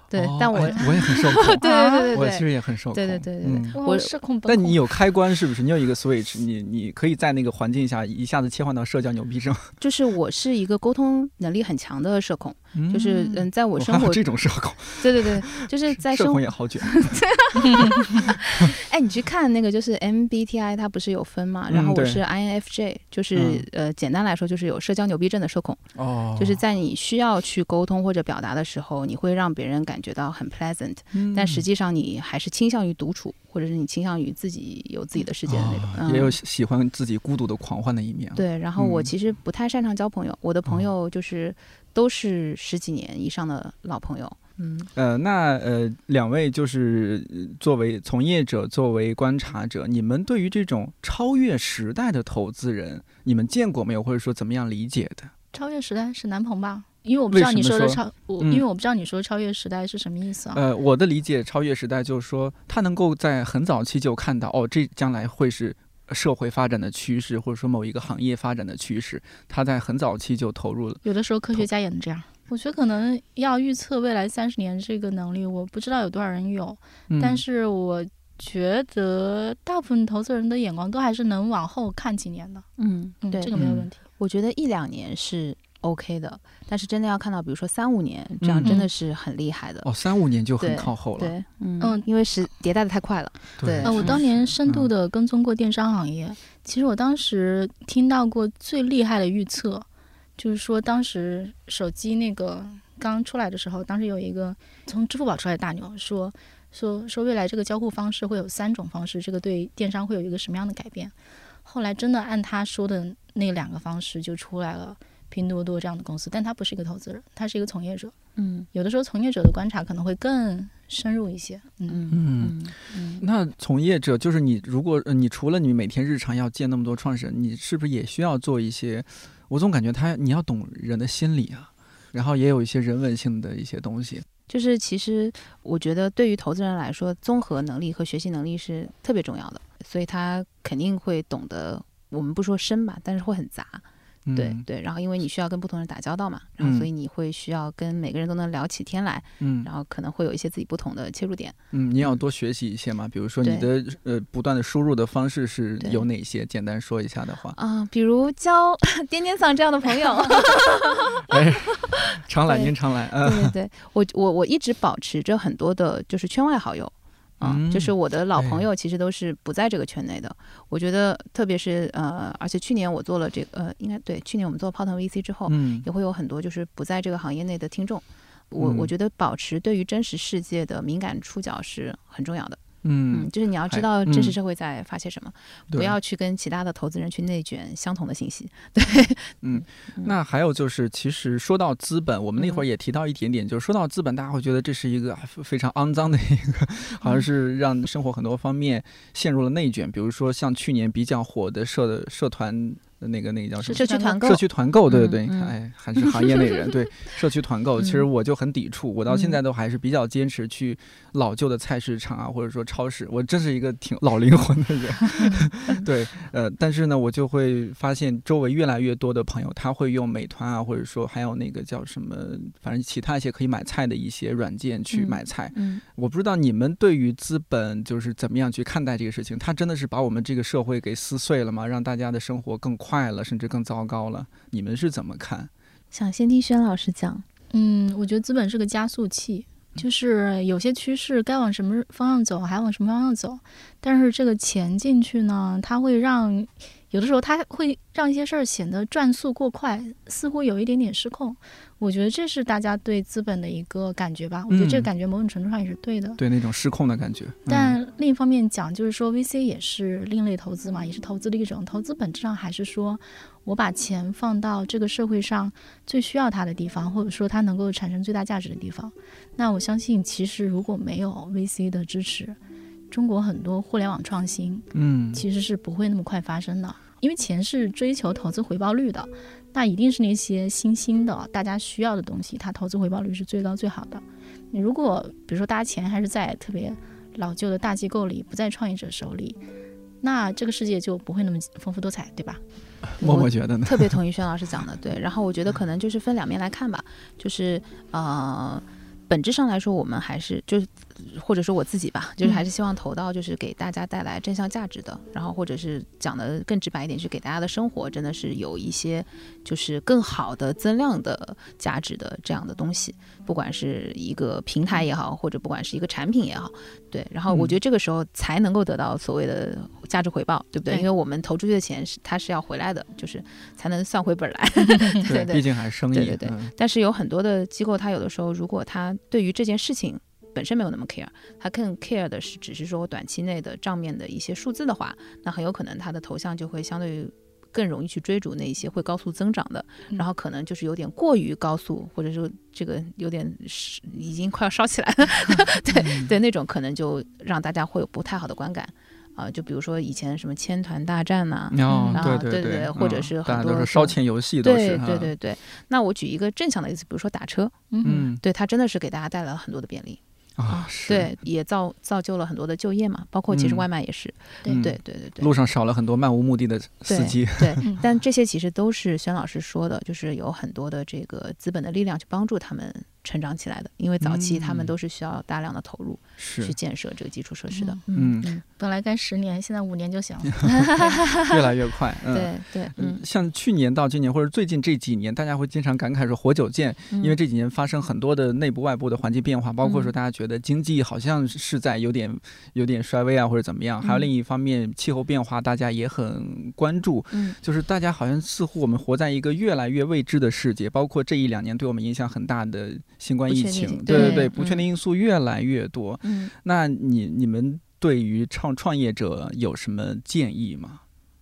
Speaker 3: 对，
Speaker 1: 哦
Speaker 3: 但我、
Speaker 1: 哎我也很受控，
Speaker 3: [LAUGHS] 对对对
Speaker 1: 啊我
Speaker 3: 对
Speaker 1: 其
Speaker 3: 对。
Speaker 1: 实也很受控。
Speaker 3: 对对对对对
Speaker 1: 嗯
Speaker 2: 哦哇
Speaker 3: 我
Speaker 2: 社恐本
Speaker 1: 但你
Speaker 2: 恐
Speaker 1: 有开关是不是？你有一个 switch，你你可以在那个环境下一下子切换到社交牛逼症，
Speaker 3: 就是我是一个沟通能力很强的社恐，就是
Speaker 1: 嗯
Speaker 3: 嗯，在我
Speaker 1: 我
Speaker 3: 生
Speaker 1: 还有 [LAUGHS]
Speaker 3: 活，
Speaker 1: 这种社恐，
Speaker 3: 对对对，
Speaker 1: [LAUGHS]
Speaker 3: 就是 [LAUGHS] 在
Speaker 1: 社恐
Speaker 3: 生活，
Speaker 1: 也好卷。
Speaker 3: 哎，你去看那个就是 MBTI 它不是有分嘛，然
Speaker 1: 嗯
Speaker 3: 后我
Speaker 1: 对
Speaker 3: 是 INFJ，就是、
Speaker 1: 嗯
Speaker 3: 呃，简单来说就是有社交牛逼症的社恐，
Speaker 1: 哦
Speaker 3: 就是在你需要去沟通或者表达的时候，你会让别人感觉到很 pleasant，、但
Speaker 1: 嗯
Speaker 3: 实际上你还是倾向于独处，或者是你倾向于自己有自己的世界的那种。
Speaker 1: 哦
Speaker 3: 嗯、
Speaker 1: 也有喜喜欢自己孤独的狂欢的一面。，
Speaker 3: 对，然后我
Speaker 1: 嗯哦
Speaker 3: 其实不太擅长交朋友，我的朋友就是都是十几年以上的老朋友。嗯，
Speaker 1: 呃，那呃，两位就是呃作为从业者，作为观察者，你们对于这种超越时代的投资人，你们见过没有，或者说怎么样理解的？
Speaker 2: 超越时代是南鹏吧？因为我不知道
Speaker 1: 为什么
Speaker 2: 你
Speaker 1: 说
Speaker 2: 的超，我
Speaker 1: 嗯
Speaker 2: 因为我不知道你说超越时代是什么意思啊？
Speaker 1: 呃，我的理解，超越时代就是说，他能够在很早期就看到，哦，这将来会是社会发展的趋势，或者说某一个行业发展的趋势，他在很早期就投入了。
Speaker 2: 有的时候科学家也能这样。我觉得可能要预测未来三十年这个能力，我不知道有多少人有，
Speaker 1: 嗯、
Speaker 2: 但是我觉得大部分投资人的眼光都还是能往后看几年的。
Speaker 3: 嗯
Speaker 2: 嗯，
Speaker 3: 对
Speaker 2: 这，个没有
Speaker 1: 嗯
Speaker 2: 问题。
Speaker 3: 我觉得一两年是 OK 的，但是真的要看到，比如说三五年，这样
Speaker 1: 嗯
Speaker 3: 真的是很厉害的。
Speaker 1: 哦，三五年就很
Speaker 3: 对
Speaker 1: 靠后了。嗯
Speaker 3: 对，嗯
Speaker 2: 嗯
Speaker 3: 因为是迭代的太快了。对
Speaker 2: 呃，我当年深度的跟踪过电商行业，其实我当时听到过最厉害的预测，就是说当时手机那个刚出来的时候，当时有一个从支付宝出来的大牛说。说说未来这个交互方式会有三种方式，这个对电商会有一个什么样的改变？后来真的按他说的那两个方式就出来了拼多多这样的公司，但他不是一个投资人，他是一个从业者。
Speaker 3: 嗯
Speaker 2: 有的时候从业者的观察可能会更深入一些。嗯
Speaker 3: 嗯
Speaker 1: 嗯。
Speaker 3: 嗯嗯，
Speaker 1: 那从业者就是你，如果呃你除了你每天日常要见那么多创始人，你是不是也需要做一些？我总感觉他你要懂人的心理啊，然后也有一些人文性的一些东西。
Speaker 3: 就是其实我觉得对于投资人来说，综合能力和学习能力是特别重要的，所以他肯定会懂得，我们不说深吧，但是会很杂。
Speaker 1: 嗯、
Speaker 3: 对对，然后因为你需要跟不同人打交道嘛，然后所以你会需要跟每个人都能聊起天来，
Speaker 1: 嗯
Speaker 3: 然后可能会有一些自己不同的切入点。
Speaker 1: 嗯，你也要多学习一些嘛，比如说你的呃不断的输入的方式是
Speaker 3: 对，
Speaker 1: 有哪些？简单说一下的话
Speaker 3: 啊、比如交 [LAUGHS] 颠颠嗓这样的
Speaker 1: [LAUGHS]
Speaker 3: 朋友，
Speaker 1: 哎，常来
Speaker 3: 对
Speaker 1: 您常来，
Speaker 3: 对
Speaker 1: 嗯
Speaker 3: 对对，我我我一直保持着很多的就是圈外好友。啊、
Speaker 1: 嗯
Speaker 3: 就是我的老朋
Speaker 1: 哎
Speaker 3: 友，其实都是不在这个圈内的。我觉得，特别是呃，而且去年我做了这个，呃，应该对，去年我们做泡腾 VC 之后，
Speaker 1: 嗯
Speaker 3: 也会有很多就是不在这个行业内的听众，我
Speaker 1: 嗯
Speaker 3: 我觉得保持对于真实世界的敏感触角是很重要的。
Speaker 1: 嗯，
Speaker 3: 就是你要
Speaker 1: 还
Speaker 3: 知道真
Speaker 1: 嗯
Speaker 3: 实社会在发些什么，不
Speaker 1: 对
Speaker 3: 要去跟其他的投资人去内卷相同的信息。
Speaker 1: 那还有就是，其实说到资本，我们那会儿也提到一点点，就是说到资本，大家会觉得这是一个啊非非常肮脏的一个，好像是让生活很多方面陷入了内卷。比如说像去年比较火的社的社团的那个那个叫什
Speaker 3: 是
Speaker 1: 么？
Speaker 3: 社区团购，
Speaker 1: 社区团购，对对对，
Speaker 3: 嗯
Speaker 1: 你看，
Speaker 3: 嗯
Speaker 1: 哎，还是行业内
Speaker 3: [LAUGHS]
Speaker 1: 人，对社区团购，其实
Speaker 3: 嗯
Speaker 1: 我就很抵触，我到现
Speaker 3: 嗯
Speaker 1: 在都还是比较坚持去老旧的菜市场啊，或者说超市，我真是一个挺老灵魂的人， [LAUGHS] 对，呃，但是呢，我就会发现周围越来越多的朋友，他会用美团啊，或者说还有那个叫什么，反正其他一些可以买菜的一些软件去
Speaker 3: 嗯
Speaker 1: 买菜，
Speaker 3: 嗯，
Speaker 1: 我不知道你们对于资本就是怎么样去看待这个事情，它真的是把我们这个社会给撕碎了吗？让大家的生活更快了，甚至更糟糕了？你们是怎么看？
Speaker 3: 想先听轩老师讲，
Speaker 2: 嗯，我觉得资本是个加速器，就是有些趋势该往什么方向走，还往什么方向走。但是这个钱进去呢，它会让有的时候它会让一些事儿显得转速过快，似乎有一点点失控。我觉得这是大家对资本的一个感觉吧。我觉得这个
Speaker 1: 嗯
Speaker 2: 感觉某种程度上也是对的。
Speaker 1: 对那种失控的感觉，嗯、
Speaker 2: 但另一方面讲，就是说 VC 也是另类投资嘛，也是投资的一种。投资本质上还是说，我把钱放到这个社会上最需要它的地方，或者说它能够产生最大价值的地方。那我相信，其实如果没有 VC 的支持，中国很多互联网创新
Speaker 1: 嗯，
Speaker 2: 其实是不会那么快发生的，因为钱是追求投资回报率的，那一定是那些新兴的、大家需要的东西，它投资回报率是最高最好的。你如果比如说大家钱还是在特别老旧的大机构里，不在创业者手里，那这个世界就不会那么丰富多彩，对吧？
Speaker 1: 默默觉得呢？
Speaker 3: 特别同意轩老师讲的，对。然后我觉得可能就是分两面来看吧，就是呃，本质上来说，我们还是就是或者说我自己吧，就是还是希望投到就是给大家带来正向价值的，然后或者是讲的更直白一点，是给大家的生活真的是有一些就是更好的增量的价值的这样的东西，不管是一个平台也好，或者不管是一个产品也好，对。然后我
Speaker 1: 嗯
Speaker 3: 觉得这个时候才能够得到所谓的价值回报，对不对？
Speaker 2: 对
Speaker 3: 因为我们投出去的钱是它是要回来的，就是才能算回本来。
Speaker 1: [LAUGHS]
Speaker 3: [LAUGHS] 对
Speaker 1: 毕竟还是生意，
Speaker 3: 对对对
Speaker 1: 嗯
Speaker 3: 但是有很多的机构，它有的时候如果它对于这件事情本身没有那么 care，它更 care 的是只是说短期内的账面的一些数字的话，那很有可能它的头像就会相对于更容易去追逐那一些会高速增长的，
Speaker 2: 嗯
Speaker 3: 然后可能就是有点过于高速，或者说这个有点是已经快要烧起
Speaker 1: [LAUGHS]
Speaker 3: 来了，
Speaker 1: 嗯
Speaker 3: 对对，那种可能就让大家会有不太好的观感啊、就比如说以前什么千团大战啊呐、
Speaker 1: 哦
Speaker 3: 然
Speaker 1: 对
Speaker 3: 后
Speaker 1: 对
Speaker 3: 嗯对对
Speaker 1: 嗯
Speaker 3: 或者是
Speaker 1: 大家
Speaker 3: 很
Speaker 1: 都
Speaker 3: 多
Speaker 1: 是烧钱游戏，都是
Speaker 3: 对对，对对，那我举一个正向的例子，比如说打车，
Speaker 1: 嗯
Speaker 3: 对它真的是给大家带来了很多的便利，嗯
Speaker 1: 啊，是，
Speaker 3: 对，也造造就了很多的就业嘛，包括其实
Speaker 1: 嗯
Speaker 3: 外卖也是，
Speaker 2: 对
Speaker 1: 嗯
Speaker 3: 对，对对对
Speaker 1: [LAUGHS] 路上少了很多漫无目的的司机，
Speaker 3: [LAUGHS] 对
Speaker 2: 嗯，
Speaker 3: 但这些其实都是宣老师说的，就是有很多的这个资本的力量去帮助他们成长起来的，因为早期他们
Speaker 1: 嗯
Speaker 3: 都是需要大量的投入去
Speaker 1: [LAUGHS] 是
Speaker 3: 建设这个基础设施的，
Speaker 1: 嗯
Speaker 3: 嗯，
Speaker 2: 本来该十年，现在五年就行了。
Speaker 1: 越来越快，嗯。
Speaker 3: [LAUGHS] 对对，
Speaker 1: 嗯
Speaker 3: 嗯，，
Speaker 1: 像去年到今年，或者最近这几年，大家会经常感慨说“活久见”，因为这几年发生很多的内部、外部的环境变化，包括说
Speaker 3: 嗯
Speaker 1: 大家觉得经济好像是在有点有点衰微啊，或者怎么样。还有
Speaker 3: 嗯
Speaker 1: 另一方面，气候变化大家也很关注，
Speaker 3: 嗯
Speaker 1: 就是大家好像似乎我们活在一个越来越未知的世界，包括这一两年对我们影响很大的新冠
Speaker 3: 不
Speaker 1: 疫
Speaker 3: 确定
Speaker 1: 情，
Speaker 3: 性
Speaker 1: 对
Speaker 3: 对
Speaker 1: 对，
Speaker 3: 嗯
Speaker 1: 不确定因素越来越多。
Speaker 3: 嗯
Speaker 1: 那你你们对于创创业者有什么建议吗？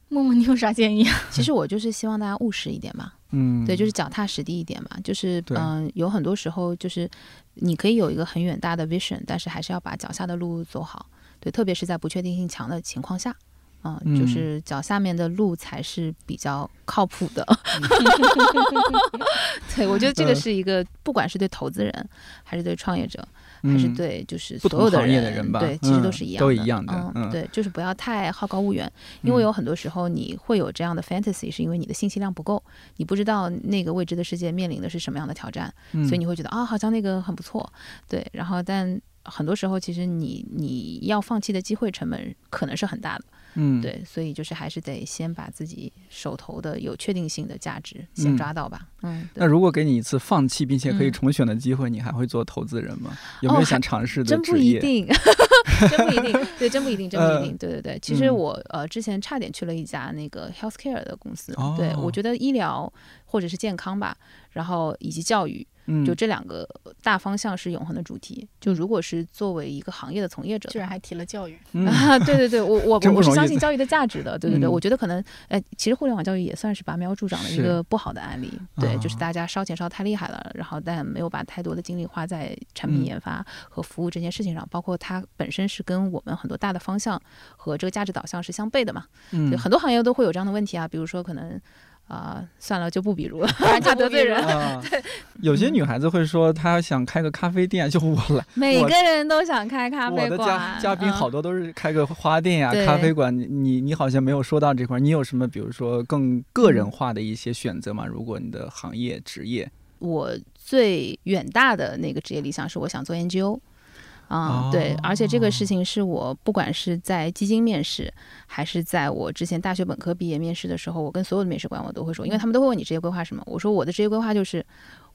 Speaker 2: 默默，你有啥建议？啊
Speaker 3: 其实我就是希望大家务实一点嘛，
Speaker 1: 嗯，
Speaker 3: 对，就是脚踏实地一点嘛，就是
Speaker 1: 对
Speaker 3: 嗯、有很多时候就是你可以有一个很远大的 vision，但是还是要把脚下的路走好，对，特别是在不确定性强的情况下。嗯，就
Speaker 1: 嗯
Speaker 3: 是脚下面的路才是比较靠谱
Speaker 1: [LAUGHS]
Speaker 3: 的。对，我觉得这个
Speaker 1: 嗯
Speaker 3: 是一个，不管是对投资人，还是对创业者，还
Speaker 1: 嗯
Speaker 3: 是对就是
Speaker 1: 不
Speaker 3: 所有
Speaker 1: 同
Speaker 3: 的
Speaker 1: 行业
Speaker 3: 人
Speaker 1: 的人吧
Speaker 3: 对，其
Speaker 1: 嗯
Speaker 3: 实都是一样的，
Speaker 1: 都一样的嗯
Speaker 3: 嗯，对，就是不要太好高骛远，因为有很多时候你会有这样的 fantasy，是因为你的信息量不够，你不知道那个未知的世界面临的是什么样的挑战，所以
Speaker 1: 你
Speaker 3: 你会觉得啊，好像那个很不错，对，然后但很多时候其实你你要放弃的机会成本可能是很大的，
Speaker 1: 嗯，，
Speaker 3: 对，所以就是还是得先把自己手头的有确定性的价值先抓到吧。嗯，对
Speaker 1: 那如果给你一次放弃并且可以
Speaker 3: 嗯
Speaker 1: 重选的机会，你还会做投资人吗？有没有
Speaker 3: 哦
Speaker 1: 想尝试的
Speaker 3: 真不
Speaker 1: 职
Speaker 3: 一
Speaker 1: 业？ [LAUGHS]
Speaker 3: 定，真不一定，对，真不一定，真不一定，对对对。其实
Speaker 1: 嗯
Speaker 3: 我呃之前差点去了一家那个 healthcare 的公司，
Speaker 1: 哦
Speaker 3: 对我觉得医疗或者是健康吧，然后以及教育，
Speaker 1: 嗯，
Speaker 3: 就这两个大方向是永恒的主题。就如果是作为一个行业的从业者的
Speaker 2: 居然
Speaker 3: 话
Speaker 2: 还提了教育，
Speaker 3: [LAUGHS]
Speaker 1: 嗯
Speaker 3: 啊，对对对，我我
Speaker 1: 真不
Speaker 3: 我我是
Speaker 1: 容易
Speaker 3: 相信教育的价值的，对对对，
Speaker 1: 嗯
Speaker 3: 我觉得可能，呃，其实互联网教育也算是拔苗助长的一
Speaker 1: 是
Speaker 3: 个不好的案例，对，就是
Speaker 1: 啊
Speaker 3: 大家烧钱烧太厉害了，然后但没有把太多的精力花在产品
Speaker 1: 嗯
Speaker 3: 研发和服务这件事情上，包括它本身是跟我们很多大的方向和这个价值导向是相悖的嘛，
Speaker 1: 嗯
Speaker 3: 对，很多行业都会有这样的问题啊，比如说可能，啊，算了就不比如
Speaker 1: [LAUGHS]
Speaker 3: 了，
Speaker 2: 反
Speaker 3: 怕得罪人， [LAUGHS]
Speaker 1: 啊，有
Speaker 3: 嗯
Speaker 1: 些女孩子会说她想开个咖啡店，就我来，
Speaker 3: 每
Speaker 1: 我
Speaker 3: 个人都想开咖
Speaker 1: 我
Speaker 3: 啡
Speaker 1: 的嘉
Speaker 3: 馆，
Speaker 1: 嘉宾
Speaker 3: 嗯
Speaker 1: 好多都是开个花店呀、
Speaker 3: 对
Speaker 1: 咖啡馆。你你你好像没有说到这块儿，你有什么比如说更个人化的一些选择吗？如果你的行业职业，
Speaker 3: 我最远大的那个职业理想是我想做 NGO。啊、对，而且这个事情是我不管是在基金面试，还是在我之前大学本科毕业面试的时候，我跟所有的面试官我都会说，因为他们都会问你职业规划什么，我说我的职业规划就是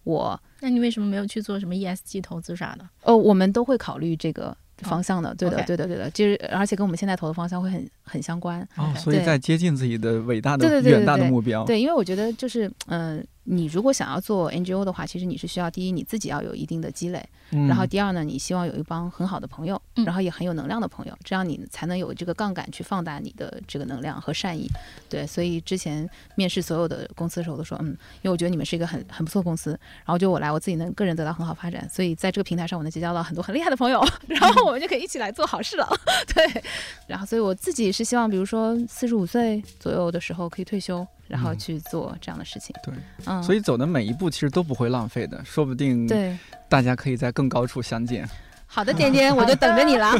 Speaker 3: 我，
Speaker 2: 那你为什么没有去做什么 ESG 投资啥的？
Speaker 3: 哦，我们都会考虑这个方向的，对的
Speaker 2: OK
Speaker 3: 对的，对的，就是而且跟我们现在投的方向会很很相关，
Speaker 1: 哦，
Speaker 2: 对
Speaker 1: 所以
Speaker 3: 对
Speaker 1: 在接近自己的伟大的
Speaker 3: 对对对对
Speaker 1: 远大的
Speaker 3: 对
Speaker 1: 目标。
Speaker 3: 对，因为我觉得就是，嗯、你如果想要做 NGO 的话，其实你是需要第一你自己要有一定的积累，
Speaker 1: 嗯
Speaker 3: 然后第二呢，你希望有一帮很好的朋友，
Speaker 2: 嗯
Speaker 3: 然后也很有能量的朋友，这样你才能有这个杠杆去放大你的这个能量和善意。对，所以之前面试所有的公司的时候，我都说，嗯，因为我觉得你们是一个很很不错的公司，然后就我来，我自己能个人得到很好发展，所以在这个平台上我能结交到很多很厉害的朋友， [LAUGHS] 然后我们就可以一起来做好事了。 [LAUGHS] 对，然后所以我自己是希望，比如说四十五岁左右的时候可以退休，然后
Speaker 1: 嗯
Speaker 3: 去做这样的事情。
Speaker 1: 对，
Speaker 3: 嗯，
Speaker 1: 所
Speaker 3: 以
Speaker 1: 以嗯走的每一步其实都不会浪费的，说不定
Speaker 3: 对。
Speaker 1: 大家可以在更高处相见。
Speaker 3: 好的，点点，我就等着你了。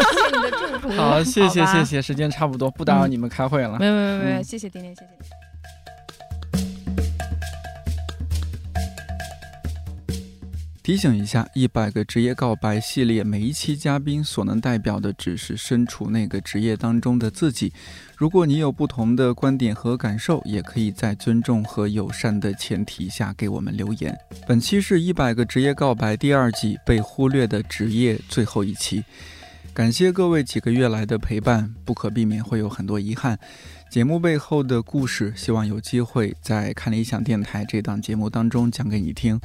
Speaker 1: [LAUGHS] 好，谢谢
Speaker 3: [LAUGHS] 好吧
Speaker 1: 谢谢，时间差不多，不打扰
Speaker 3: 嗯
Speaker 1: 你们开会了。
Speaker 3: 没有没有没有，
Speaker 1: 嗯
Speaker 3: 谢谢点点，谢谢点点。
Speaker 1: 提醒一下，《一百个职业告白》系列每一期嘉宾所能代表的只是身处那个职业当中的自己。如果你有不同的观点和感受，也可以在尊重和友善的前提下给我们留言。本期是《一百个职业告白》第二季被忽略的职业最后一期。感谢各位几个月来的陪伴，不可避免会有很多遗憾。节目背后的故事，希望有机会在看理想电台这档节目当中讲给你听。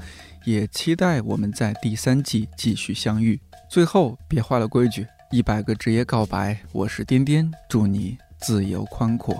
Speaker 1: 也期待我们在第三季继续相遇。最后，别坏了规矩，一百个职业告白，我是颠颠，祝你自由宽阔。